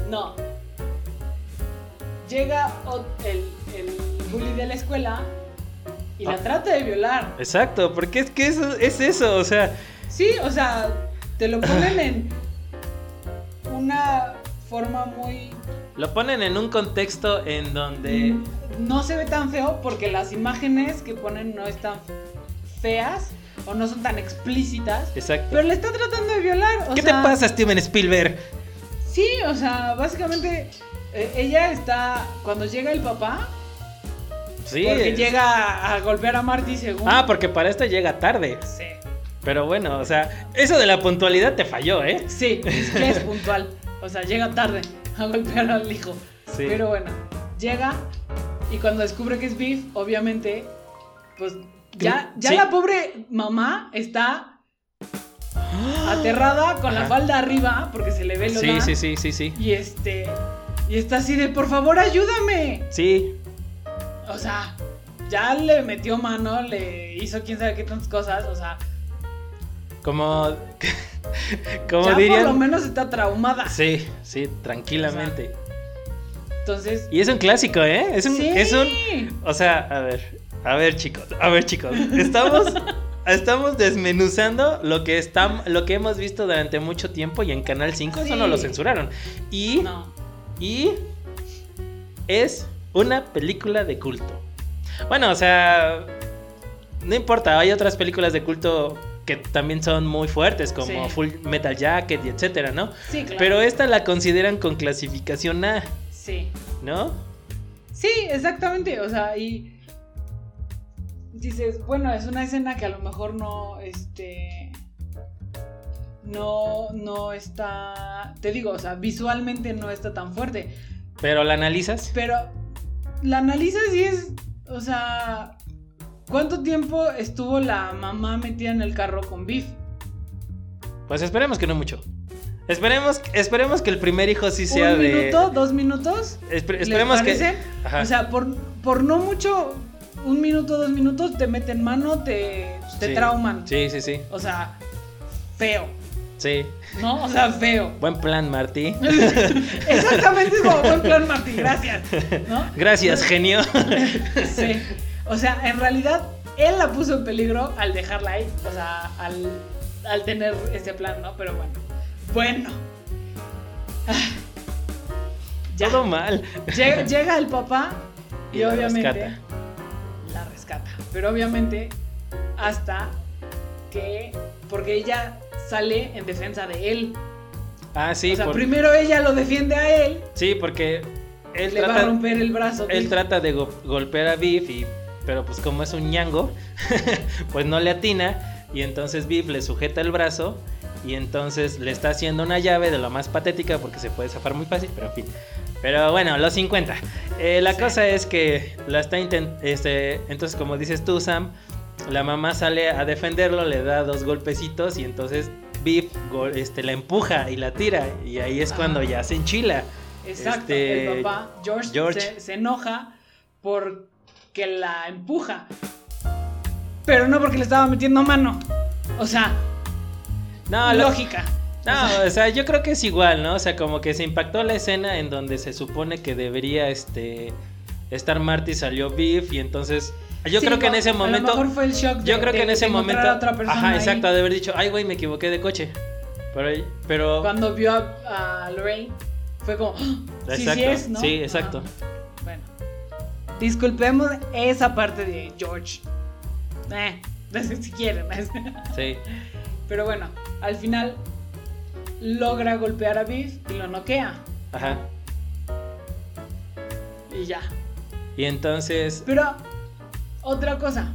S1: No. Llega o- el, el bully de la escuela y la
S2: Ah.
S1: trata de violar.
S2: Exacto, porque es que eso es eso, o sea,
S1: Sí, o sea, te lo ponen en una forma muy
S2: lo ponen en un contexto en donde
S1: no se ve tan feo porque las imágenes que ponen no están feas o no son tan explícitas.
S2: Exacto.
S1: Pero le está tratando de violar. O
S2: ¿Qué
S1: sea,
S2: te pasa, Steven Spielberg?
S1: Sí, o sea, básicamente eh, ella está. Cuando llega el papá,
S2: Sí.
S1: porque
S2: es-
S1: llega a golpear a Marty según.
S2: Ah, porque para esta llega tarde.
S1: sí.
S2: Pero bueno, o sea, eso de la puntualidad te falló, ¿eh?
S1: Sí, es que es puntual. O sea, llega tarde a golpear al hijo.
S2: Sí.
S1: Pero bueno, llega y cuando descubre que es Beef, obviamente, pues ya, ya
S2: Sí.
S1: la pobre mamá está aterrada con la
S2: Ajá.
S1: falda arriba porque se le ve lo
S2: Sí, sí, sí, sí, sí.
S1: Y este, y está así de, por favor, ayúdame.
S2: Sí,
S1: O sea, ya le metió mano, le hizo quién sabe qué tantas cosas, o sea,
S2: como como
S1: ya por lo
S2: dirían.
S1: menos está traumada.
S2: Sí, sí, tranquilamente.
S1: Entonces,
S2: Y es un clásico, ¿eh? Es un
S1: sí.
S2: es un O sea, a ver, a ver chicos, a ver chicos, estamos, estamos desmenuzando lo que, está, lo que hemos visto durante mucho tiempo y en Canal 5 eso no
S1: Sí.
S2: lo censuraron. Y,
S1: No.
S2: y es una película de culto. Bueno, o sea, no importa, hay otras películas de culto que también son muy fuertes como
S1: Sí.
S2: Full Metal Jacket y etcétera, ¿no?
S1: Sí, claro.
S2: Pero esta la consideran con clasificación A,
S1: Sí.
S2: ¿no?
S1: Sí, exactamente. O sea, y dices, bueno, es una escena que a lo mejor no, este, no, no está, te digo, o sea, visualmente no está tan fuerte,
S2: Pero la analizas.
S1: pero la analizas y es, o sea, ¿cuánto tiempo estuvo la mamá metida en el carro con Biff?
S2: Pues esperemos que no mucho. Esperemos, esperemos que el primer hijo sí sea
S1: ¿Un
S2: de.
S1: minuto? ¿Dos minutos?
S2: Espe-
S1: ¿Les
S2: esperemos que.
S1: parece?
S2: Ajá.
S1: O sea, por, por no mucho, un minuto, dos minutos, te meten mano, te, te
S2: Sí.
S1: trauman.
S2: Sí, sí, sí.
S1: O sea, feo,
S2: Sí.
S1: ¿no? O sea, feo.
S2: Buen plan, Martí.
S1: Exactamente es como buen plan, Martín, gracias. ¿No?
S2: Gracias, genio.
S1: Sí. O sea, en realidad, él la puso en peligro al dejarla ahí. O sea, al, al tener ese plan, ¿no? Pero bueno. Bueno. Ah. Ya.
S2: Todo mal.
S1: Llega, llega el papá y,
S2: Y la
S1: obviamente
S2: rescata.
S1: la rescata. Pero obviamente hasta que. Porque ella sale en defensa de él.
S2: Ah, sí,
S1: o sea,
S2: por-
S1: primero ella lo defiende a él,
S2: sí, porque él
S1: le va a
S2: trata,
S1: romper el brazo.
S2: él
S1: Biff.
S2: trata de go- golpear a Biff, y, pero pues como es un ñango, pues no le atina. Y entonces Biff le sujeta el brazo. Y entonces le está haciendo una llave de lo más patética porque se puede zafar muy fácil, pero en fin. Pero bueno, los 50. Eh, la
S1: Sí.
S2: cosa es que la está inten- este, entonces como dices tú, Sam, la mamá sale a defenderlo, le da dos golpecitos y entonces Biff gol- este, la empuja y la tira y ahí es
S1: Ajá.
S2: cuando ya se enchila.
S1: Exacto.
S2: este,
S1: el papá, George,
S2: George.
S1: Se, se enoja porque la empuja. Pero no porque le estaba metiendo mano. O sea,
S2: No, Ah, lo-
S1: lógica.
S2: no, o sea, yo creo que es igual, ¿no? O sea, como que se impactó la escena en donde se supone que debería este estar Marty salió Biff y entonces yo
S1: Sí,
S2: creo que en
S1: no,
S2: ese
S1: a lo
S2: momento
S1: mejor fue el shock de-
S2: Yo creo
S1: de-
S2: que en ese
S1: de encontrar
S2: momento.
S1: a otra persona
S2: ajá,
S1: ahí.
S2: exacto, de haber dicho, ay, güey, me equivoqué de coche. Pero. pero
S1: Cuando vio a, a Lorraine, fue como, ¡Ah! sí, sí
S2: Exacto,
S1: es, ¿no?
S2: sí, exacto.
S1: Ajá. Bueno, disculpemos esa parte de George. Eh, si quieren.
S2: sí.
S1: Pero bueno, al final logra golpear a Biff y lo noquea.
S2: Ajá.
S1: Y ya.
S2: Y entonces.
S1: Pero, otra cosa,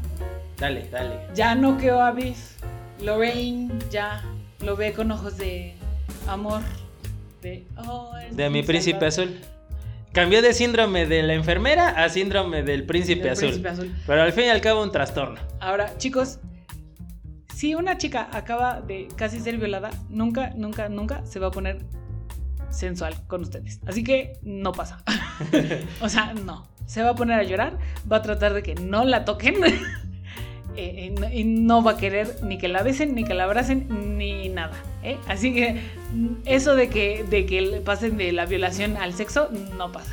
S2: Dale, dale.
S1: ya noqueó a Biff. Lorraine ya lo ve con ojos de amor. De, "Oh, es
S2: De mi príncipe
S1: salvador".
S2: azul. Cambió de síndrome de la enfermera a síndrome del príncipe
S1: Del
S2: azul.
S1: Príncipe azul.
S2: Pero al fin y al cabo un trastorno.
S1: Ahora, chicos, si una chica acaba de casi ser violada, nunca, nunca, nunca se va a poner sensual con ustedes. Así que no pasa. o sea, no. Se va a poner a llorar, va a tratar de que no la toquen. eh, eh, no- y no va a querer ni que la besen, ni que la abracen, ni nada. ¿eh? Así que mm, eso de que, de que le pasen de la violación al sexo, no pasa.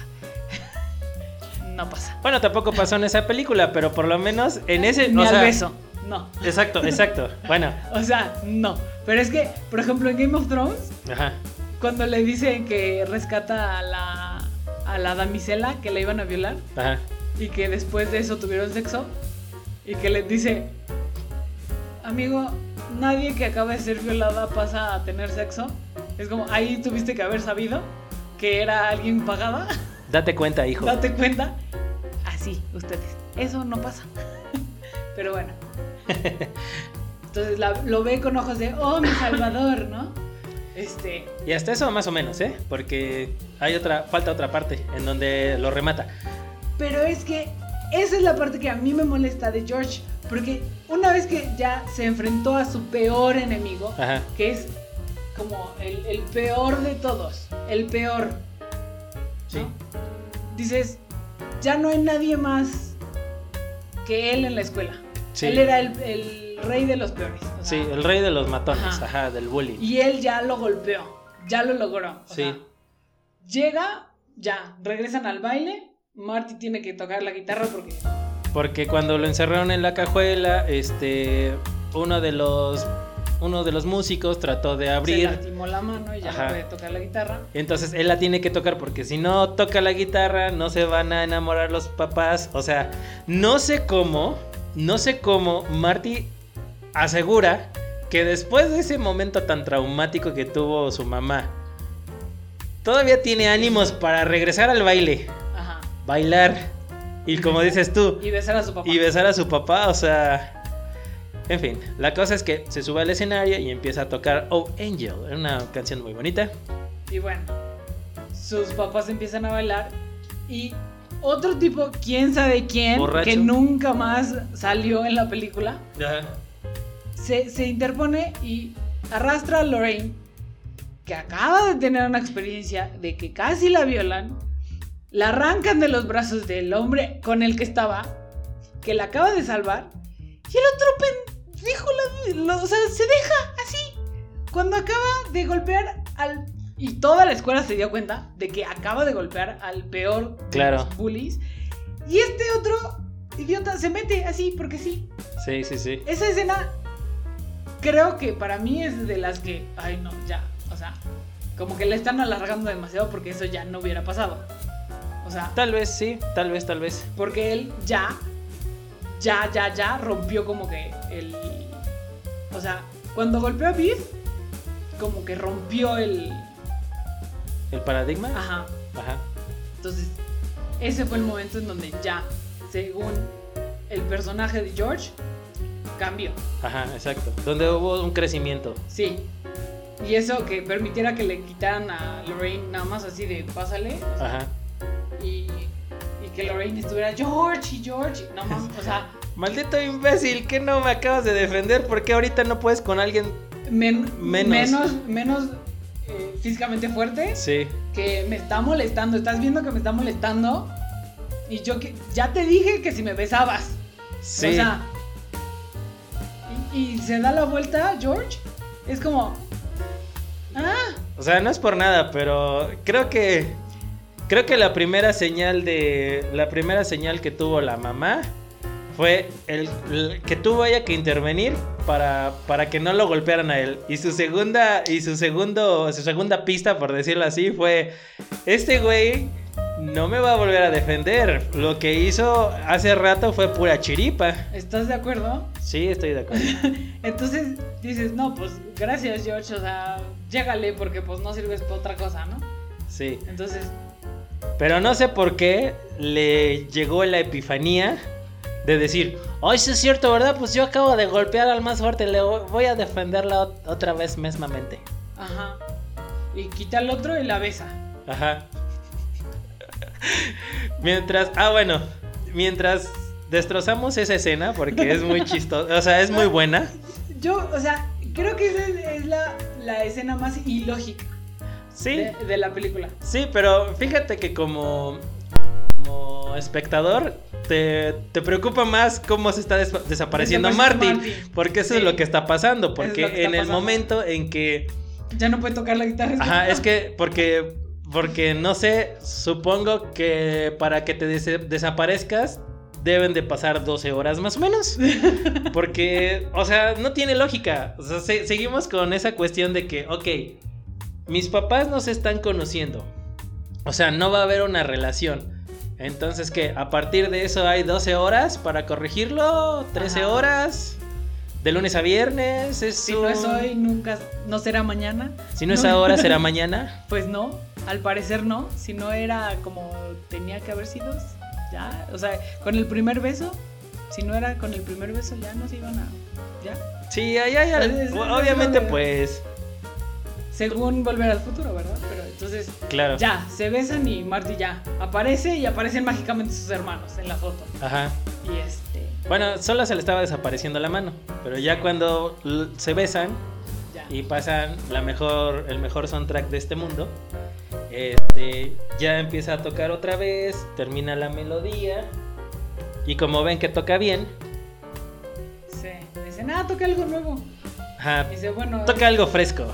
S1: no pasa.
S2: Bueno, tampoco pasó en esa película, pero por lo menos en ese...
S1: Ni
S2: o
S1: al
S2: sea,
S1: beso, no.
S2: Exacto, exacto. Bueno,
S1: O sea, no. Pero es que, por ejemplo, en Game of Thrones,
S2: ajá.
S1: cuando le dicen que rescata a la, a la damisela que la iban a violar
S2: Ajá.
S1: y que después de eso tuvieron sexo y que le dice, amigo, nadie que acaba de ser violada pasa a tener sexo. Es como, ahí tuviste que haber sabido que era alguien pagada.
S2: Date cuenta, hijo.
S1: Date cuenta. Así, ustedes. Eso no pasa. Pero bueno. Entonces la- lo ve con ojos de, oh, mi salvador, ¿no? Este,
S2: Y hasta eso más o menos, ¿eh? Porque hay otra, falta otra parte en donde lo remata.
S1: Pero es que esa es la parte que a mí me molesta de George. Porque una vez que ya se enfrentó a su peor enemigo,
S2: Ajá.
S1: que es como el, el peor de todos, el peor,
S2: Sí.
S1: dices, ya no hay nadie más que él en la escuela.
S2: Sí.
S1: Él era el, el rey de los peores. o sea,
S2: Sí, el rey de los matones,
S1: Ajá.
S2: ajá, del bullying.
S1: Y él ya lo golpeó, ya lo logró. o
S2: Sí.
S1: sea, llega, ya, regresan al baile. Marty tiene que tocar la guitarra porque
S2: Porque cuando lo encerraron en la cajuela, este, uno de los, uno de los músicos trató de
S1: se
S2: abrir.
S1: lastimó la mano y ya
S2: Ajá.
S1: no puede tocar la guitarra.
S2: Entonces él la tiene que tocar porque si no toca la guitarra no se van a enamorar los papás. O sea, no sé cómo, no sé cómo Marty asegura que después de ese momento tan traumático que tuvo su mamá, todavía tiene ánimos para regresar al baile,
S1: Ajá.
S2: bailar y como dices tú,
S1: Y besar a su papá.
S2: y besar a su papá, o sea... En fin, la cosa es que se sube al escenario y empieza a tocar Oh Angel, una canción muy bonita.
S1: Y bueno, sus papás empiezan a bailar y otro tipo, quién sabe quién,
S2: Borracho.
S1: que nunca más salió en la película, se, se interpone y arrastra a Lorraine, que acaba de tener una experiencia de que casi la violan, la arrancan de los brazos del hombre con el que estaba, que la acaba de salvar, y el otro pendejo, la- lo- o sea, se deja así. Cuando acaba de golpear al... Y toda la escuela se dio cuenta de que acaba de golpear al peor de
S2: Claro.
S1: los bullies. Y este otro idiota se mete así porque sí.
S2: Sí, sí, sí.
S1: Esa escena creo que para mí es de las que, ay no, ya, o sea, como que la están alargando demasiado porque eso ya no hubiera pasado. O sea,
S2: Tal vez sí, tal vez, tal vez.
S1: porque él ya, ya, ya, ya rompió como que el... O sea, cuando golpeó a Biff, como que rompió el...
S2: ¿El paradigma?
S1: Ajá.
S2: Ajá.
S1: Entonces, ese fue el momento en donde ya, según el personaje de George, cambió.
S2: Ajá, exacto. Donde hubo un crecimiento.
S1: Sí. Y eso que permitiera que le quitaran a Lorraine nada más así de pásale. o sea,
S2: Ajá.
S1: y, y que Lorraine estuviera George y George. y Nada más, o sea,
S2: Maldito imbécil, que no me acabas de defender? ¿Por qué ahorita no puedes con alguien?
S1: men-
S2: Menos.
S1: menos, menos eh, físicamente fuerte.
S2: Sí.
S1: Que me está molestando. Estás viendo que me está molestando. Y yo que ya te dije que si me besabas.
S2: Sí.
S1: O sea, y, y se da la vuelta, George. Es como. Ah,
S2: O sea, no es por nada, pero creo que. Creo que la primera señal de. La primera señal que tuvo la mamá fue el, el que tuvo ella que intervenir para, para que no lo golpearan a él. Y su segunda. Y su segundo. Su segunda pista, por decirlo así, fue. Este güey. No me va a volver a defender. Lo que hizo hace rato fue pura chiripa.
S1: ¿estás de acuerdo?
S2: Sí, estoy de acuerdo.
S1: Entonces dices, no, pues gracias George, o sea, llégale porque pues no sirves para otra cosa, ¿no?
S2: Sí.
S1: Entonces,
S2: Pero no sé por qué le llegó la epifanía de decir, hoy sí es cierto, ¿verdad? Pues yo acabo de golpear al más fuerte, le vo- voy a defenderla ot- otra vez mesmamente.
S1: ajá. Y quita al otro y la besa.
S2: Ajá. Mientras, ah, bueno, mientras destrozamos esa escena, porque es muy chistosa, o sea, es muy buena.
S1: Yo, o sea, creo que esa es, es la, la escena más ilógica
S2: Sí,
S1: de, de la película.
S2: sí, pero fíjate que como, como espectador te, te preocupa más cómo se está des- desapareciendo
S1: Desaparece
S2: Marty, porque eso
S1: Sí.
S2: es lo que está pasando,
S1: lo
S2: porque
S1: que está
S2: en el
S1: pasando.
S2: momento en que...
S1: Ya no puede tocar la guitarra.
S2: Ajá, es que porque porque no sé, supongo que para que te des- desaparezcas deben de pasar 12 horas más o menos. Porque, o sea, no tiene lógica. O sea, se- seguimos con esa cuestión de que, ok, mis papás no se están conociendo. O sea, no va a haber una relación. Entonces, que a partir de eso hay 12 horas para corregirlo, 13
S1: Ajá.
S2: horas, de lunes a viernes. Es
S1: Si no es
S2: un-
S1: hoy, nunca, no será mañana.
S2: Si no es
S1: no.
S2: ahora, será mañana.
S1: Pues no, al parecer no. Si no era como tenía que haber sido, ya. O sea, con el primer beso, si no era con el primer beso, ya no se iban a. Ya.
S2: Sí, ahí hay al-
S1: Es- es-
S2: Obviamente,
S1: es-
S2: pues.
S1: Según volver al futuro, ¿verdad? Pero entonces,
S2: Claro.
S1: ya, se besan y Marty ya aparece y aparecen mágicamente sus hermanos en la foto.
S2: Ajá.
S1: Y este,
S2: Bueno, solo se le estaba desapareciendo la mano. Pero ya cuando l- se besan
S1: ya.
S2: y pasan la mejor, el mejor soundtrack de este mundo, este, ya empieza a tocar otra vez, termina la melodía. Y como ven que toca bien,
S1: Sí. Dicen, ah, toca algo nuevo.
S2: ajá,
S1: Y dice, bueno.
S2: toca algo fresco.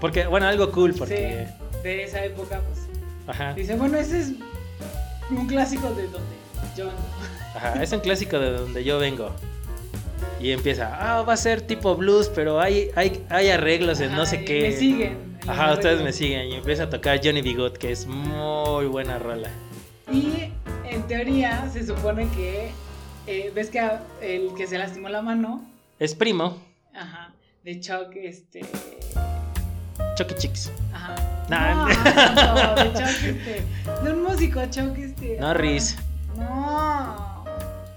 S2: Porque, bueno, algo cool, porque. Ah.
S1: sí, de esa época, pues.
S2: Ajá,
S1: Dice, bueno, ese es un clásico de donde yo vengo.
S2: ajá, es un clásico de donde yo vengo. Y empieza, ah, va a ser tipo blues, pero hay, hay, hay arreglos en no
S1: Ajá,
S2: sé
S1: y
S2: qué.
S1: Me siguen. en
S2: Ajá,
S1: los
S2: ustedes me
S1: arreglos.
S2: siguen y empieza a tocar Johnny Bigot, que es muy buena rola.
S1: Y en teoría se supone que. eh, ¿Ves que a- el que se lastimó la mano?
S2: Es primo,
S1: Ajá. De Chuck, este.
S2: Chucky Chicks.
S1: Ajá.
S2: Nah.
S1: No, no, de Chuck, este. De un músico, Chuck, este.
S2: No,
S1: ah,
S2: Riz.
S1: No.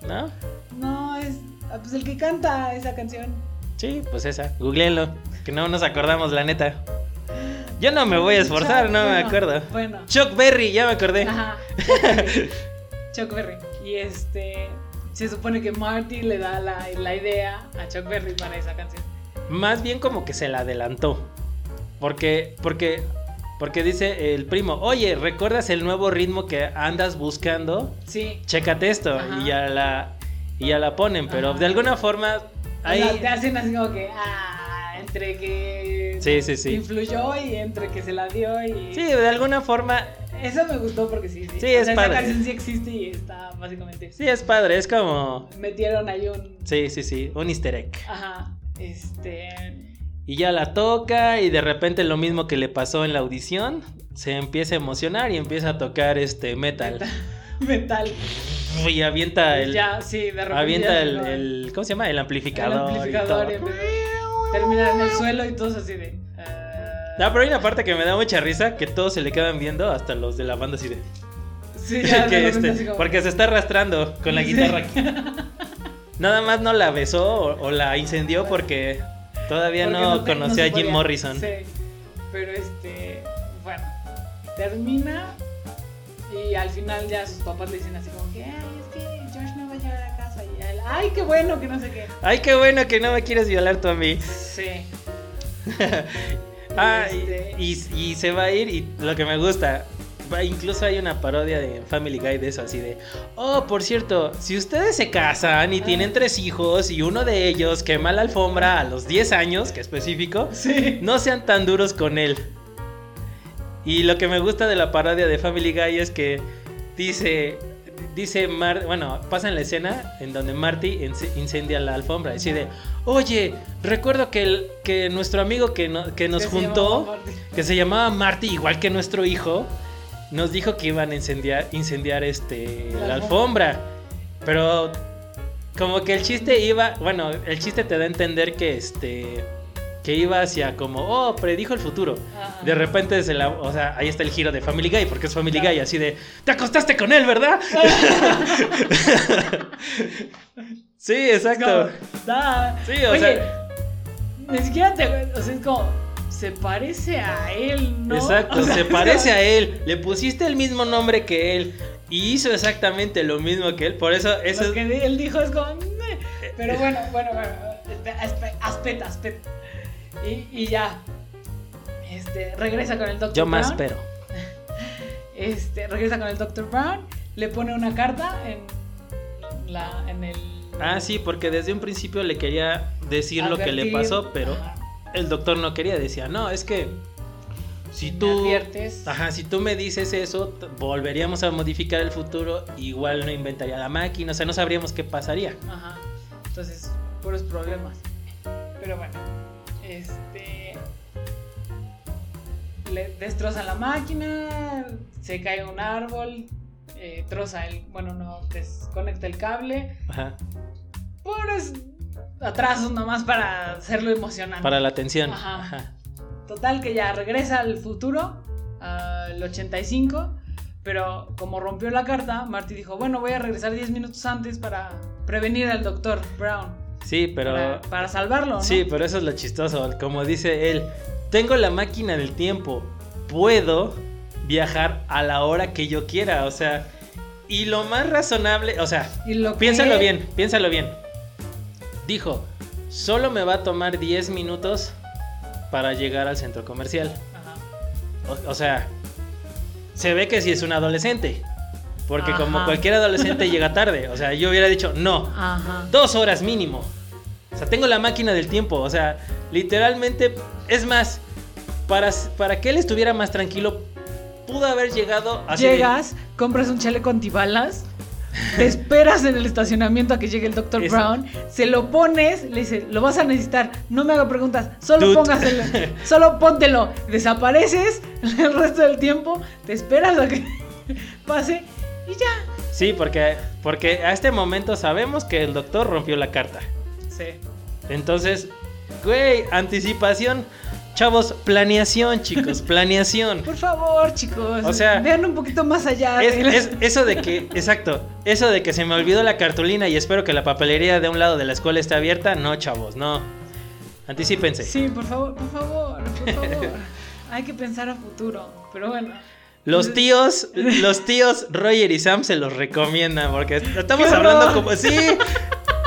S2: ¿No?
S1: No, es. ah, Pues el que canta esa canción.
S2: Sí, pues esa. Googleenlo, que no nos acordamos, la neta. Yo no me voy a esforzar,
S1: Chuck,
S2: no me
S1: bueno,
S2: acuerdo.
S1: Bueno.
S2: Chuck Berry, ya me acordé.
S1: Ajá. Chuck Berry. Chuck Berry. Y este. Se supone que Marty le da la, la idea a Chuck Berry para esa canción.
S2: Más bien como que se la adelantó. Porque, porque, porque dice el primo, oye, ¿recuerdas el nuevo ritmo que andas buscando?
S1: Sí.
S2: Chécate esto.
S1: Ajá.
S2: Y ya la, y ya la ponen, pero
S1: Ajá.
S2: de alguna forma...
S1: Ahí...
S2: Ahí...
S1: te hacen así como que. Ah, entre que.
S2: Sí, sí, sí.
S1: Influyó y entre que se la dio y.
S2: Sí, de alguna forma
S1: Eso me gustó porque sí, sí.
S2: Sí, es
S1: esa
S2: padre.
S1: canción sí existe y está básicamente.
S2: Sí, es padre, es como.
S1: Metieron ahí un.
S2: Sí, sí, sí, un easter egg.
S1: Ah. Ajá. Este.
S2: Y ya la toca, y de repente lo mismo que le pasó en la audición, se empieza a emocionar y empieza a tocar este metal.
S1: Metal. Pues
S2: Y avienta el.
S1: ya, sí, de repente. ya
S2: Ah, Avienta el,
S1: lo-
S2: el- ¿Cómo se llama? El amplificador.
S1: El
S2: y
S1: amplificador
S2: todo.
S1: y empezó- termina en el suelo y todos así de. ah,
S2: No, pero hay una parte que me da mucha risa que todos se le quedan viendo, hasta los de la banda así de.
S1: sí, ya, de
S2: que
S1: repente
S2: este,
S1: así como-
S2: porque se está arrastrando con la
S1: Sí.
S2: guitarra aquí. Nada más no la besó o, o la incendió porque todavía
S1: porque
S2: no,
S1: te-
S2: conocía
S1: se
S2: a Jim
S1: podía.
S2: Morrison.
S1: Sí. Pero este. Bueno. Termina. Y al final ya sus papás le dicen así como que. Ay, es que Josh me va a llevar a casa. Y él, ay, qué bueno, que no sé qué.
S2: Ay, qué bueno que no me quieres violar tú a mí.
S1: Sí.
S2: Ah,
S1: Este,
S2: y, y se va a ir y lo que me gusta, va- incluso hay una parodia de Family Guy de eso, así de, oh, por cierto, si ustedes se casan y tienen tres hijos y uno de ellos quema la alfombra a los 10 años, que específico,
S1: Sí.
S2: no sean tan duros con él. Y lo que me gusta de la parodia de Family Guy es que dice, dice Mar, bueno, pasa en la escena en donde Marty ince- incendia la alfombra. y Decide, oye, recuerdo que, el, que nuestro amigo que, no- que nos
S1: Que se llamaba
S2: juntó,
S1: Marty.
S2: que se llamaba Marty, igual que nuestro hijo, nos dijo que iban a incendiar, incendiar este,
S1: La
S2: la alfombra. Pero como que el chiste iba, bueno, el chiste te da a entender que este que iba hacia como, oh, predijo el futuro.
S1: Ajá.
S2: De repente se la, o sea, ahí está el giro de Family Guy, porque es Family
S1: Claro.
S2: Guy así de, "Te acostaste con él, ¿verdad?" sí, exacto.
S1: No, da.
S2: Sí, o
S1: Oye,
S2: sea,
S1: Ni siquiera te. O sea, es como. se parece a él, ¿no?
S2: Exacto,
S1: O sea,
S2: se parece a él. Le pusiste el mismo nombre que él. Y hizo exactamente lo mismo que él. Por eso, eso
S1: Lo
S2: es-
S1: que di- él dijo es como. "Meh". Pero bueno, bueno, bueno. este, aspe- Aspet, aspet. Y, y ya. Este, regresa con el doctor.
S2: yo más
S1: Brown.
S2: pero.
S1: Este, regresa con el Dr. Brown, le pone una carta en la en el
S2: Ah, sí, porque desde un principio le quería decir lo que le
S1: advertir.
S2: pasó, pero
S1: Ajá.
S2: el doctor no quería. Decía, no, es que si
S1: Me
S2: tú.
S1: adviertes.
S2: Ajá, si tú me dices eso, t- volveríamos a modificar el futuro. Igual no inventaría la máquina, o sea, no sabríamos qué pasaría.
S1: Ajá. Entonces, puros problemas. Pero bueno, este le destrozan la máquina, se cae un árbol, eh, troza el, bueno, no, desconecta el cable,
S2: Ajá,
S1: puros atrasos nomás para hacerlo emocionante.
S2: para la atención.
S1: Ajá.
S2: Ajá.
S1: Total que ya regresa al futuro, al 85, pero como rompió la carta, Marty dijo, bueno, voy a regresar 10 minutos antes para prevenir al doctor Brown,
S2: Sí, pero.
S1: para, para salvarlo. ¿no?
S2: Sí, pero eso es lo chistoso. Como dice él, tengo la máquina del tiempo. Puedo viajar a la hora que yo quiera. O sea, y lo más razonable, o sea,
S1: Y lo que-
S2: piénsalo bien, piénsalo bien. Dijo, solo me va a tomar 10 minutos para llegar al centro comercial.
S1: Ajá.
S2: O, o sea, se ve que si es un adolescente. Porque como
S1: Ajá.
S2: cualquier adolescente llega tarde. O sea, yo hubiera dicho, no,
S1: Ajá.
S2: dos horas mínimo. O sea, tengo la máquina del tiempo. O sea, literalmente, es más, para, para que él estuviera más tranquilo, pudo haber llegado así de-
S1: Llegas, compras un chaleco antibalas, te esperas en el estacionamiento a que llegue el Dr.
S2: Eso.
S1: Brown, se lo pones, le dices, lo vas a necesitar, no me haga preguntas, solo
S2: Dude.
S1: póngaselo, solo póntelo, desapareces el resto del tiempo, te esperas a que pase y ya.
S2: Sí, porque, porque a este momento sabemos que el doctor rompió la carta.
S1: Sí.
S2: Entonces, güey, anticipación. Chavos, planeación, chicos, planeación.
S1: Por favor, chicos,
S2: O sea,
S1: vean un poquito más allá.
S2: Es-
S1: de la-
S2: es- eso de que, exacto, eso de que se me olvidó la cartulina y espero que la papelería de un lado de la escuela esté abierta, no, chavos, no. Anticípense.
S1: Sí, por favor, por favor, por favor. Hay que pensar a futuro, pero bueno.
S2: Los tíos, los tíos Roger y Sam se los recomiendan porque estamos
S1: ¡Qué
S2: hablando
S1: horror!
S2: como sí.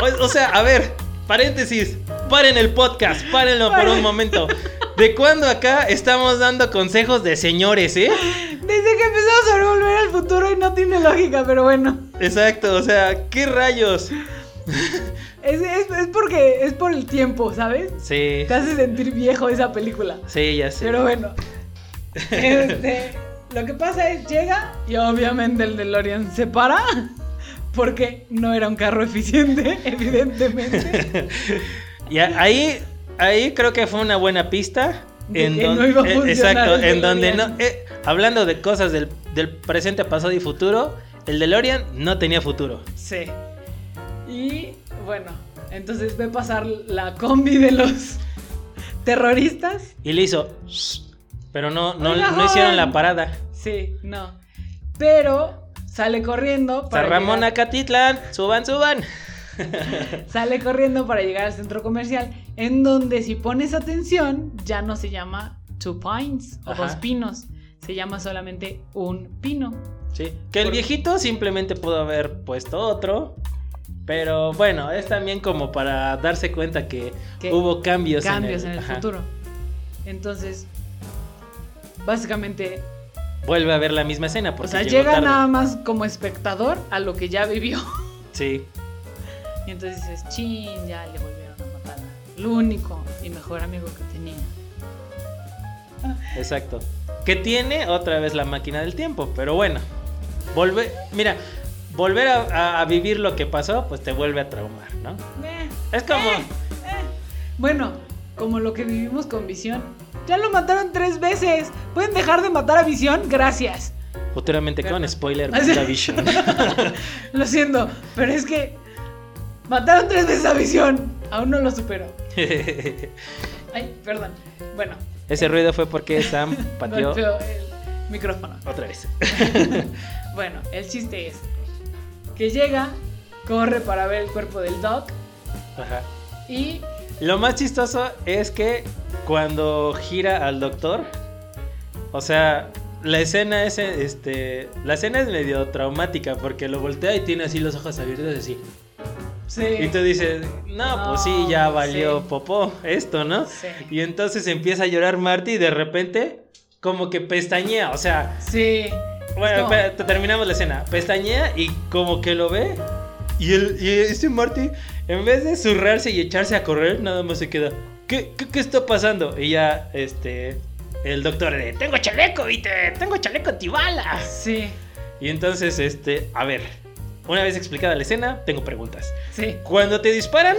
S2: O, o sea, a ver, paréntesis, paren el podcast, párenlo por un
S1: Paren.
S2: momento. ¿De cuándo acá estamos dando consejos de señores, eh?
S1: Desde que empezamos a volver al futuro y no tiene lógica, pero bueno.
S2: Exacto, o sea, ¿qué rayos?
S1: Es, es- es porque es por el tiempo, ¿sabes?
S2: Sí,
S1: Te hace sentir viejo esa película.
S2: sí, ya sé.
S1: Pero bueno. Este, lo que pasa es llega y obviamente el DeLorean se para porque no era un carro eficiente, evidentemente.
S2: Y a- ahí, ahí creo que fue una buena pista.
S1: De
S2: en
S1: que no
S2: don-
S1: iba a
S2: eh,
S1: funcionar
S2: Exacto,
S1: el
S2: en donde no.
S1: DeLorean.
S2: eh, hablando de cosas del, del presente, pasado y futuro, el DeLorean no tenía futuro.
S1: Sí. Y bueno, entonces ve pasar la combi de los terroristas.
S2: Y le hizo. Pero no, no,
S1: Oiga,
S2: no hicieron
S1: joven.
S2: la parada.
S1: Sí, no. Pero sale corriendo
S2: San
S1: para
S2: Ramón
S1: llegar-
S2: Acatitlán, suban, suban.
S1: Sale corriendo para llegar al centro comercial, en donde si pones atención, ya no se llama Two Pines o
S2: Ajá.
S1: dos pinos, se llama solamente un pino.
S2: Sí. Que el
S1: Por-
S2: viejito simplemente pudo haber puesto otro. Pero bueno, es también como para darse cuenta que
S1: Que
S2: hubo cambios,
S1: cambios en el,
S2: ajá.
S1: futuro. Entonces, básicamente,
S2: Vuelve a ver la misma escena. Porque
S1: o sea,
S2: llegó
S1: llega
S2: tarde.
S1: nada más como espectador a lo que ya vivió.
S2: Sí.
S1: Y entonces dices, chin, ya le volvieron a matar al único y mejor amigo que tenía.
S2: Exacto. Que tiene otra vez la máquina del tiempo, pero bueno. Volver, mira, volver a, a- a vivir lo que pasó, pues te vuelve a traumar, ¿no?
S1: Meh.
S2: Es como,
S1: Eh, Bueno, como lo que vivimos con Visión. Ya lo mataron tres veces. ¿Pueden dejar de matar a Visión? Gracias.
S2: futuramente con spoiler,
S1: Así-
S2: WandaVision.
S1: Lo siento, pero es que mataron tres veces a Visión. Aún no lo supero. Ay, perdón. Bueno,
S2: Ese ruido fue porque Sam pateó
S1: golpeó el micrófono.
S2: otra vez.
S1: Bueno, el chiste es que llega, corre para ver el cuerpo del Doc
S2: Ajá.
S1: y
S2: Lo más chistoso es que cuando gira al doctor, o sea, la escena es este, la escena es medio traumática porque lo voltea y tiene así los ojos abiertos así.
S1: Sí.
S2: Y tú dices, no, pues sí, ya
S1: No,
S2: valió
S1: sí.
S2: popó esto, ¿no?
S1: Sí.
S2: Y entonces empieza a llorar Marty y de repente como que pestañea, o sea,
S1: Sí.
S2: bueno,
S1: Es como-
S2: espera, te- terminamos la escena. Pestañea y como que lo ve. Y, el, y este Marty, en vez de zurrarse y echarse a correr, nada más se queda. ¿Qué, qué, qué está pasando? Y ya, este. El doctor de. Tengo chaleco, viste. Tengo chaleco antibalas.
S1: Sí.
S2: Y entonces, este. A ver. Una vez explicada la escena, tengo preguntas.
S1: Sí.
S2: Cuando te disparan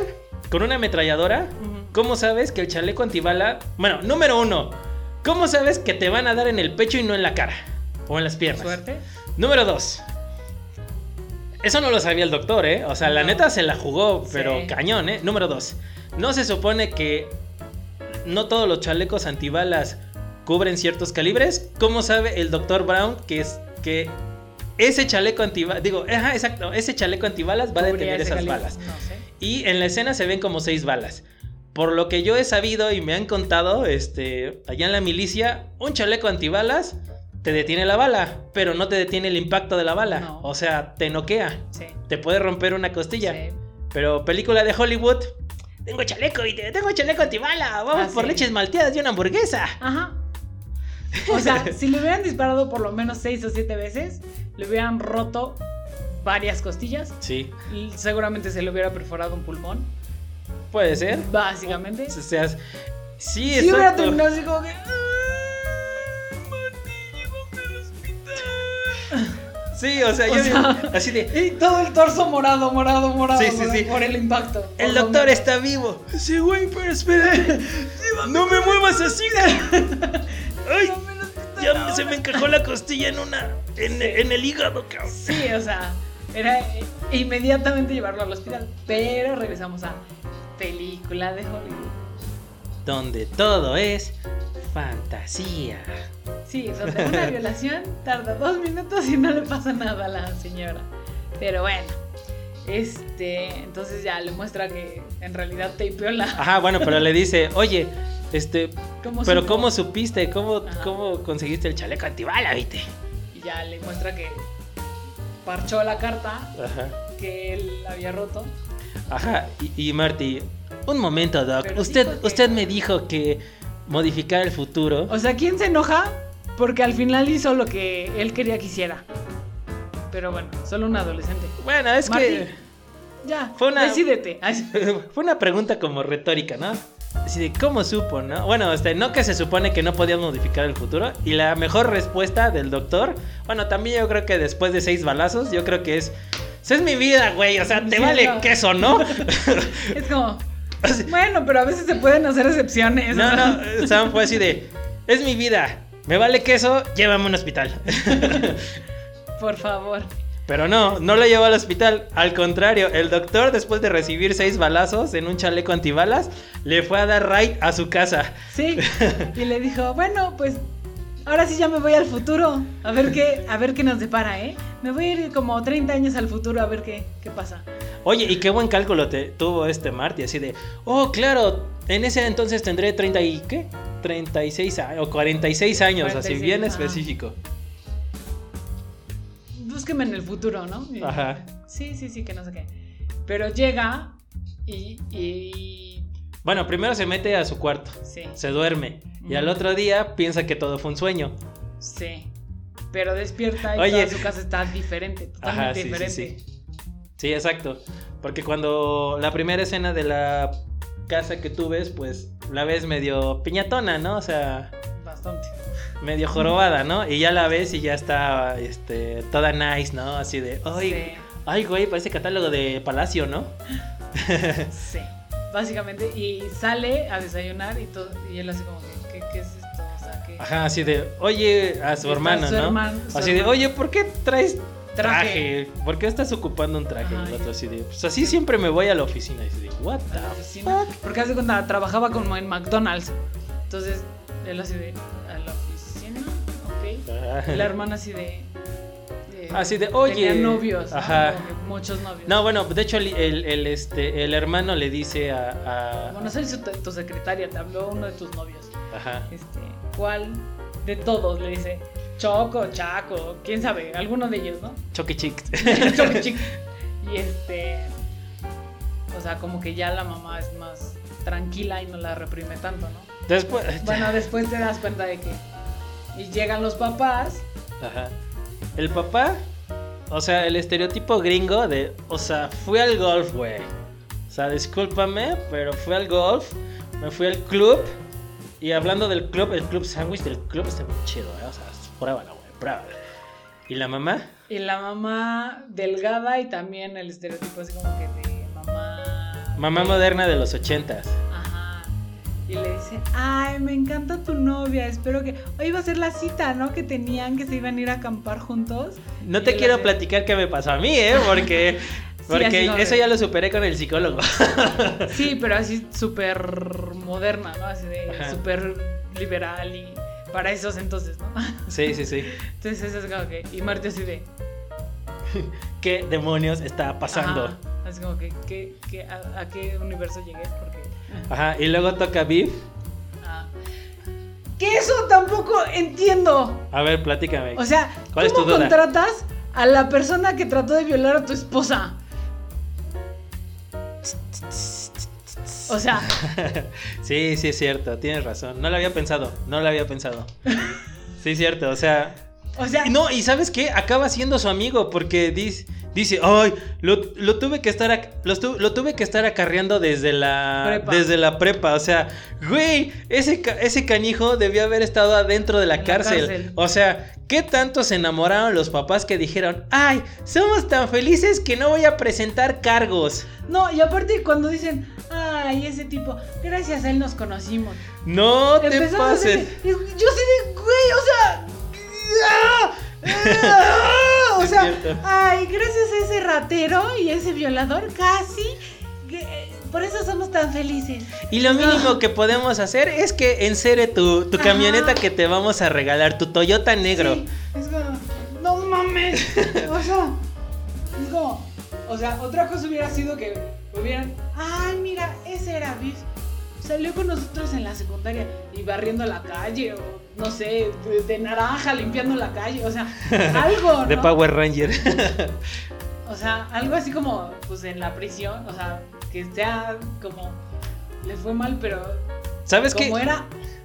S2: con una ametralladora,
S1: Ujú.
S2: ¿cómo sabes que el chaleco antibala. Bueno, número uno. ¿Cómo sabes que te van a dar en el pecho y no en la cara? O en las piernas.
S1: Suerte.
S2: Número 2. Eso no lo sabía el doctor, ¿eh? O sea, la
S1: No.
S2: neta se la jugó, pero
S1: Sí.
S2: cañón, ¿eh? Número 2. No se supone que no todos los chalecos antibalas cubren ciertos calibres. ¿Cómo sabe el doctor Brown que es que ese chaleco antibalas, digo, ajá, exacto, ese chaleco antibalas va a
S1: Cubría
S2: detener
S1: ese
S2: esas
S1: calibre.
S2: balas?
S1: No sé.
S2: Y en la escena se ven como seis balas. Por lo que yo he sabido y me han contado, este, allá en la milicia, un chaleco antibalas te detiene la bala, pero no te detiene el impacto de la bala.
S1: No.
S2: O sea, te noquea,
S1: Sí.
S2: te puede romper una costilla.
S1: Sí.
S2: Pero película de Hollywood, tengo chaleco y te tengo chaleco antibala, vamos
S1: Ah,
S2: por
S1: sí.
S2: leches malteadas y una hamburguesa.
S1: Ajá. O sea, si le hubieran disparado por lo menos seis o siete veces, le hubieran roto varias costillas.
S2: Sí,
S1: y Seguramente se le hubiera perforado un pulmón.
S2: puede ser.
S1: Básicamente.
S2: O sea, sí,
S1: Si hubiera
S2: exacto.
S1: terminado así como que.
S2: Sí, o sea,
S1: O
S2: yo
S1: sea-
S2: así de
S1: Y todo el torso morado, morado, morado.
S2: Sí, sí,
S1: morado,
S2: sí.
S1: Por el impacto.
S2: El
S1: Por lo
S2: doctor
S1: menos.
S2: está vivo. Sí, güey, pero espera. No me muevas así. Ay,
S1: Por lo menos que está
S2: ya
S1: la
S2: me- se
S1: hora.
S2: me encajó la costilla en una. En, en el hígado, cabrón.
S1: Sí, o sea, era eh, inmediatamente llevarlo al hospital. Pero regresamos a película de Hollywood.
S2: Donde todo es fantasía.
S1: Sí, donde una violación tarda dos minutos y no le pasa nada a la señora. Pero bueno, este, entonces ya le muestra que en realidad tapeó la.
S2: Ajá, bueno, pero le dice, oye, este,
S1: ¿Cómo
S2: pero
S1: supo?
S2: ¿cómo supiste? ¿Cómo,
S1: Ajá.
S2: ¿Cómo conseguiste el chaleco antibala, viste?
S1: Y ya le muestra que parchó la carta
S2: Ajá.
S1: que él había roto.
S2: Ajá, y, y Marty, un momento, Doc.
S1: Pero
S2: usted
S1: dijo que-
S2: usted me dijo que modificar el futuro.
S1: O sea, ¿quién se enoja? Porque al final hizo lo que él quería que hiciera. Pero bueno, solo un adolescente.
S2: Bueno, es que...
S1: Marty. Ya,
S2: Fue una-
S1: decídete. Ay, sí.
S2: Fue una pregunta como retórica, ¿no? Así de, ¿cómo supo, no? Bueno, este, no que se supone que no podíamos modificar el futuro. Y la mejor respuesta del doctor, bueno, también yo creo que después de seis balazos, yo creo que es. "Esa es mi vida, güey. O sea, te
S1: Sí,
S2: vale
S1: no.
S2: queso, ¿no?
S1: Es como,
S2: Así-
S1: bueno, pero a veces se pueden hacer excepciones. o
S2: no,
S1: sea.
S2: no. Sam fue así de. Es mi vida. Me vale queso, llévame a un hospital.
S1: Por favor.
S2: Pero no, no lo llevó al hospital. Al contrario, el doctor, después de recibir seis balazos en un chaleco antibalas, le fue a dar raid a su casa.
S1: Sí. Y le dijo, bueno, pues ahora sí ya me voy al futuro. A ver qué, a ver qué nos depara, ¿eh? Me voy a ir como 30 años al futuro a ver qué, qué pasa.
S2: Oye, y qué buen cálculo te tuvo este Marty, así de, oh, claro, en ese entonces tendré 30 y qué? 36 años, o 46 años, así
S1: 46,
S2: bien
S1: ajá.
S2: específico.
S1: Búsqueme en el futuro, ¿no? Y-
S2: Ajá.
S1: Sí, sí, sí, que no sé qué. Pero llega y, y
S2: Bueno, primero se mete a su cuarto,
S1: sí,
S2: se duerme, y al
S1: Ujú.
S2: otro día piensa que todo fue un sueño.
S1: sí. Pero despierta y
S2: Oye.
S1: toda su casa está diferente, totalmente
S2: Ajá, sí, sí,
S1: diferente.
S2: sí. Sí, exacto. Porque cuando la primera escena de la casa que tú ves, pues la ves medio piñatona, ¿no? O sea,
S1: Bastante.
S2: medio jorobada, ¿no? Y ya la ves y ya está, este, toda nice, ¿no? Así de, ay, Ay, güey, parece catálogo de Palacio, ¿no?
S1: Sí, sí. Básicamente, y sale a desayunar y todo, y él así como que, ¿qué, qué es esto? O sea, que
S2: Ajá, así de, oye, a su
S1: Está
S2: hermano,
S1: su
S2: ¿no?
S1: hermano, su
S2: así de,
S1: hermano.
S2: oye, ¿por qué traes
S1: traje
S2: traje? ¿Por qué estás ocupando un traje?
S1: Ajá,
S2: Y el
S1: ya.
S2: otro así de, pues así siempre me voy a la oficina. Y así de, what
S1: a la
S2: the
S1: oficina. Porque hace cuenta, trabajaba como en McDonald's. Entonces, él así de, ¿a la oficina? Ok.
S2: fuck?
S1: Y La hermana así de, eh,
S2: Así de, oye.
S1: Tenían novios. ¿no?
S2: Ajá.
S1: Como que Muchos novios.
S2: No, bueno, de hecho el, el- el, este, el hermano le dice a... a-
S1: Como no sé si tu, tu secretaria te habló uno de tus novios.
S2: Ajá.
S1: Este, ¿cuál de todos? Le dice, Choco, Chaco, quién sabe, alguno de ellos, ¿no?
S2: Choque Chick.
S1: Choco, chico. Y este, o sea, como que ya la mamá es más tranquila y no la reprime tanto, ¿no?
S2: Después...
S1: Bueno, después te das cuenta de que. Y llegan los papás.
S2: Ajá. El papá, o sea, el estereotipo gringo de, o sea, fui al golf, güey. O sea, discúlpame, pero fui al golf, me fui al club. Y hablando del club, el club sándwich del club está muy chido, ¿eh? O sea, pruébalo, güey, pruébalo. ¿Y la mamá?
S1: Y la mamá delgada y también el estereotipo así como que de mamá.
S2: Mamá moderna de los ochentas.
S1: Ajá. Y le dice, ay, me encanta tu novia, espero que... Hoy va a ser la cita, ¿no? Que tenían, que se iban a ir a acampar juntos.
S2: No te
S1: Y la
S2: quiero
S1: de-
S2: platicar qué me pasó a mí, ¿eh? Porque,
S1: así
S2: porque
S1: no,
S2: eso
S1: güey.
S2: ya lo superé con el psicólogo.
S1: Sí, pero así súper moderna, ¿no? Así de
S2: Ajá.
S1: súper liberal y para esos entonces, ¿no?
S2: sí, sí, sí.
S1: Entonces es como que... Y Marta así de...
S2: ¿Qué demonios está pasando?
S1: "Ajá". Así como que, ¿qué- qué- a, a qué universo llegué? Porque...
S2: Ajá. Y luego toca Viv.
S1: ah. Que eso tampoco entiendo.
S2: A ver, platícame.
S1: O sea,
S2: ¿Cuál es
S1: ¿cómo
S2: tu duda?
S1: contratas a la persona que trató de violar a tu esposa? O sea,
S2: Sí, sí es cierto, tienes razón. No lo había pensado, no lo había pensado. Sí es cierto, o sea...
S1: o sea,
S2: Y No, y ¿sabes qué? Acaba siendo su amigo porque dice, dice ay, lo, lo tuve que estar, ac- lo, estu- lo tuve que estar acarreando desde la,
S1: Prepa.
S2: desde la prepa. O sea, güey, ese, ca- ese canijo debió haber estado adentro de la,
S1: En la
S2: cárcel.
S1: cárcel.
S2: O sea, ¿qué tanto se enamoraron los papás que dijeron, ay, somos tan felices que no voy a presentar cargos?
S1: no, y aparte cuando dicen, ay, ese tipo, gracias a él nos conocimos.
S2: No te
S1: Empezamos
S2: pases.
S1: desde- yo sí de, güey, o sea, ¡ah! ¡ah! o
S2: Es
S1: sea,
S2: cierto.
S1: ay, gracias a ese ratero y ese violador casi, que- por eso somos tan felices.
S2: Y lo mínimo que podemos hacer es que encere tu, tu
S1: Ajá.
S2: camioneta que te vamos a regalar, tu Toyota negro.
S1: Sí, es como, no mames. O sea, es como, o sea, otra cosa hubiera sido que hubieran, ay, mira, ese era Biff. Salió con nosotros en la secundaria y barriendo la calle, o no sé, de, de naranja, limpiando la calle, o sea, algo.
S2: De
S1: ¿no?
S2: Power Ranger.
S1: O sea, algo así como, pues en la prisión, o sea, que sea como, le fue mal, pero
S2: ¿Sabes
S1: como
S2: qué?
S1: era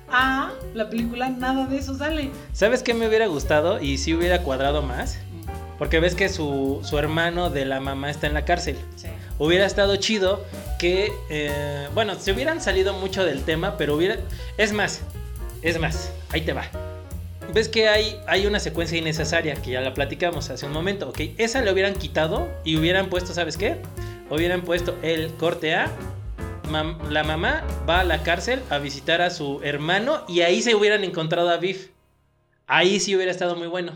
S1: A, la película, nada de eso sale.
S2: ¿Sabes qué me hubiera gustado y si hubiera cuadrado más? Porque ves que su, su hermano de la mamá está en la cárcel.
S1: Sí.
S2: Hubiera estado chido que, eh, bueno, se hubieran salido mucho del tema, pero hubiera... Es más, es más, ahí te va. Ves que hay, hay una secuencia innecesaria que ya la platicamos hace un momento, ¿ok? Esa le hubieran quitado y hubieran puesto, ¿sabes qué? Hubieran puesto el corte A. mam- la mamá va a la cárcel a visitar a su hermano y ahí se hubieran encontrado a Biff. Ahí sí hubiera estado muy bueno,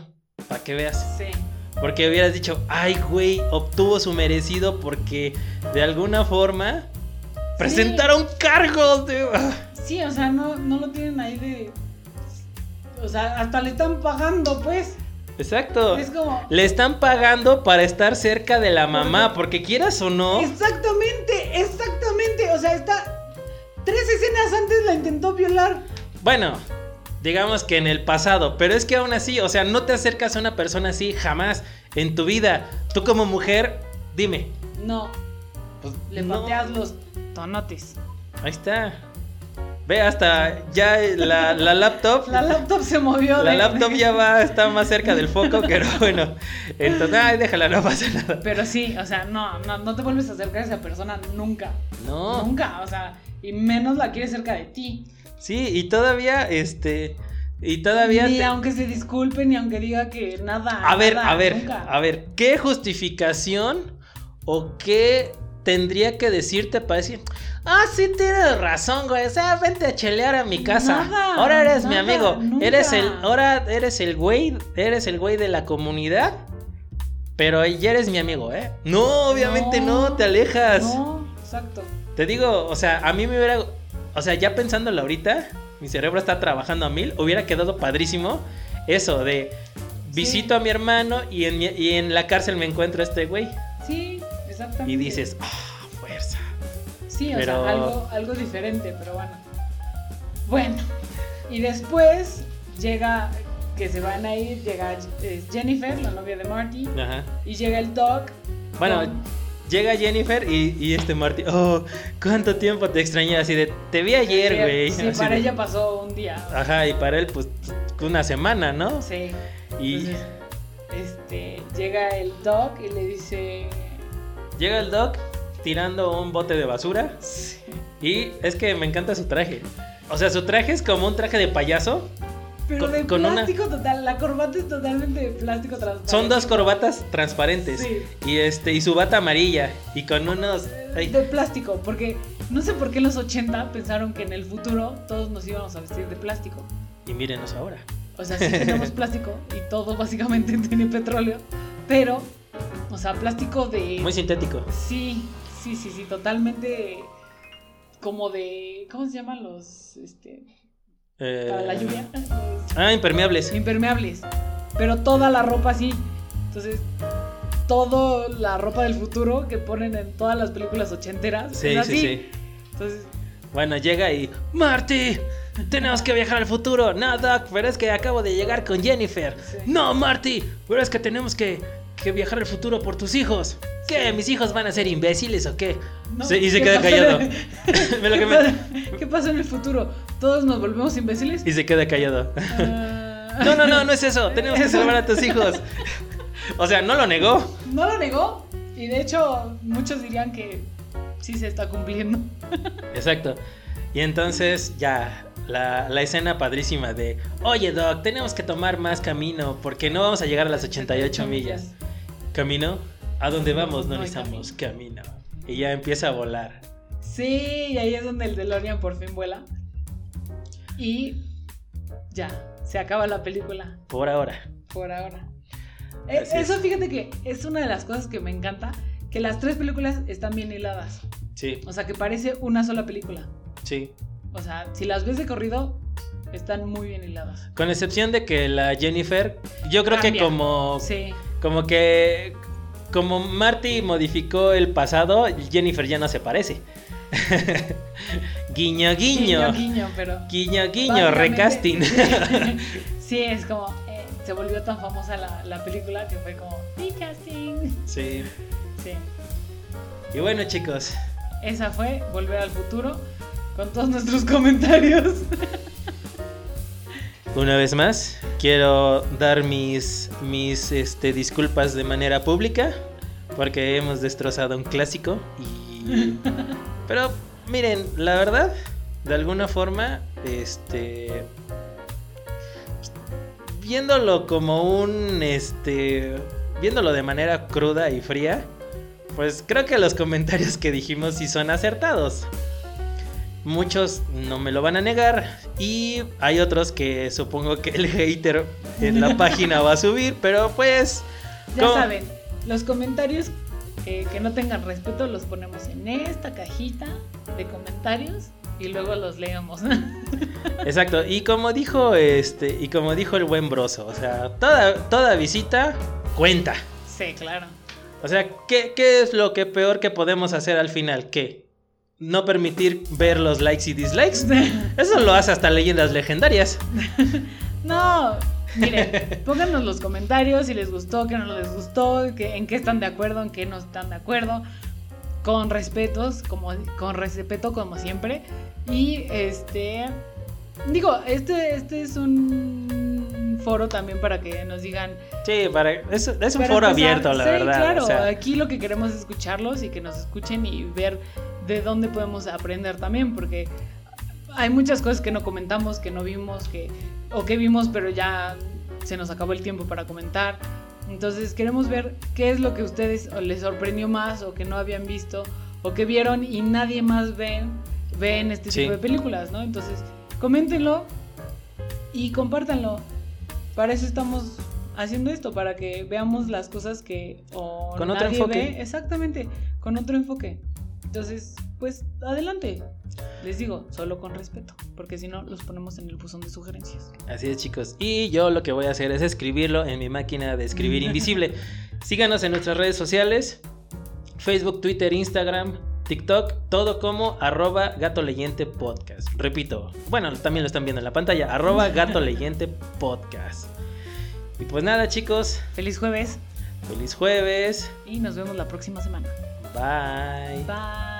S2: para que veas.
S1: Sí.
S2: Porque hubieras dicho, ay, güey, obtuvo su merecido porque de alguna forma presentaron cargos de...
S1: Sí, o sea, no, no lo tienen ahí de. O sea, hasta le están pagando, pues.
S2: Exacto.
S1: Es como.
S2: Le están pagando para estar cerca de la mamá, porque quieras o no...
S1: Exactamente, exactamente. O sea, está. Tres escenas antes la intentó violar.
S2: Bueno, digamos que en el pasado, pero es que aún así, o sea, no te acercas a una persona así jamás en tu vida. Tú como mujer, dime.
S1: No,
S2: pues,
S1: le
S2: no.
S1: pateas los tonotes.
S2: Ahí está. Ve, hasta ya la, la laptop.
S1: La laptop se movió.
S2: La
S1: de-
S2: laptop ya va, está más cerca del foco, pero bueno. Entonces, ay, déjala, no pasa nada.
S1: Pero sí, o sea, no, no, no te vuelves a acercar a esa persona nunca.
S2: No.
S1: Nunca, o sea, y menos la quieres cerca de ti.
S2: Sí, y todavía, este. Y todavía.
S1: Ni
S2: te-
S1: aunque se disculpen, ni aunque diga que nada.
S2: A ver,
S1: nada,
S2: a ver,
S1: nunca.
S2: a ver, ¿qué justificación o qué tendría que decirte para decir, ah, sí tienes razón, güey, o sea, vente a chelear a mi casa.
S1: Nada,
S2: ahora eres mi
S1: nada,
S2: amigo,
S1: nunca.
S2: eres el, ahora eres el güey, eres el güey de la comunidad, pero ya eres mi amigo, ¿eh? No, obviamente no,
S1: No,
S2: te alejas.
S1: No, exacto.
S2: Te digo, o sea, a mí me hubiera. O sea, ya pensándolo ahorita, mi cerebro está trabajando a mil. Hubiera quedado padrísimo eso de. visito a mi hermano y en, mi- y en la cárcel me encuentro a este güey.
S1: Sí, exactamente.
S2: Y dices, ah, fuerza.
S1: Sí, o
S2: pero-
S1: sea, algo, algo diferente, pero bueno. Bueno, y después llega que se van a ir, llega eh, Jennifer, la novia de Marty,
S2: Ajá.
S1: y llega el Doc.
S2: Bueno,
S1: con-
S2: llega Jennifer y, y este Marty, oh, ¿cuánto tiempo te extrañé? Así de, te vi ayer, güey.
S1: Sí,
S2: Así
S1: para
S2: de-
S1: ella pasó un día.
S2: Ajá, y para él, pues, una semana, ¿no?
S1: Sí.
S2: Y
S1: Entonces, este, llega el Doc y le dice.
S2: llega el Doc tirando un bote de basura. Y es que me encanta su traje. O sea, su traje es como un traje de payaso.
S1: Pero
S2: Con-
S1: de
S2: con una-
S1: plástico total, la corbata es totalmente de plástico transparente.
S2: Son dos corbatas transparentes.
S1: Sí.
S2: Y este, y su bata amarilla. Y con unos. ay,
S1: De plástico, porque no sé por qué en los 80 pensaron que en el futuro todos nos íbamos a vestir de plástico.
S2: y mírenos ahora.
S1: O sea, sí tenemos plástico y todo básicamente tiene petróleo, pero, o sea, plástico de...
S2: Muy sintético.
S1: Sí, sí, sí, sí, totalmente como de... ¿Cómo se llaman los... Este,
S2: Eh,
S1: para la lluvia? Los
S2: Ah, impermeables.
S1: impermeables, pero toda la ropa sí. Entonces, toda la ropa del futuro que ponen en todas las películas ochenteras.
S2: Sí,
S1: es
S2: sí,
S1: así.
S2: sí.
S1: Entonces,
S2: Bueno, llega y. ¡Marty! Tenemos que viajar al futuro. No, Doc, pero es que acabo de llegar con Jennifer.
S1: Sí.
S2: No, Marty, pero es que tenemos que, que viajar al futuro por tus hijos. ¿Qué?
S1: Sí.
S2: ¿Mis hijos van a ser imbéciles o qué?
S1: no,
S2: Sí, y se
S1: ¿qué
S2: queda
S1: pasa?
S2: callado. Me lo
S1: ¿Qué,
S2: quemé.
S1: pasa, qué pasa en el futuro? ¿Todos nos volvemos imbéciles?
S2: Y se queda callado.
S1: Ah,
S2: No, no, no, no es eso. Tenemos que
S1: Eso.
S2: salvar a tus hijos. O sea, no lo negó.
S1: No lo negó. Y de hecho, muchos dirían que sí se está cumpliendo.
S2: Exacto. Y entonces ya, la, la escena padrísima de, oye Doc, tenemos que tomar más camino porque no vamos a llegar a las 88 millas. Camino, ¿a dónde vamos? No
S1: No hay
S2: necesitamos camino. Y ya empieza a volar.
S1: Sí, y ahí es donde el DeLorean por fin vuela. Y ya, se acaba la película
S2: Por ahora.
S1: por ahora. E-
S2: Así
S1: Eso
S2: es.
S1: fíjate que es una de las cosas que me encanta, que las tres películas están bien hiladas.
S2: Sí,
S1: O sea, que parece una sola película.
S2: sí.
S1: O sea, si las ves de corrido, están muy bien hiladas.
S2: Con excepción de que la Jennifer, yo creo que
S1: Cambia.
S2: como,
S1: Sí,
S2: como que, como Marty modificó el pasado, Jennifer ya no se parece. guiño, guiño.
S1: guiño, guiño, pero...
S2: Guiño, guiño,
S1: Básicamente,
S2: recasting.
S1: sí. Sí, es como. eh, se volvió tan famosa la, la película que fue como. Recasting.
S2: Sí.
S1: Sí.
S2: Y bueno, chicos,
S1: Esa fue Volver al futuro. Con todos nuestros comentarios.
S2: una vez más, quiero dar mis, mis este, disculpas de manera pública porque hemos destrozado un clásico. Y... Pero miren, la verdad, de alguna forma, este. Viéndolo como un. Este. Viéndolo de manera cruda y fría. Pues creo que los comentarios que dijimos sí son acertados. Muchos no me lo van a negar. Y hay otros que supongo que el hater en la página va a subir. Pero pues.
S1: Ya
S2: ¿Cómo?
S1: saben, los comentarios eh, que no tengan respeto los ponemos en esta cajita de comentarios y luego los leemos.
S2: Exacto, y como dijo este, y como dijo el buen broso, o sea, toda, toda visita cuenta.
S1: sí, claro.
S2: O sea, ¿qué, qué es lo que peor que podemos hacer al final? ¿Qué? ¿No permitir ver los likes y dislikes? Eso lo hace hasta leyendas legendarias.
S1: No, miren, pónganos los comentarios si les gustó, que no les gustó, que, en qué están de acuerdo, en qué no están de acuerdo, con respetos, como, con respeto como siempre. Y este, digo, este, este es un foro también para que nos digan...
S2: Sí, para, es, es un
S1: para
S2: foro
S1: empezar,
S2: abierto,
S1: pues, ah,
S2: la
S1: sí,
S2: verdad.
S1: Claro,
S2: o sea,
S1: aquí lo que queremos es escucharlos y que nos escuchen y ver de dónde podemos aprender también, porque hay muchas cosas que no comentamos, que no vimos, que o que vimos pero ya se nos acabó el tiempo para comentar. Entonces queremos ver qué es lo que a ustedes o les sorprendió más o que no habían visto o que vieron y nadie más ve, ve en este
S2: Sí.
S1: tipo de películas, ¿no? Entonces coméntenlo y compártanlo. Para eso estamos haciendo esto, para que veamos las cosas que o
S2: Con otro
S1: nadie
S2: enfoque.
S1: ve. exactamente, con otro enfoque. Entonces, pues adelante. Les digo, solo con respeto, porque si no, los ponemos en el buzón de sugerencias.
S2: Así es, chicos. Y yo lo que voy a hacer es escribirlo en mi máquina de escribir invisible. Síganos en nuestras redes sociales: Facebook, Twitter, Instagram, TikTok, todo como arroba gato leyente podcast. Repito, bueno, también lo están viendo en la pantalla: arroba gato leyente podcast. Y pues nada, chicos,
S1: Feliz jueves
S2: feliz jueves.
S1: y nos vemos la próxima semana.
S2: Bye.
S1: Bye.